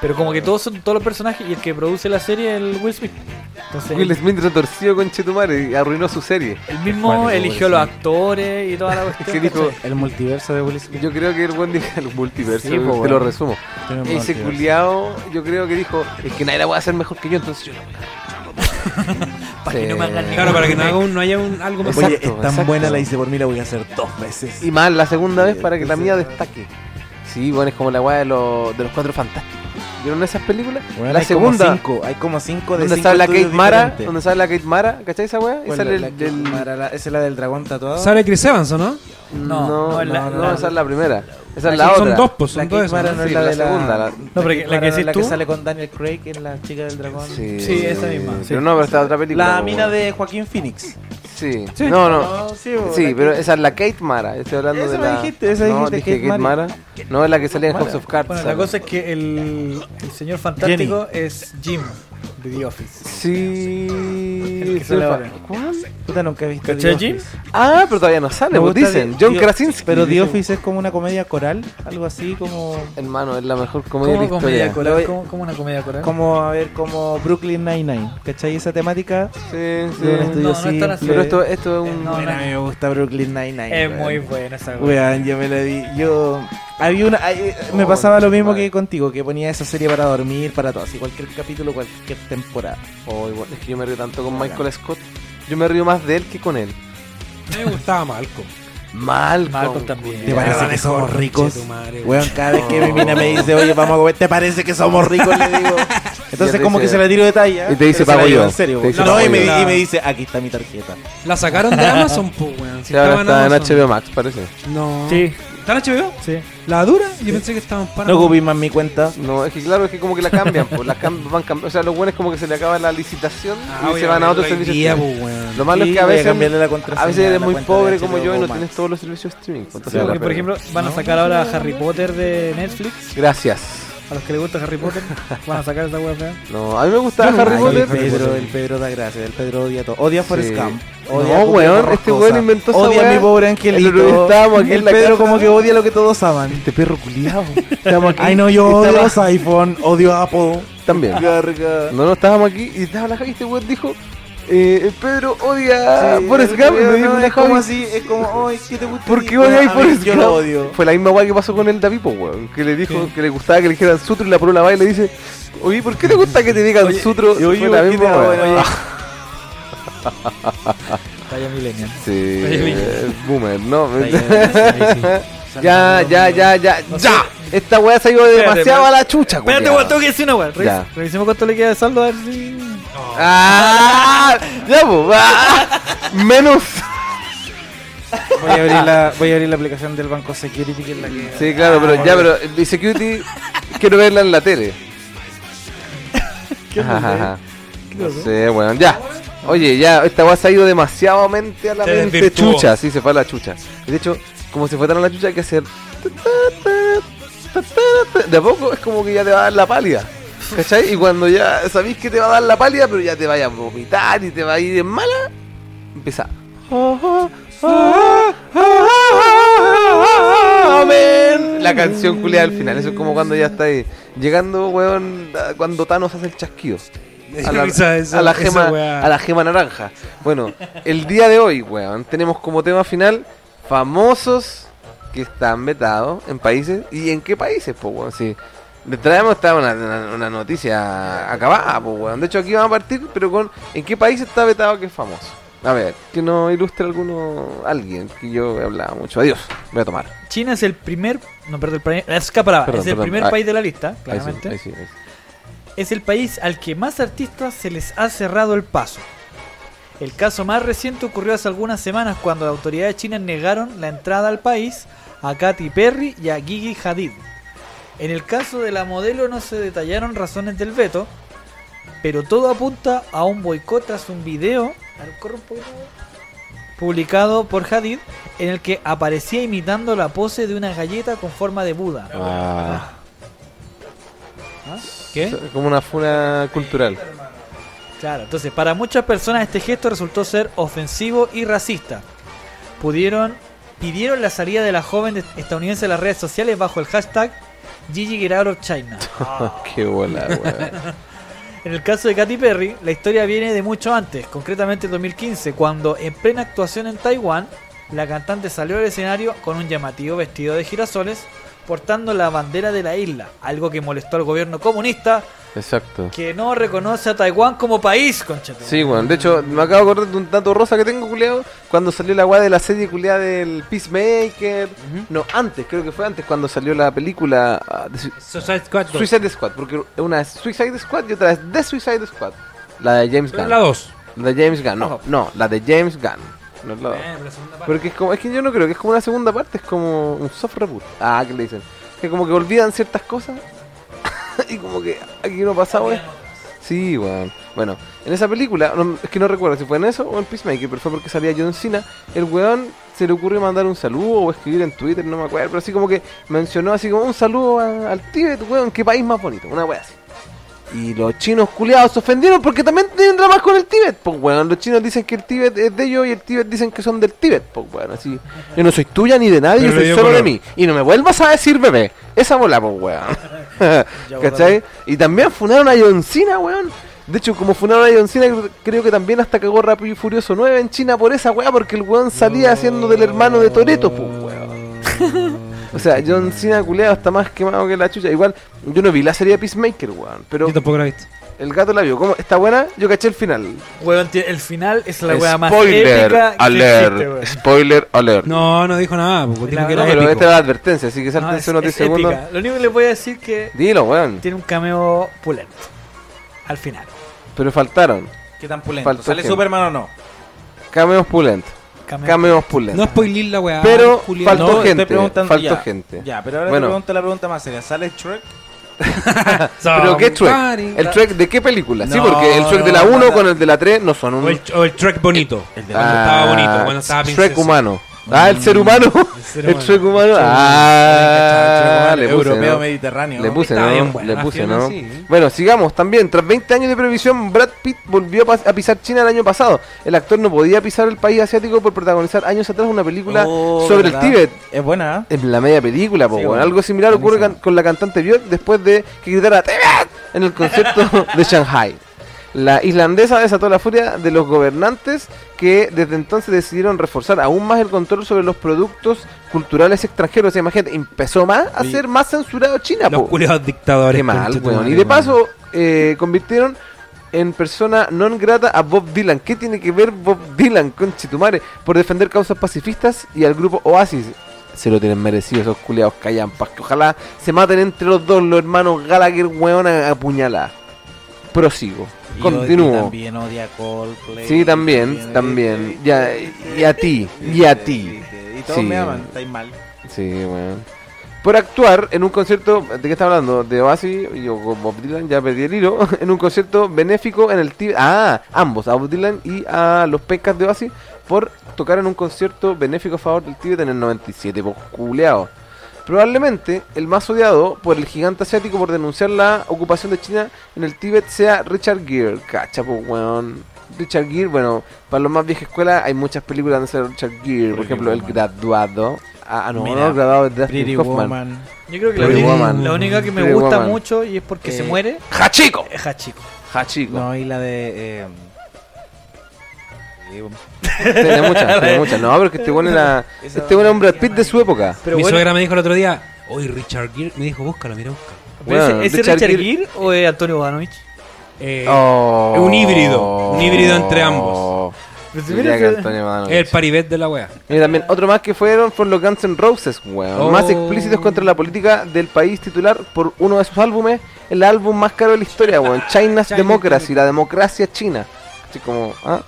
Pero como que todos son todos los personajes y el que produce la serie es el Will Smith. Entonces,
Will Smith retorcido con Chetumare y arruinó su serie.
el mismo
Cuático,
eligió
Will
los
Smith.
actores y toda
[LAUGHS]
la cuestión.
que dijo,
¿cachai?
El multiverso de Will Smith.
yo creo que el buen dijo el multiverso,
Sí, pues, po,
te lo
weón.
resumo.
Tiene un
Ese
multiverso.
culiao, yo creo que dijo, es que nadie la va a hacer mejor que yo, entonces yo la voy a hacer".
[LAUGHS] Para que no me hagan
Sí.
ni-
Claro, para que no, haga un- no haya un, algo más.
Oye,
Exacto,
es tan
exacto.
buena la hice por mí, la voy a hacer dos veces.
Y más la segunda vez para que la
Entonces-
mía destaque. Sí, bueno, es como la weá de, los- de los cuatro fantásticos. ¿Vieron esas películas?
Bueno,
la
hay como
segunda,
cinco, hay como cinco de
donde
cinco
sale la Kate
estudios
Mara,
diferentes.
donde sale la Kate Mara, ¿cachai esa weá? Y
¿Cuál
sale
es la
el-
que-
del-
Mara, la- ¿Esa es la del dragón tatuado?
Sale Chris Evans, ¿o no?
No,
no,
no, la-
no,
la-
esa es la primera. Esa
Son-
es la otra.
Son dos, pues,
La
son
Kate
dos. esas,
Mara
¿no?
no es
Sí,
la
la
de la...
segunda, la-
pero que- la
Kate
que
Mara no
decís
es la
tú.
que sale con Daniel Craig, que es la chica del dragón.
Sí, esa misma,
Pero no, pero está otra película.
La
po,
mina
weón.
de Joaquín Phoenix.
Sí. No, no.
sí,
Sí, pero esa es la Kate Mara. Estoy hablando
Esa
de
me
la.
dijiste, esa
no,
dijiste,
dije
Kate
Kate
Mara.
Mara. No, es la que salía en House of Cards.
Bueno, la
¿sabes?
cosa es que el, el señor fantástico es Jim de The Office.
Sí.
El
sí,
que sale
fa-
ahora.
¿Cuál?
Puta, nunca he visto
¿Cachai,
The
Jim?
Office.
Ah, pero todavía no sale,
Me
pues
gusta
dicen.
The-
John
The-
Krasinski.
Pero The
dicen.
Office es como una comedia coral, algo así como...
Hermano, es la mejor comedia de
¿Cómo
la historia.
comedia
Lo
coral?
voy-
¿Cómo, cómo una comedia coral?
Como, a ver, como Brooklyn Nine-Nine. ¿Cachai? Esa temática
Sí,
de un
sí.
estudio
no es tan así.
simple.
Pero esto, esto es un.
No,
Bueno,
no.
a mí me gusta Brooklyn Nine-Nine.
Es
weón.
muy buena esa weá.
Weón, yo me la vi. Yo. Había una. hay- eh,
Oh,
me pasaba lo mismo que contigo, que ponía esa serie para dormir, para todo. Así, cualquier capítulo, cualquier temporada.
Oh, igual, es que yo me río tanto con Michael Scott. Yo me río más de él que con él.
Me gustaba Malcolm.
Mal.
Malcolm también.
¿Te parece que somos ricos?
Chetumare,
Weón, cada vez que mi mina me dice, oye, vamos a comer, ¿te parece que somos ricos? Le
[LAUGHS]
digo. Entonces,
te
como
dice-
que se la tiro de talla.
y te dice,
pero se la
"Pago
digo
yo".
En serio,
Te dice,
no,
"Pago
y, me,
yo".
y me dice, aquí está mi tarjeta.
La sacaron
[LAUGHS]
de Amazon, pues, weón. Si
Sí, ahora
estaba
está en HBO Max, parece.
Amazon. No.
Sí,
¿Está en HBO?
sí.
¿La dura? Yo pensé que estaban para.
No ocupéis más mi cuenta.
No, es que claro, es que como que la cambian, pues, la cam- van cambiando. O sea, lo bueno es como que se le acaba la licitación
Ah,
y se van a otros servicios. streaming.
pues,
Lo malo es que a veces, a veces eres muy pobre como yo y no tienes todos los servicios de streaming. pues, entonces
Sí,
vale
porque,
la pena.
por ejemplo, van a sacar ahora Harry Potter de Netflix.
Gracias.
A los que les gusta Harry
[LAUGHS]
Potter, van a sacar esa weá fea.
No, a mí me gustaba Harry
Ay, el
Potter.
Pedro, el Pedro da gracias, el Pedro odia todo. Odia Forrest
Sí.
Gump.
No,
Odia a Cookie
weón,
Borrascosa,
este weón inventó esa
Odia a
weá.
mi pobre
El otro día
angelito.
estábamos aquí
el
en la
Pedro
casa.
como que odia lo que todos aman.
Este perro
[LAUGHS]
culiado.
Ay no, yo odio los iPhone, odio a Apple.
También. No, no, estábamos aquí y estaba la Javi y este weón dijo, eh, Pedro odia a Forrest Gump. Y Ah, me dijo
no,
la
es como
Javi,
así, es como, ay, ¿qué te gusta?
¿por qué
Bueno,
odias
a
a
mí-
Forrest
Yo
Gump?
lo odio.
Fue la misma weá que pasó con el Davipo, weón. Que le dijo que le gustaba que le dijeran sutro y la polola va y le dice, oye, ¿por qué te gusta que te digan sutro?
y oye,
Fue la
¿por qué
misma
te-
weá. Ah,
bueno, oye.
Talla Millennial.
Sí,
Oye, mira.
eh, boomer, no. [LAUGHS] ya,
Ya,
ya, ya, ya, ya. Esta weá se ha ido
Espérate,
demasiado
espérate.
a la chucha,
Espérate,
culiao.
weón, tengo que decir una weá. Revis-
Ya.
Revisemos cuánto le queda de saldo a ver si.
Ah, ya, po. ah, menos.
Voy a abrir la, voy a abrir la aplicación del banco Security que es la que.
Sí, claro, pero ya, pero el security quiero verla en la tele. Ajá, ajá. No sé, bueno, ya. Oye, ya, esta weá se ha ido demasiado mente a la
Se
mente
desvirtuó.
chucha. Sí, se fue a la chucha. Y de hecho, como se fue tan a la chucha, hay que hacer. De a poco es como que ya te va a dar la pálida. ¿Cachai? Y cuando ya sabéis que te va a dar la pálida, pero ya te vaya a vomitar y te va a ir en mala, empieza. Amén. La canción culiada al final. Eso es como cuando ya está ahí. Llegando, weón, a- cuando Thanos hace el chasquido. A
[LAUGHS]
la,
Esa- esa-
a la
esa
gema,
weá.
a la gema naranja. Bueno, el día de hoy, weón, tenemos como tema final famosos que están vetados en países. ¿Y en qué países, po, weón? Sí. Le traemos esta una, una- una noticia acabada, po, weón. De hecho, aquí vamos a partir, pero con ¿en qué país está vetado que es famoso? A ver, que nos ilustre alguno, alguien, que yo he hablado mucho. Adiós, voy a tomar.
China es el primer. No, perdón, el primer- es Caprava,
Perdón,
es el
perdón.
primer
Ay.
país de la lista,
Ahí sí,
claramente.
ahí sí, ahí sí.
Es el país al que más artistas se les ha cerrado el paso. El caso más reciente ocurrió hace algunas semanas cuando las autoridades chinas negaron la entrada al país a Katy Perry y a Gigi Hadid. En el caso de la modelo no se detallaron razones del veto, pero todo apunta a un boicot tras un video a ver, corre un poquito, publicado por Hadid en el que aparecía imitando la pose de una galleta con forma de Buda.
Ah,
¿Qué?
como una funa [LAUGHS] cultural.
Claro, entonces para muchas personas este gesto resultó ser ofensivo y racista. Pudieron, pidieron la salida de la joven de- estadounidense de las redes sociales bajo el hashtag Gigi Get Out of China.
Qué bola, weón.
En el caso de Katy Perry, la historia viene de mucho antes, concretamente en 2015, cuando en plena actuación en Taiwán, la cantante salió al escenario con un llamativo vestido de girasoles, portando la bandera de la isla, algo que molestó al gobierno comunista,
[LAUGHS] Exacto.
que no reconoce a Taiwán como país, conchetumare.
Sí, weón. De hecho, me acabo de acordar de un dato rosa que tengo, culeado, cuando salió la weá de la serie culeada del Peacemaker. No, antes, creo que fue antes, cuando salió la película ah, de Su-
Suicide Squad dos.
Suicide Squad. Porque una es Suicide Squad y otra es The Suicide Squad. La de James
Pero
Gunn.
la 2.
La de James Gunn, no. No, la de James Gunn. No es la dos. Porque es como, es que yo no creo que es como una segunda parte, es como un soft reboot. Ah, que le dicen. Que como que olvidan ciertas cosas. [LAUGHS] y como que aquí no pasaba esto. Sí, weón. Bueno, en esa película, no- es que no recuerdo si fue en eso o en Peacemaker, pero fue porque salía John Cena. El weón se le ocurrió mandar un saludo o escribir en Twitter, no me acuerdo, pero así como que mencionó así como un saludo a- al Tíbet, weón, qué país más bonito, una wea así. Y los chinos culiados se ofendieron porque también tienen dramas con el Tíbet. Pues weón, los chinos dicen que el Tíbet es de ellos y el Tíbet dicen que son del Tíbet. Pues weón, así. Yo no soy tuya ni de nadie,
Pero
yo
le
soy
dio
solo de
color.
mí. Y no me vuelvas a decir bebé. Esa bola, pues
[LAUGHS]
weón. [LAUGHS] ¿Cachai? Y también funaron a John Cena, weón. De hecho, como funaron a John Cena, cre- creo que también hasta cagó Rápido y Furioso 9 en China por esa weá, porque el weón salía haciendo del hermano de Toreto, pues
[LAUGHS]
weón. O sea, John Cena culeado está más quemado que la chucha. Igual, yo no vi la serie de Peacemaker, weón. Pero
Yo tampoco la he visto.
el gato la vio. ¿Cómo? ¿Está buena? Yo caché el final.
Weón, tie- el final es la weá más épica que existe, weón.
Spoiler alert. No,
No, no dijo nada, porque tiene
La-
que
no,
era
pero este
épico.
esta era la advertencia, así que
No,
saltense
es-
unos 10
es
segundos.
épica. Lo único que les voy a decir que
Dilo, weón.
tiene un cameo pulento al final.
Pero faltaron.
¿Qué tan pulento?
Faltó
¿Sale
gente.
Superman o no?
Cameos pulentos.
Cameo.
Cameos pulentos.
No spoilil la weá.
Pero
Julián.
faltó
No, estoy
gente,
preguntando
faltó
ya.
gente.
Ya, pero ahora
Bueno.
te pregunto la pregunta más seria. ¿Sale Shrek?
¿Pero qué track?
Somebody.
¿El track de qué película? sí,
No,
porque el track de la
no,
1
no.
con el de la 3 no son un... Ah,
O el, o el track bonito.
El de
cuando estaba bonito, cuando estaba
Shrek
princesa.
humano. Ah, el ser humano. [LAUGHS] El,
ser humano.
Shrek humano. Ah, le puse,
Europeo
¿no?
mediterráneo.
Le puse,
Está bien
¿no?
buena,
Le puse,
Fiona,
¿no?
sí.
Bueno, sigamos. También, tras 20 años de prohibición, Brad Pitt volvió a pas- a pisar China el año pasado. El actor no podía pisar el país asiático por protagonizar años atrás una película
Oh,
sobre
¿verdad?
el Tíbet.
Es buena, ¿eh?
En la media película, po,
Sí,
weón.
bueno.
Algo similar ocurre
Buenísimo.
can- con la cantante Björk después de que gritara "Tibet" en el concierto de Shanghai. La islandesa desató la furia de los gobernantes que desde entonces decidieron reforzar aún más el control sobre los productos culturales extranjeros. O sea, imagínate, empezó más a
Oye.
ser más censurado China,
Los
po.
culiados dictadores.
Qué mal,
conchetumare,
weón. Y de
weón.
paso, eh, convirtieron en persona non grata a Bob Dylan. ¿Qué tiene que ver Bob Dylan con Chitumare por defender causas pacifistas y al grupo Oasis? Se lo tienen merecido esos culiados callampas. Que ojalá se maten entre los dos, los hermanos Gallagher, weón, a a puñalada. Prosigo.
Y
Continúo.
odia- También eh, odia Coldplay.
Sí, también, también. Ya, y a ti, y a ti.
Y todos
Sí.
me aman, estáis mal.
Sí, weón. Por actuar en un concierto, ¿de qué está hablando? ¿De Oasis Yo con Bob Dylan? Ya perdí el hilo. [LAUGHS] En un concierto benéfico en el Tíbet. Ah, ambos, a Bob Dylan y a los pecas de Oasis, por tocar en un concierto benéfico a favor del Tíbet en el 97, por culeado. Probablemente el más odiado por el gigante asiático por denunciar la ocupación de China en el Tíbet sea Richard Gere. Cacha, pues, weón. Richard Gere, bueno, para los más vieja escuela hay muchas películas donde sale Richard Gere. Por,
Pretty
ejemplo, El
Woman.
Graduado. Ah, ah, no,
Mira,
no, El Graduado es de
Pretty
Dustin Hoffman.
Woman.
Yo creo que la,
Pretty
única-
Woman.
la única que me
Pretty
gusta
Woman.
mucho y es porque se
Eh,
muere
¡Hachico!
es Hachiko.
¡Hachico!
No, y la de. eh, eh,
Tiene muchas, tiene muchas. No, pero que este bueno era.
Esa-
Este bueno era un Brad Pitt de su época.
Pero
Mi
bueno,
suegra me dijo el otro día, hoy Richard Gere, me dijo, búscalo, mira, búscalo.
¿pero
Bueno,
¿ese, ese
Richard
Richard
Gere-
Gere o es Antonio Bodanovich?
Eh,
Oh.
un híbrido, un híbrido entre ambos.
Pero si
Diría
mira
que
que-
Antonio Ivanovich.
el paribet de la wea.
Y también otro más que fueron fueron los Guns N' Roses, weón.
Oh.
Más explícitos contra la política del país titular por uno de sus álbumes, el álbum más caro de la historia, weón. China's
China
Democracy, la democracia china. Así como, ah,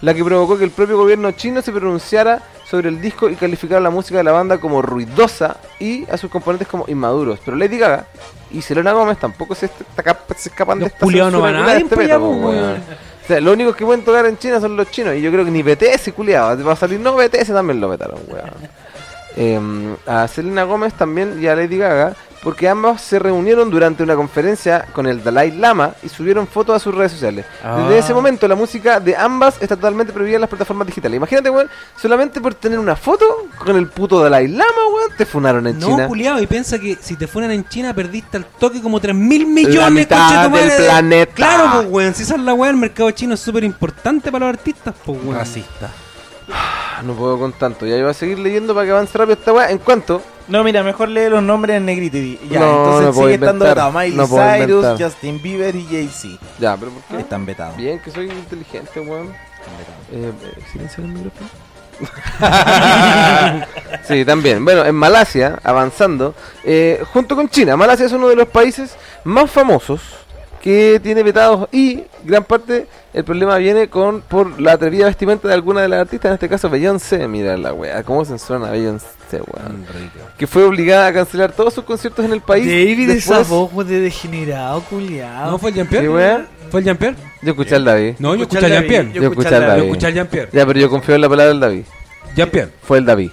La que provocó que el propio gobierno chino se pronunciara sobre el disco y calificara la música de la banda como ruidosa y a sus componentes como inmaduros. Pero Lady Gaga y Selena Gomez tampoco se, est- taca- se escapan
Los
de esta
culiados no
censura
van a
culiada de
nadie, pues, ya,
peto,
pues,
weón.
weón.
O sea, lo único que pueden tocar en China son los chinos. Y yo creo que ni BTS, culiado. Va a salir, no, BTS también lo vetaron, weón. Em, a Selena Gómez también y a Lady Gaga porque ambos se reunieron durante una conferencia con el Dalai Lama y subieron fotos a sus redes sociales.
Ah.
Desde ese momento la música de ambas está totalmente prohibida en las plataformas digitales. Imagínate, weón, solamente por tener una foto con el puto Dalai Lama, weón, te funaron en
No,
China.
culiado, y piensa que si te fueran en China perdiste al toque como 3 mil millones
La mitad
conche tu madre,
del
de-
planeta.
Claro, pues, weón. Si esa es la weá, el mercado chino es súper importante para los artistas, pues, weón.
Racista.
Ah, No puedo con tanto, ya iba a seguir leyendo para que avance rápido esta weá. En cuanto,
No, mira, mejor lee los nombres en negrito y di- ya,
No, no
entonces
puedo
sigue estando
inventar,
vetado. Miley
no puedo
Cyrus,
inventar.
Justin Bieber y Jay-Z
ya, pero ¿por
¿Ah?
qué?
están vetados.
Bien, que soy inteligente, weón. Eh, eh, silenciar el micrófono. [LAUGHS] sí, también. Bueno, en Malasia, avanzando, eh, junto con China, Malasia es uno de los países más famosos que tiene vetados y gran parte el problema viene con por la atrevida vestimenta de alguna de las artistas, en este caso Beyoncé, mira la wea, cómo censuran a Beyoncé, weón. Que fue obligada a cancelar todos sus conciertos en el país.
David
después-
esa voz güey, de degenerado, culiado.
¿No fue el Jean-Pierre?
Sí, weón.
¿Fue el Jean-Pierre?
Yo escuché al David.
No, yo
Escuchar
escuché al
David,
Jean-Pierre.
Yo escuché al
Yo
David.
escuché al Jean-Pierre.
Ya, pero yo confío en la palabra del David.
Jean-Pierre.
Fue el David.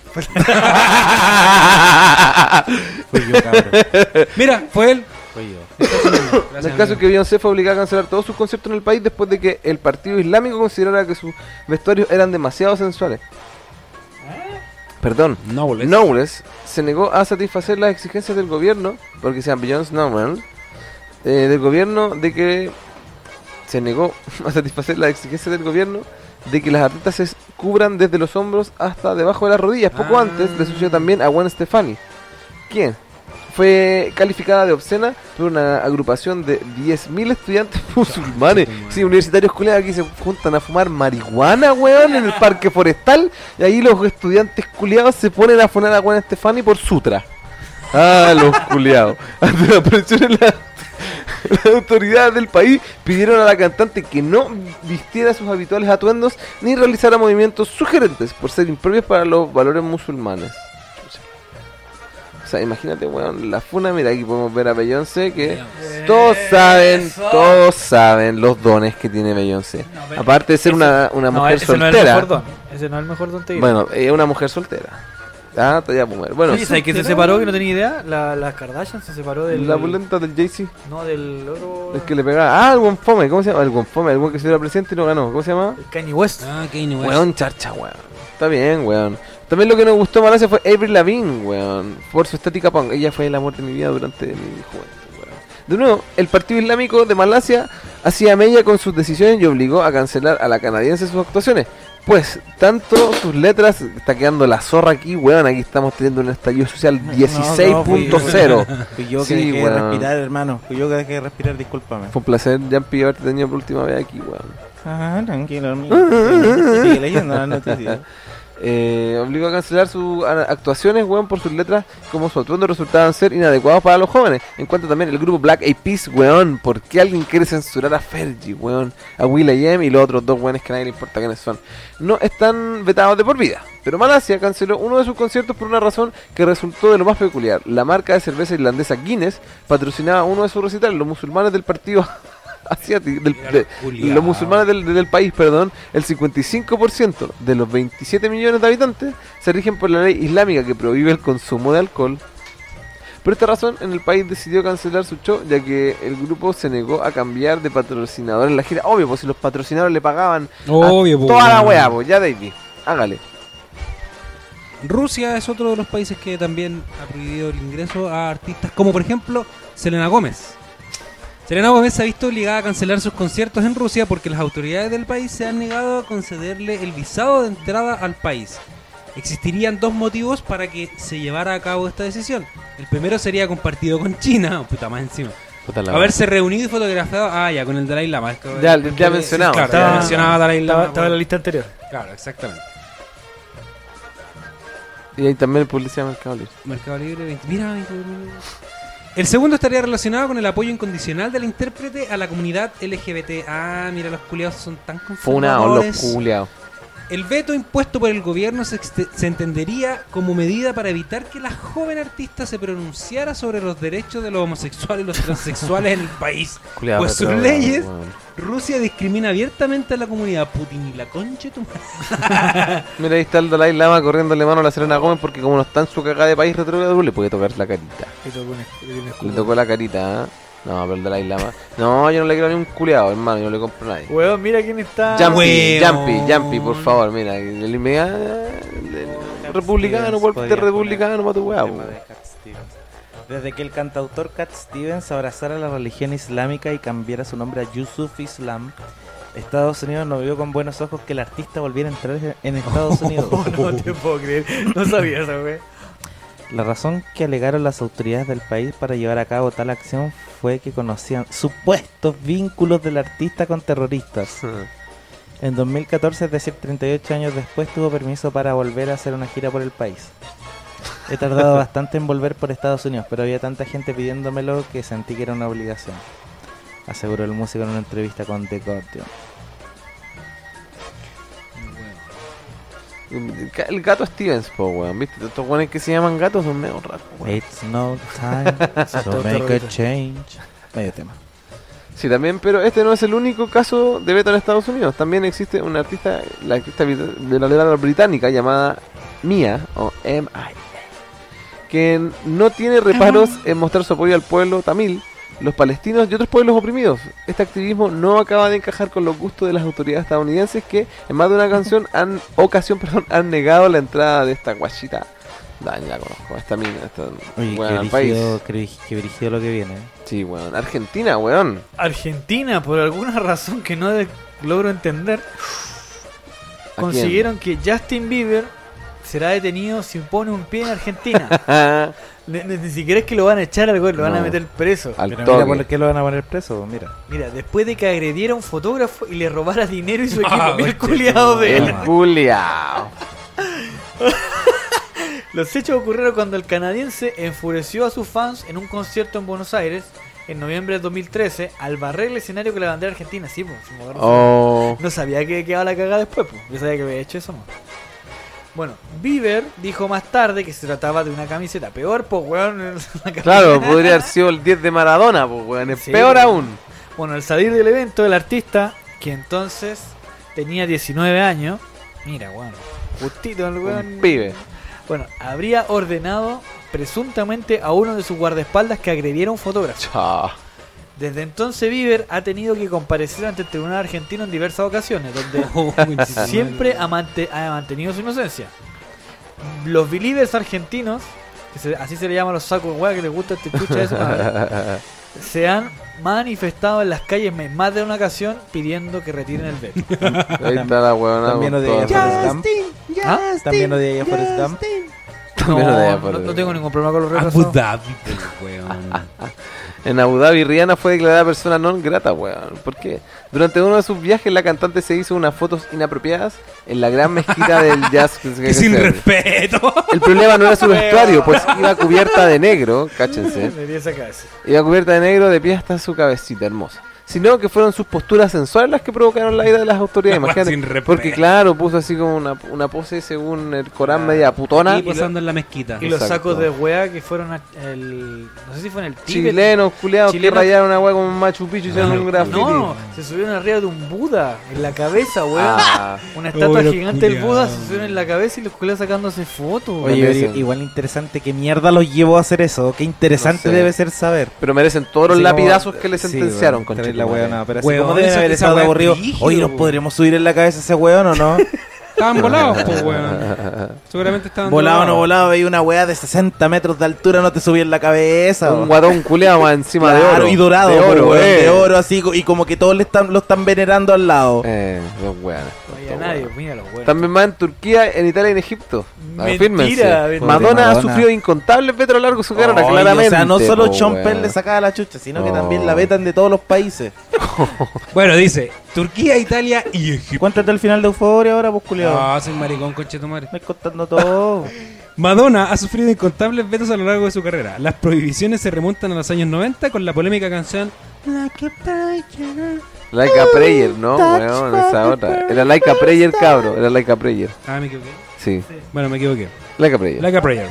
Fui yo, cabrón.
Mira, fue él.
Fui yo.
En el caso que Beyoncé fue obligada a cancelar todos sus conciertos en el país después de que el Partido Islámico considerara que sus vestuarios eran demasiado sensuales. Perdón.
No, boludo.
Knowles se negó a satisfacer las exigencias del gobierno, porque sean Beyoncé Knowles, eh, del gobierno de que se negó [LAUGHS] a satisfacer las exigencias del gobierno de que las artistas se cubran desde los hombros hasta debajo de las rodillas. Poco
Ah.
antes le sucedió también a Gwen Stefani, quien fue calificada de obscena por una agrupación de 10.000 estudiantes [LAUGHS] musulmanes. Sí, universitarios culiados aquí se juntan a fumar marihuana, weón, en el parque forestal. Y ahí los estudiantes culiados se ponen a funar a Gwen Stefani por sutra. Ah, los culiados. [LAUGHS] Ante la presión en la las autoridades del país pidieron a la cantante que no vistiera sus habituales atuendos ni realizara movimientos sugerentes por ser impropios para los valores musulmanes. O sea, imagínate, weón, la funa, mira, aquí podemos ver a Beyoncé que todos saben, todos saben los dones que tiene Beyoncé.
pero
Aparte de ser una, una
No,
mujer
ese no es el
soltera.
mejor don. Ese no es el mejor don, te digo.
bueno, es una mujer soltera. Ah, todavía mujer. Bueno,
Oye, ¿sabes que se
soltera,
separó? Que no tenía idea. La, la Kardashian se separó del.
La pulenta del Jay-Z.
No, del otro.
El que le pegaba. Ah, el Guanfome, ¿cómo se llama? El Guanfome, el weón que se dio presidente y no ganó. ¿Cómo se llama?
el Kanye West.
Ah, Kanye West.
Weón charcha, weón. Está bien, weón. También lo que nos gustó Malasia fue Avril Lavigne, weón. Por su estética punk. Ella fue el amor de mi vida durante mi juventud, weón. De nuevo, el Partido Islámico de Malasia hacía mella con sus decisiones y obligó a cancelar a la canadiense sus actuaciones. Pues, tanto sus letras, está quedando la zorra aquí, weón. Aquí estamos teniendo un estallido social
No, no, fui yo.
16.0
[LAUGHS] Fui yo que
Sí,
dejé de
weón.
respirar, hermano. Fui yo que dejé de respirar, discúlpame.
Fue un placer, Jampi, haberte tenido por última vez aquí, weón.
Ah, tranquilo, amigo.
ah,
Sigue leyendo la noticia.
Eh, obligó a cancelar sus a- actuaciones, weón, por sus letras, como su atuendo resultaban ser inadecuados para los jóvenes. En cuanto también el grupo Black Eyed Peas, weón, ¿por qué alguien quiere censurar a Fergie, weón? A Will.i.am y los otros dos weones que a nadie le importa quiénes son. No están vetados de por vida. Pero Malasia canceló uno de sus conciertos por una razón que resultó de lo más peculiar. La marca de cerveza irlandesa Guinness patrocinaba uno de sus recitales. Los musulmanes del partido [LAUGHS] asiático, del-
Mira,
de-
culiao.
los musulmanes del, del país, perdón, el 55% de los 27 millones de habitantes se rigen por la ley islámica que prohíbe el consumo de alcohol. Por esta razón, en el país decidió cancelar su show, ya que el grupo se negó a cambiar de patrocinador en la gira. Obvio, pues si los patrocinadores le pagaban a
Obvio, po,
toda la
weón.
weá, pues ya David, hágale.
Rusia es otro de los países que también ha prohibido el ingreso a artistas como por ejemplo Selena Gómez. Selena Gómez se ha visto obligada a cancelar sus conciertos en Rusia porque las autoridades del país se han negado a concederle el visado de entrada al país. Existirían dos motivos para que se llevara a cabo esta decisión. El primero sería compartido con China, [LAUGHS] oh, puta más encima. Haberse reunido y fotografiado, ah, ya, con el Dalai Lama. es que-
Ya- ya mencionado.
Claro, ya
Estaba-
mencionaba Dalai Lama.
Estaba, estaba en la
bueno.
lista anterior.
Claro, exactamente.
Y ahí también publicidad de Mercado Libre.
Mercado Libre, 20. Mira, 20 mil. El segundo estaría relacionado con el apoyo incondicional del intérprete a la comunidad LGBT. Ah, mira, los culiados son tan
Funados oh, los
conformadores.
culiados.
El veto impuesto por el gobierno se, exte- se entendería como medida para evitar que la joven artista se pronunciara sobre los derechos de los homosexuales y los transexuales en el país.
Culeado,
Pues sus
retrógrado,
leyes-
weón.
Rusia discrimina abiertamente a la comunidad Putin y la concha de tu madre.
Mira, ahí está el Dalai Lama corriéndole mano a la Serena Gómez porque como no está en su cagada de país retrógrado, le puede tocar la carita.
Y tocó un- le dio un
Le
escudo.
tocó la carita, ¿ah? No, pero el Dalai Lama... No, yo no le creo ni un culeado, hermano, yo no le compro a nadie.
Weón, mira quién está.
Jam-
Jumpy,
Ah, Weón.
Jumpy, Jumpy, por favor, mira, el inmediato republicano, cuerpo de republicano, pa' [LAUGHS] tu weá, po.
Desde que el cantautor Cat Stevens abrazara la religión islámica y cambiara su nombre a Yusuf Islam, Estados Unidos no vio con buenos ojos que el artista volviera a entrar
[LAUGHS]
en Estados Unidos.
Oh, no te puedo creer. No sabía esa weón.
La razón que alegaron las autoridades del país para llevar a cabo tal acción fue que conocían supuestos vínculos del artista con terroristas. En 2014, es decir, 38 años después, tuvo permiso para volver a hacer una gira por el país. He [LAUGHS] tardado bastante en volver por Estados Unidos, pero había tanta gente pidiéndomelo que sentí que era una obligación. Aseguró el músico en una entrevista con The Guardian.
El gato Stevens, po, weón, viste, todos estos weones que se llaman gatos son medio raros, weón.
It's no [LAUGHS] time to make a change. Medio tema.
Sí, también, pero este no es el único caso de veto en Estados Unidos. También existe una artista, la artista brit- de la lera británica llamada Mia, o M.I., que no tiene reparos en mostrar su apoyo al pueblo tamil, los palestinos y otros pueblos oprimidos. Este activismo no acaba de encajar con los gustos de las autoridades estadounidenses que, en más de una canción, [LAUGHS] han, ocasión, perdón, han negado la entrada de esta guachita. Da, ni la conozco, esta mina, esta
Oye,
weona
que,
al país.
brígido, que brígido- que brígido lo que viene. ¿eh?
Sí, weón. Argentina, weón. [LAUGHS]
Argentina, por alguna razón que no de- logro entender,
¿A quién?
consiguieron que Justin Bieber será detenido si pone un pie en Argentina.
[LAUGHS] Ah,
ni, ni- ni siquiera es que lo van a echar al güey, lo van a
No.
meter preso.
Al
Pero
toque.
mira por qué lo van a poner preso, mira.
Mira, después de que agrediera a un fotógrafo y le robara dinero y su equipo,
Ah,
mira el
este
culiao
[LAUGHS]
de
El culiao.
Los hechos ocurrieron cuando el canadiense enfureció a sus fans en un concierto en Buenos Aires en noviembre de 2013 al barrer el escenario con la bandera argentina. Sí, pues, me acuerdo.
Oh.
No sabía que quedaba la cagada después, pues. Yo sabía que había hecho eso, no. Bueno, Bieber dijo más tarde que se trataba de una camiseta. Peor, pues, weón. una camiseta.
Claro, podría haber sido el 10 de Maradona, pues, weón. Es
Sí,
peor
weón.
aún.
Bueno, al salir del evento, el artista, que entonces tenía 19 años, mira, weón, justito el weón.
Un pibe.
Bueno, habría ordenado presuntamente a uno de sus guardaespaldas que agrediera a un fotógrafo.
Chao.
Desde entonces, Bieber ha tenido que comparecer ante el tribunal argentino en diversas ocasiones, donde
Ah.
siempre ha, mante- ha mantenido su inocencia. Los believers argentinos, que se- así se le llaman a los sacos de hueá que les gusta este chucha de
[LAUGHS]
su madre, se han manifestado en las calles en más de una ocasión pidiendo que retiren el veto.
Ahí está la weona.
También
con
odia
todo.
a Forrest Gump.
¿Ah?
También odia a Forrest Gump.
No,
También odia a
no-
Forrest
no
Gump.
tengo ningún problema con los
Ah, Abu
retrasados.
Dhabi, pues, weón.
En Abu Dhabi, Rihanna fue declarada persona non grata, weón. ¿Por qué? Durante uno de sus viajes, la cantante se hizo unas fotos inapropiadas en la gran mezquita del jazz. que se-
Que sin
que se-
respeto.
El problema no era su vestuario, pues iba cubierta de negro, cáchense.
Debería sacarse.
Iba cubierta de negro, de pie hasta su cabecita hermosa. Sino que fueron sus posturas sensuales las que provocaron la ira de las autoridades.
Una
Imagínate,
sin respeto.
porque claro, puso así como una, una pose según el Corán media putona.
Y posando en la mezquita.
Y los
Exacto.
sacos de hueá que fueron a- el, no sé si fue en el Tíbet.
Chilenos, culeados, que
Chilenos.
rayaron una weá como un Machu Picchu y hicieron un graffiti.
No, se subieron arriba de un Buda en la cabeza, weón.
Ah,
Una estatua
Oh, los
gigante del Buda se
culiados.
subieron en la cabeza y los culiados sacándose fotos.
Oye,
También
pero
son.
igual interesante, qué mierda los llevó a hacer eso, qué interesante
No sé.
debe ser saber.
pero merecen todos los
Así como-
lapidazos que le
sí,
sentenciaron,
weón,
con
trae
[LAUGHS]
la weona, pero así
Weón,
como deben
esa-
haber
esa
estado
weá es
aburrido.
brígido,
Oye, ¿nos
weón.
podremos subir en la cabeza ese weón
[LAUGHS]
o no?
Estaban volados, pues, weón. Seguramente estaban
volado o no
volados.
volado, veía una weá de 60 metros de altura, no te subí en la cabeza.
Un
weón.
guatón culeado más encima de
Claro,
oro.
y dorado,
de
po,
oro,
weón,
eh.
de oro así, co- y como que todos le están, lo están venerando al lado.
Eh, dos weones.
No había
Dos
nadie,
weones.
mira los weones.
También más en Turquía, en Italia y en Egipto.
Mentira,
Afírmense.
mentira.
Madonna, ha
Madonna.
sufrido incontables vetos a lo largo de su carrera,
Oye,
claramente.
O sea, no solo
po,
Sean
weón.
Penn le sacaba la chucha, sino que
Oh.
también la vetan de todos los países.
Bueno, dice Turquía, Italia y Egipto.
Cuéntate el final de Euforia ahora, pues, culiao.
Ah, soy maricón, conche tu madre.
Me estoy contando todo.
Madonna ha sufrido incontables vetos a lo largo de su carrera. Las prohibiciones se remontan a los años 90 con la polémica canción La que baila,
Like a Prayer, ¿no? Weón, esa otra. Era Like a Prayer, cabro. Era Like a Prayer.
Ah, me equivoqué.
Sí.
Bueno, me equivoqué.
Like a Prayer.
Like a
[LAUGHS]
Prayer.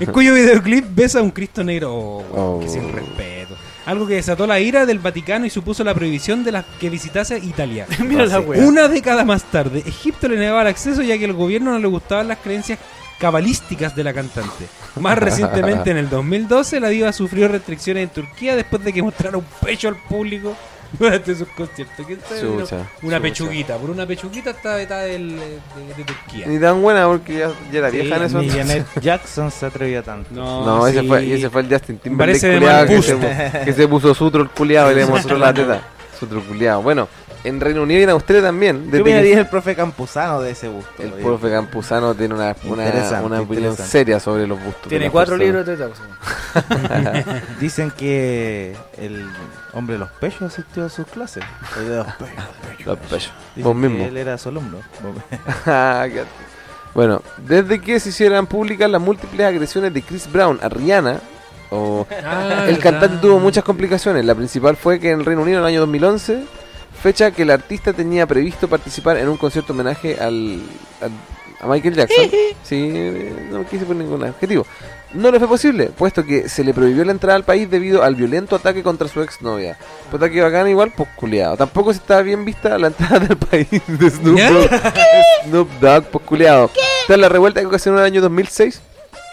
en cuyo videoclip besa a un Cristo negro. Oh, weón,
Oh.
que sin respeto. Algo que desató la ira del Vaticano y supuso la prohibición de las que visitase
[LAUGHS]
Italia.
[LAUGHS] Mira la wea.
Una década más tarde, Egipto le negaba el acceso ya que el gobierno no le gustaban las creencias cabalísticas de la cantante.
[LAUGHS]
Más recientemente, en el 2012, la diva sufrió restricciones en Turquía después de que mostrara un pecho al público [LAUGHS] durante sus conciertos. ¿Quién sabe? Una-
Chucha,
una
chucha.
pechuguita, por una pechuguita está vetada del- de, de Turquía.
Ni tan buena porque ya, ya era vieja en eso.
Ni
entonces.
Janet Jackson se atrevió tanto.
[LAUGHS] No, ese,
sí.
fue, y ese fue el Justin Timberlake
Parece de
culiao que, se,
Mancuso.
pu- que se puso sutro el culiado y le
[LAUGHS]
mostró la teta. Sutro culiado. Bueno, en Reino Unido y en Australia también.
¿Qué
desde que-
opinaría el profe Campuzano de ese gusto?
el
Oye,
profe Campuzano tiene una, una,
Interesante,
una opinión
interesante.
seria sobre los bustos. de
Tiene
las
cuatro
personas.
libros de teta.
[LAUGHS]
weón.
Dicen que el hombre de los pechos asistió a sus clases. El de los pechos.
Los pechos.
Dicen
Vos
que
mismo.
Él era su alumno.
[LAUGHS] Ah, qué- bueno, desde que se hicieran públicas las múltiples agresiones de Chris Brown a Rihanna, o
Ah,
El cantante
¿verdad?
tuvo muchas complicaciones. La principal fue que en el Reino Unido, en el año 2011, fecha que el artista tenía previsto participar en un concierto homenaje al, al- a Michael Jackson. sí, eh, no quise poner ningún adjetivo. No le fue posible, puesto que se le prohibió la entrada al país debido al violento ataque contra su exnovia. Puta que bacán, igual, pues culiado. Tampoco se estaba bien vista la entrada del país de Snoop
¿Ya?
Dogg. Snoop Dogg, pues culiado. Tras la revuelta que ocasionó en el año 2006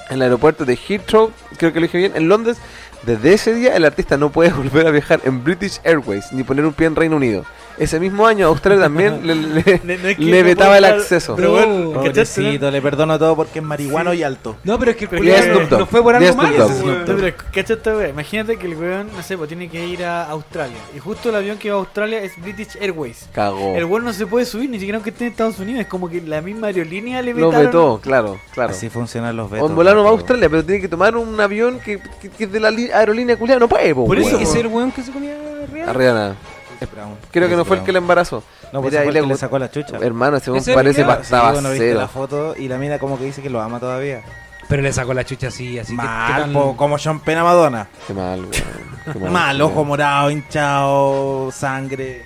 en el aeropuerto de Heathrow, creo que lo dije bien, en Londres, desde ese día el artista no puede [LAUGHS] volver a viajar en British Airways ni poner un pie en Reino Unido. Ese mismo año Australia también le,
[LAUGHS]
le-
No- no es que
le
no
vetaba el
pueda-
acceso.
Pero bueno,
Oh, ¿cachaste, no?
Pobrecito, le perdono todo porque es marihuano y alto.
No, pero es que el
Pero
culiao
es Snoop
no,
Dogg.
no fue por
Ya
algo
es
malo.
Snoop
ese
Dog.
weón.
No, pero cacha esta wea. Imagínate que el weón, no sé, pues tiene que ir a Australia. Y justo el avión que va a Australia es British Airways.
Cagó.
El weón no se puede subir ni siquiera aunque esté en Estados Unidos. Es como que la misma aerolínea le
Lo
vetaron.
vetó, claro, claro.
Así funcionan los
O
vetos.
en volar no va a
Beto.
Australia, pero tiene que tomar un avión que, que- que es de la li- aerolínea culiada, no puede, po,
Por eso
weón.
es el weón que se comía real.
A Rihanna.
Chris Brown.
Creo que
Chris
no fue el
Brown.
que la embarazó.
No, pues
Mira,
ese fue
ahí
el que
le-
le sacó la chucha.
Hermano, ese weón
¿Ese
parece
culiao?
Claro, si
bastaba
vos no Ah, viste la
cero.
foto y la mina como que dice que lo ama todavía.
Pero le sacó la chucha así, así que- que.
Mal,
tan-
po, como Sean Pena Madonna.
Qué mal, weón.
[LAUGHS]
Qué
Mal,
weón.
ojo morado, hinchado, sangre.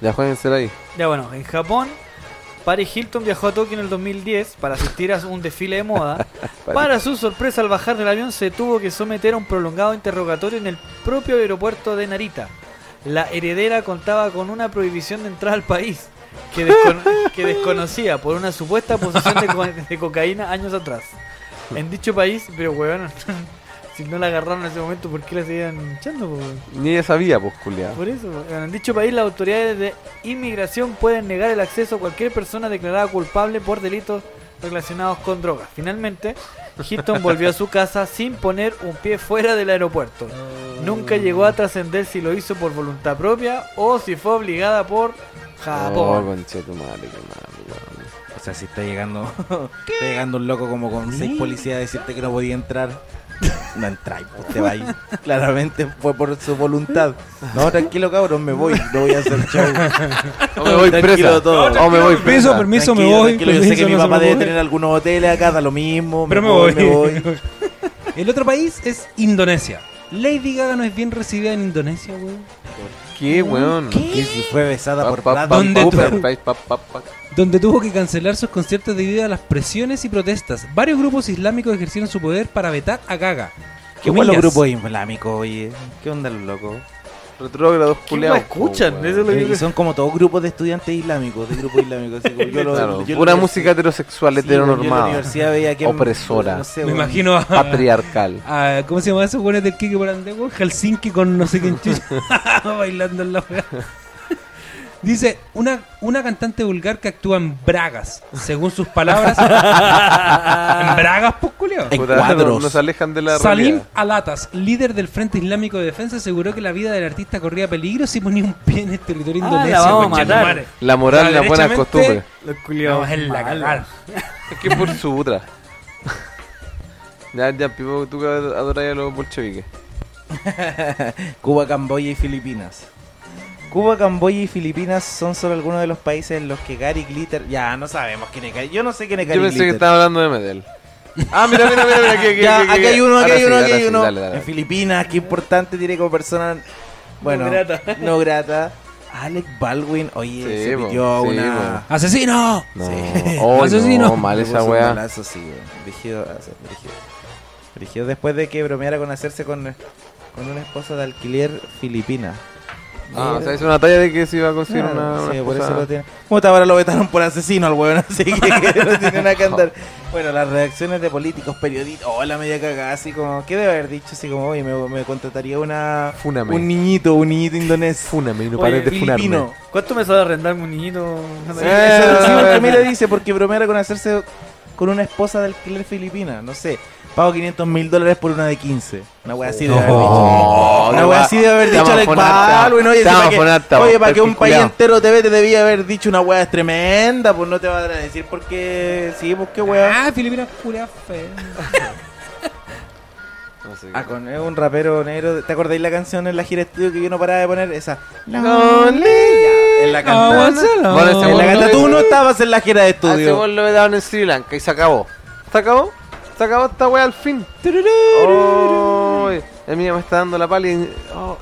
Ya jueguenselo ahí.
Ya bueno, en Japón, Paris Hilton viajó a Tokio en el 2010 para asistir a un desfile de moda. para su sorpresa, al bajar del avión se tuvo que someter a un prolongado interrogatorio en el propio aeropuerto de Narita. La heredera contaba con una prohibición de entrar al país que, descon- que desconocía por una supuesta posesión de, co- de cocaína años atrás. En dicho país, pero weón, [LAUGHS] si no la agarraron en ese momento, ¿por qué la seguían echando? po, weón?
Ni ella sabía, pues, culiado.
Por eso, bueno, en dicho país las autoridades de inmigración pueden negar el acceso a cualquier persona declarada culpable por delitos relacionados con drogas. Finalmente, Hilton volvió a su casa sin poner un pie fuera del aeropuerto. Nunca llegó a trascender si lo hizo por voluntad propia o si fue obligada por
Oh,
Japón.
conchetumare, qué mal, weón.
O sea, si está llegando,
[LAUGHS]
está llegando un loco como con seis policías a decirte que no
[LAUGHS]
podía entrar. No entráis, pues te vais. Claramente fue por
[LAUGHS]
su voluntad. No, tranquilo cabrón, me voy, no voy a hacer show.
O me voy
Tranquilo
presa.
todo.
o me voy
Permiso,
presa.
permiso, [LAUGHS] me
Tranquilo,
voy.
tranquilo, yo sé que
permiso,
mi
no se
papá
me
debe
ocurre.
tener algunos hoteles acá, da lo mismo.
Pero me voy.
Me
[LAUGHS]
voy.
El otro país es Indonesia. Lady Gaga no es bien recibida en Indonesia, weón.
¿Qué, weón?
Y si fue besada por
Pa, pa,
Brad
¿Dónde
pa,
tú?
pa, pa, pa, pa, pa.
Donde tuvo que cancelar sus conciertos debido a las presiones y protestas. Varios grupos islámicos ejercieron su poder para vetar a Gaga.
¿Qué fue los
Comillas.
grupos islámicos, oye? ¿Qué onda los locos? Eh,
Retrógrados
¿Qué
culiados.
más escuchan?
po,
Eso es lo
Y
que-
son como todos grupos de estudiantes islámicos, de grupos islámicos. así como yo lo-
Claro,
yo lo-
pura
yo-
música heterosexual
sí, yo en la
heteronormada.
universidad veía que
Opresora.
no sé,
Me
bueno,
imagino
Ah,
a,
Patriarcal.
a- ¿Cómo se llama esos weones del Kiki Brandego? Helsinki con no sé quién chucha [LAUGHS] bailando en la wea. Dice, una, una cantante vulgar que actúa en bragas, según sus palabras. ¿En bragas, pues, culiao?
En
Puta, no-
cuadros.
Nos alejan de la
Salim
realidad.
Alatas, líder del Frente Islámico de Defensa, aseguró que la vida del artista corría peligro si ponía un pie en el territorio
Ah,
indonesio.
la vamos a
concha tu
matar.
madre.
La
O
moral
sea,
y las buenas
derechamente,
costumbres.
Los
Vamos
culiados
en la
malos.
cagada.
Es que por su puta. Ya, ya, pipo, tú que adoráis a los bolcheviques.
Cuba, Camboya y Filipinas. Cuba, Camboya y Filipinas son solo algunos de los países en los que Gary Glitter. Ya, no sabemos quién es Gary. Yo no sé quién es Gary
Yo pensé que
Glitter.
estaba hablando de Medel. Ah, mira, mira, mira, mira. que- que-
Ya,
que- que-
aquí hay uno, aquí
Ahora
hay
sí,
uno, aquí
ahora
hay
sí,
uno.
dale, dale, dale.
En Filipinas, qué importante tiene como persona. Bueno,
No grata.
no grata. Alec Baldwin, oye,
Sí,
se
po,
pidió
sí,
una...
¡Asesino!
No,
Sí.
oh,
Asesino.
no, mal
Le
esa
puso un
weá.
golazo, sí, weón. Brígido, o sea, brígido. Brígido después de que bromeara con hacerse con, con una esposa de alquiler filipina.
Ah, o sea,
Eh,
es una talla de que se iba a conseguir
Claro,
Ah, una.
sí,
una
por eso
esposa.
lo tiene. Puta, ahora lo vetaron por asesino al huevón, [LAUGHS] así que
[LAUGHS]
no tiene nada que andar. Bueno, las reacciones de políticos, periodistas, oh, la media cagada, así como, ¿qué debe haber dicho? Así como, oye, me, me contrataría una...
Fúname.
Un niñito, un niñito indonés.
Fúname y no
Oye,
pares de funarme.
filipino.
¿Cuánto me sale arrendarme un niñito?
Sí, eso es lo que Mira dice, porque bromeara con hacerse con una esposa de alquiler filipina, no sé. Pago 500 mil dólares por una de 15. Una wea así de haber
Oh,
dicho. Una
qué
wea
va-
así de haber
te
dicho
vamos
Alec
a poner, te
Baldwin.
vamos- te
Oye, si
vamos
pa'
a poner,
que,
te vamos
oye,
a
para que un
perfil
país
culiao.
entero te ve, te debía haber dicho una wea tremenda. Pues no te van a decir porque sí, pues qué wea.
Ah, Filipina pura fe.
No sé.
Ah, con es un rapero negro. ¿Te acordáis la canción en la gira estudio que yo no paraba de poner? Esa.
Lonely.
Ya, En la
Ah,
cantante.
Bueno,
En la cantante. Tú no estabas en la gira de
Ah, ese
estudio.
gol lo daban en Sri Lanka y se acabó. ¿Se acabó? Se acabó esta wea al fin. Oy, el mío me está dando la pala y... oh.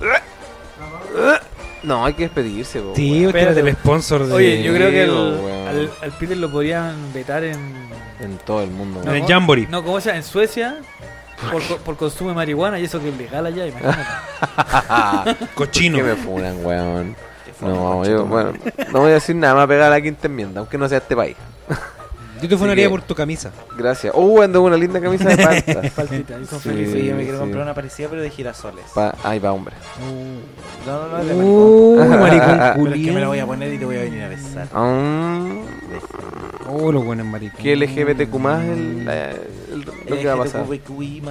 No, hay que despedirse, po,
Sí,
wea.
usted era del sponsor de.
Oye, yo creo que el-
Sí, weón.
al, al Peter lo podían vetar en.
En todo el mundo,
En
wea.
el Jamboree.
No, como sea, en Suecia por, co- por consumo de marihuana y eso que es legal allá,
[LAUGHS]
imagínate.
Cochino.
Que me funan, weón. No, yo, bueno, no voy a decir nada más pegar a la quinta enmienda, aunque no sea este país.
Yo te funaría
que-
por tu [LAUGHS] camisa.
Gracias. Uh, ando con una linda camisa
[LAUGHS]
de pasta.
Palpita, y son
Sí.
felices.
Sí, yo me quiero
sí.
comprar una parecida, pero de girasoles.
Pa ahí va, hombre.
No, no, no, de
Uh,
maricón.
maricón
Pero es que me la
culiao.
voy a poner y te voy a venir a besar.
Mm,
Oh, los buenos maricón.
¿Qué LGBTQ más el- la- el- lo que va a pasar?
LGTBQI+.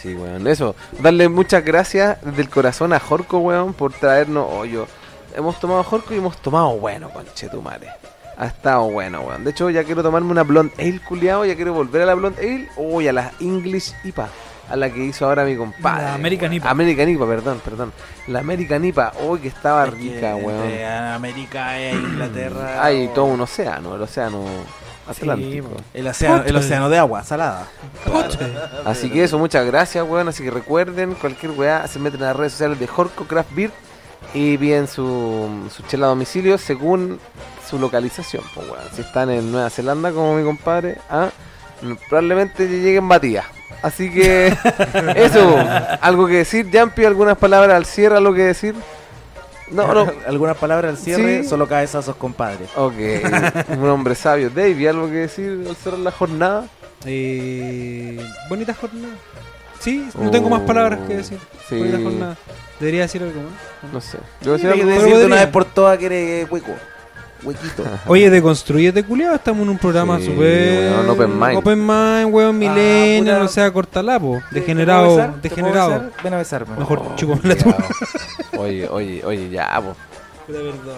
Sí, weón, eso. Darle muchas gracias desde el corazón a Jorco, weón, por traernos hoyo. Hemos tomado Jorco y hemos tomado bueno, conchetumare. Ha estado bueno, weón. De hecho, ya quiero tomarme una Blonde Ale, culiao. Ya quiero volver a la Blonde Ale. Uy, a la English IPA. A la que hizo ahora mi compadre.
La American
weón.
IPA.
American IPA, perdón, perdón. La American IPA. Uy, que estaba
Es que
Ah, rica, weón.
entre
[CLEARS THROAT]
América e Inglaterra.
Hay
o-
todo un océano, el océano Atlántico.
po.
El océano, el océano de agua, salada.
Así que eso, muchas gracias, weón. Así que recuerden, cualquier weá, se meten a las redes sociales de Horco Craft Beer y piden su, su chela a domicilio según su localización, pues weón. Si están en Nueva Zelanda, como mi compadre, ah, probablemente lleguen batidas. Así que eso, algo que decir, Jampi, algunas palabras al cierre, algo que decir. No, no.
[LAUGHS] Algunas palabras al cierre,
Sí.
solo cabezazos, compadre.
Ok, un hombre sabio. Dave, ¿algo que decir al cerrar la jornada?
Eh, bonita jornada. Sí, no tengo más palabras que decir.
Sí.
Bonita jornada. Debería decir algo más.
No sé. Yo voy a decir
Tienes que
algo.
decir
podría.
de una vez por todas que eres hueco. Huequito.
Oye, de Construyete Culeado estamos en un programa
Sí,
super.
weón, Open Mind.
Open Mind, weón, Milena,
puta.
o sea, cortalapo.
¿Te- te
Degenerado,
puedo besar? ¿Te puedo
degenerado.
besar? Ven a besarme.
Mejor
Oh,
chúpame la
culiao. [LAUGHS] Oye, oye, oye, ya, po.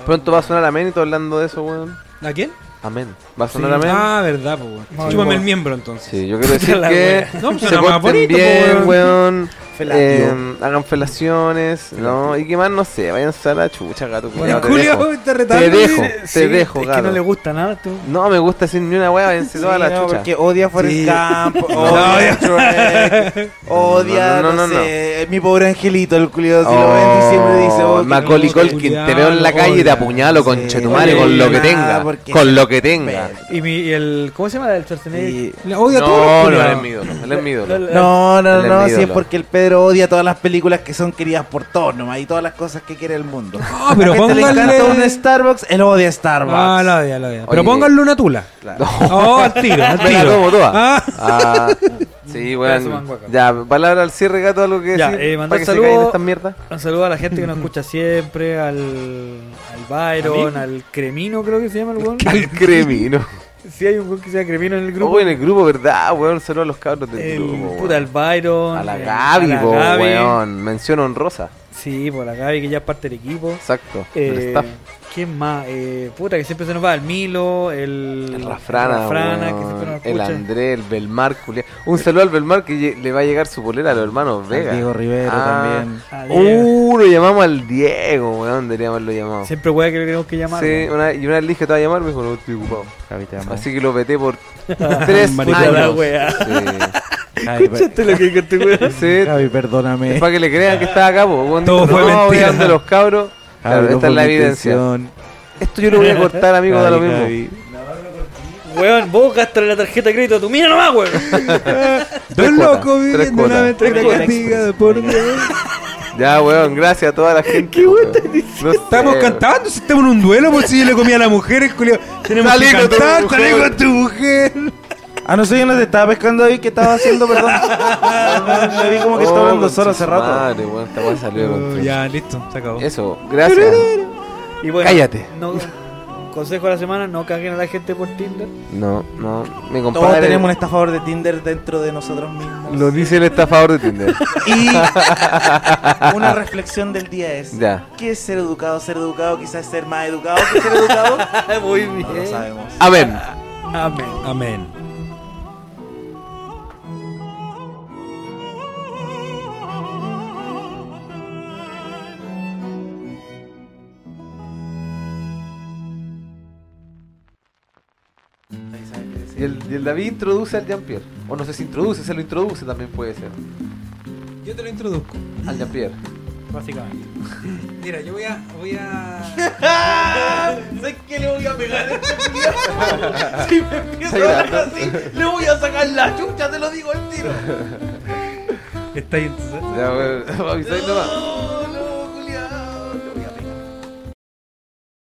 Pronto va a sonar amén y todo hablando de eso, weón.
¿A quién?
Amén. ¿Va a sonar amén?
Ah, verdad, po, weón.
Sí,
Chúpame
po.
el miembro entonces.
Sí, yo quiero decir
La
que
No, pues
se
suena más
porten
bonito, po,
bien, weón.
Felatio.
Eh, hagan felaciones, ¿no? Y que más, no sé, vayan a la chucha, gato.
Bueno,
culiao, te
Julio,
dejo.
te retando.
Te dejo,
dice.
te
Sí,
dejo,
Es
gato.
que no le gusta nada, tú.
No me gusta decir ni una weá, váyanse
Sí,
toda la
no,
chucha.
porque odia a Forrest
Sí.
[LAUGHS]
Gump, odia a Shrek, odia,
No,
no,
no, no, no,
mi pobre angelito, el culiado, si lo
Oh,
ven diciembre dice, oh, que
Macaulay
no,
Culkin,
Culkin, te veo en la
culiao,
calle y te
odia.
apuñalo,
Sí,
con conchetumare,
oye,
con lo que
nada,
tenga.
porque-
Con lo que tenga.
Y, mi, y el. ¿Cómo se llama el Schwarzenegger?
Sí.
Le odio a todos.
No, no,
culiao.
él es mi ídolo, él es mi ídolo.
Lo- lo-
No, no,
Él
no,
es
no,
mi
si es
ídolo.
porque el Pedro odia todas las películas que son queridas por todos nomás y todas las cosas que quiere el
[LAUGHS]
mundo.
Ah, pero
a la gente le encanta
pónganle-
un Starbucks, él odia Starbucks.
Ah, la odia, la odia. Pero
Oye.
pónganle una
[LAUGHS]
tula.
Claro.
Oh, al tiro, al
Me la
tiro.
tomo toda.
Ah.
Ah, sí,
Pedazo de
bueno.
manguaca.
Ya, palabra al cierre, gato, algo que
Ya,
decir.
eh, mandar
para que se
saludo.
caigan estas
[LAUGHS]
mierdas.
Un saludo a la gente
[LAUGHS]
que nos escucha siempre, al, al Byron, al Cremino creo que se llama el weón.
Al [LAUGHS] cremino.
Si hay un weón que se llama Cremino en el grupo.
Oh, en el grupo, ¿verdad, weón? Saludos a los cabros del
El,
grupo. weón.
puta, al Byron.
a la
eh,
Gaby,
a la
po,
Gaby.
weón. Mención honrosa.
Sí, por la Gaby que ya es parte del equipo.
Exacto. El
Eh,
staff.
¿Quién más? Eh, puta, que siempre se nos va el Milo, el,
El Rafrana,
el Rafrana,
weón.
que siempre nos
el
escucha.
André, el Belmar, culia. Un saludo al Belmar que lle- le va a llegar su polera a los hermanos
Al
Vega.
Diego Rivero
Ah.
también.
A Diego.
Uh, lo llamamos al Diego, weón. Deberíamos haberlo llamado. Sí,
Siempre weá que le tenemos que llamar. weón.
una, y una vez le dije, te va a llamar, me dijo, no, estoy ocupado.
Javi, te amo.
Así que lo peté [LAUGHS] por tres
Marico,
Puta la
años.
weá.
Sí.
Javi, per-
Escuchaste lo que dijo este weón.
Sí,
Javi,
es
perdóname.
para que le crean que estaba acá, po. Weón,
Todo
dijo,
fue
no,
mentira".
[LAUGHS]
weón, de los cabros. Claro,
Abro
esta es la
por mi
evidencia.
tensión.
Esto yo lo voy a
[LAUGHS]
cortar, amigo, da lo
Ay,
mismo.
Gaby.
Weón, vos gastas la tarjeta de crédito, tú mira nomás, weón.
Tres
Don
cuotas,
loco
tres
viviendo
cuotas.
una aventura
Tres cuotas.
castigada por Dios.
Ya, weón, gracias a toda la gente. [LAUGHS] ¿Qué weón no
Estamos
sé,
cantando, si estamos en un duelo por si yo le comía a la mujer, el culiao. Tenemos
Salí
que
con tu
cantar,
mujer.
salí con tu mujer.
Ah, no sé, yo no te estaba pescando ahí. ¿Qué estaba
[LAUGHS]
haciendo? Perdón. Me vi como que estaba hablando
Oh, con
solo
su
hace rato. Oh,
Madre, weón, esta weá salió de control.
Oh, ya, listo, se acabó.
Eso, gracias.
Y bueno,
Cállate.
no- consejo de la semana, no caguen a la gente por Tinder.
No, no, mi compadre.
Todos tenemos un estafador de Tinder dentro de nosotros mismos.
Lo dice el estafador de Tinder.
Y [LAUGHS] una reflexión del día es:
Ya.
¿qué es ser educado? ¿Ser educado? Quizás ser más educado que
[LAUGHS]
ser educado.
Muy
No lo sabemos.
Amén.
Amén.
Amén.
Y el, y el David introduce al Jean-Pierre. O no sé si introduce, se lo introduce también puede ser.
Yo te lo introduzco.
Al Jean-Pierre.
Básicamente.
Mira, yo voy a. Voy a...
¿Sabes qué le voy a pegar a este culiao? Si me empiezo
Está
a hablar [LAUGHS] así, le voy a sacar la chucha, te lo digo al tiro.
Está ahí entonces.
[LAUGHS] Ya, weón, avisáis nomás.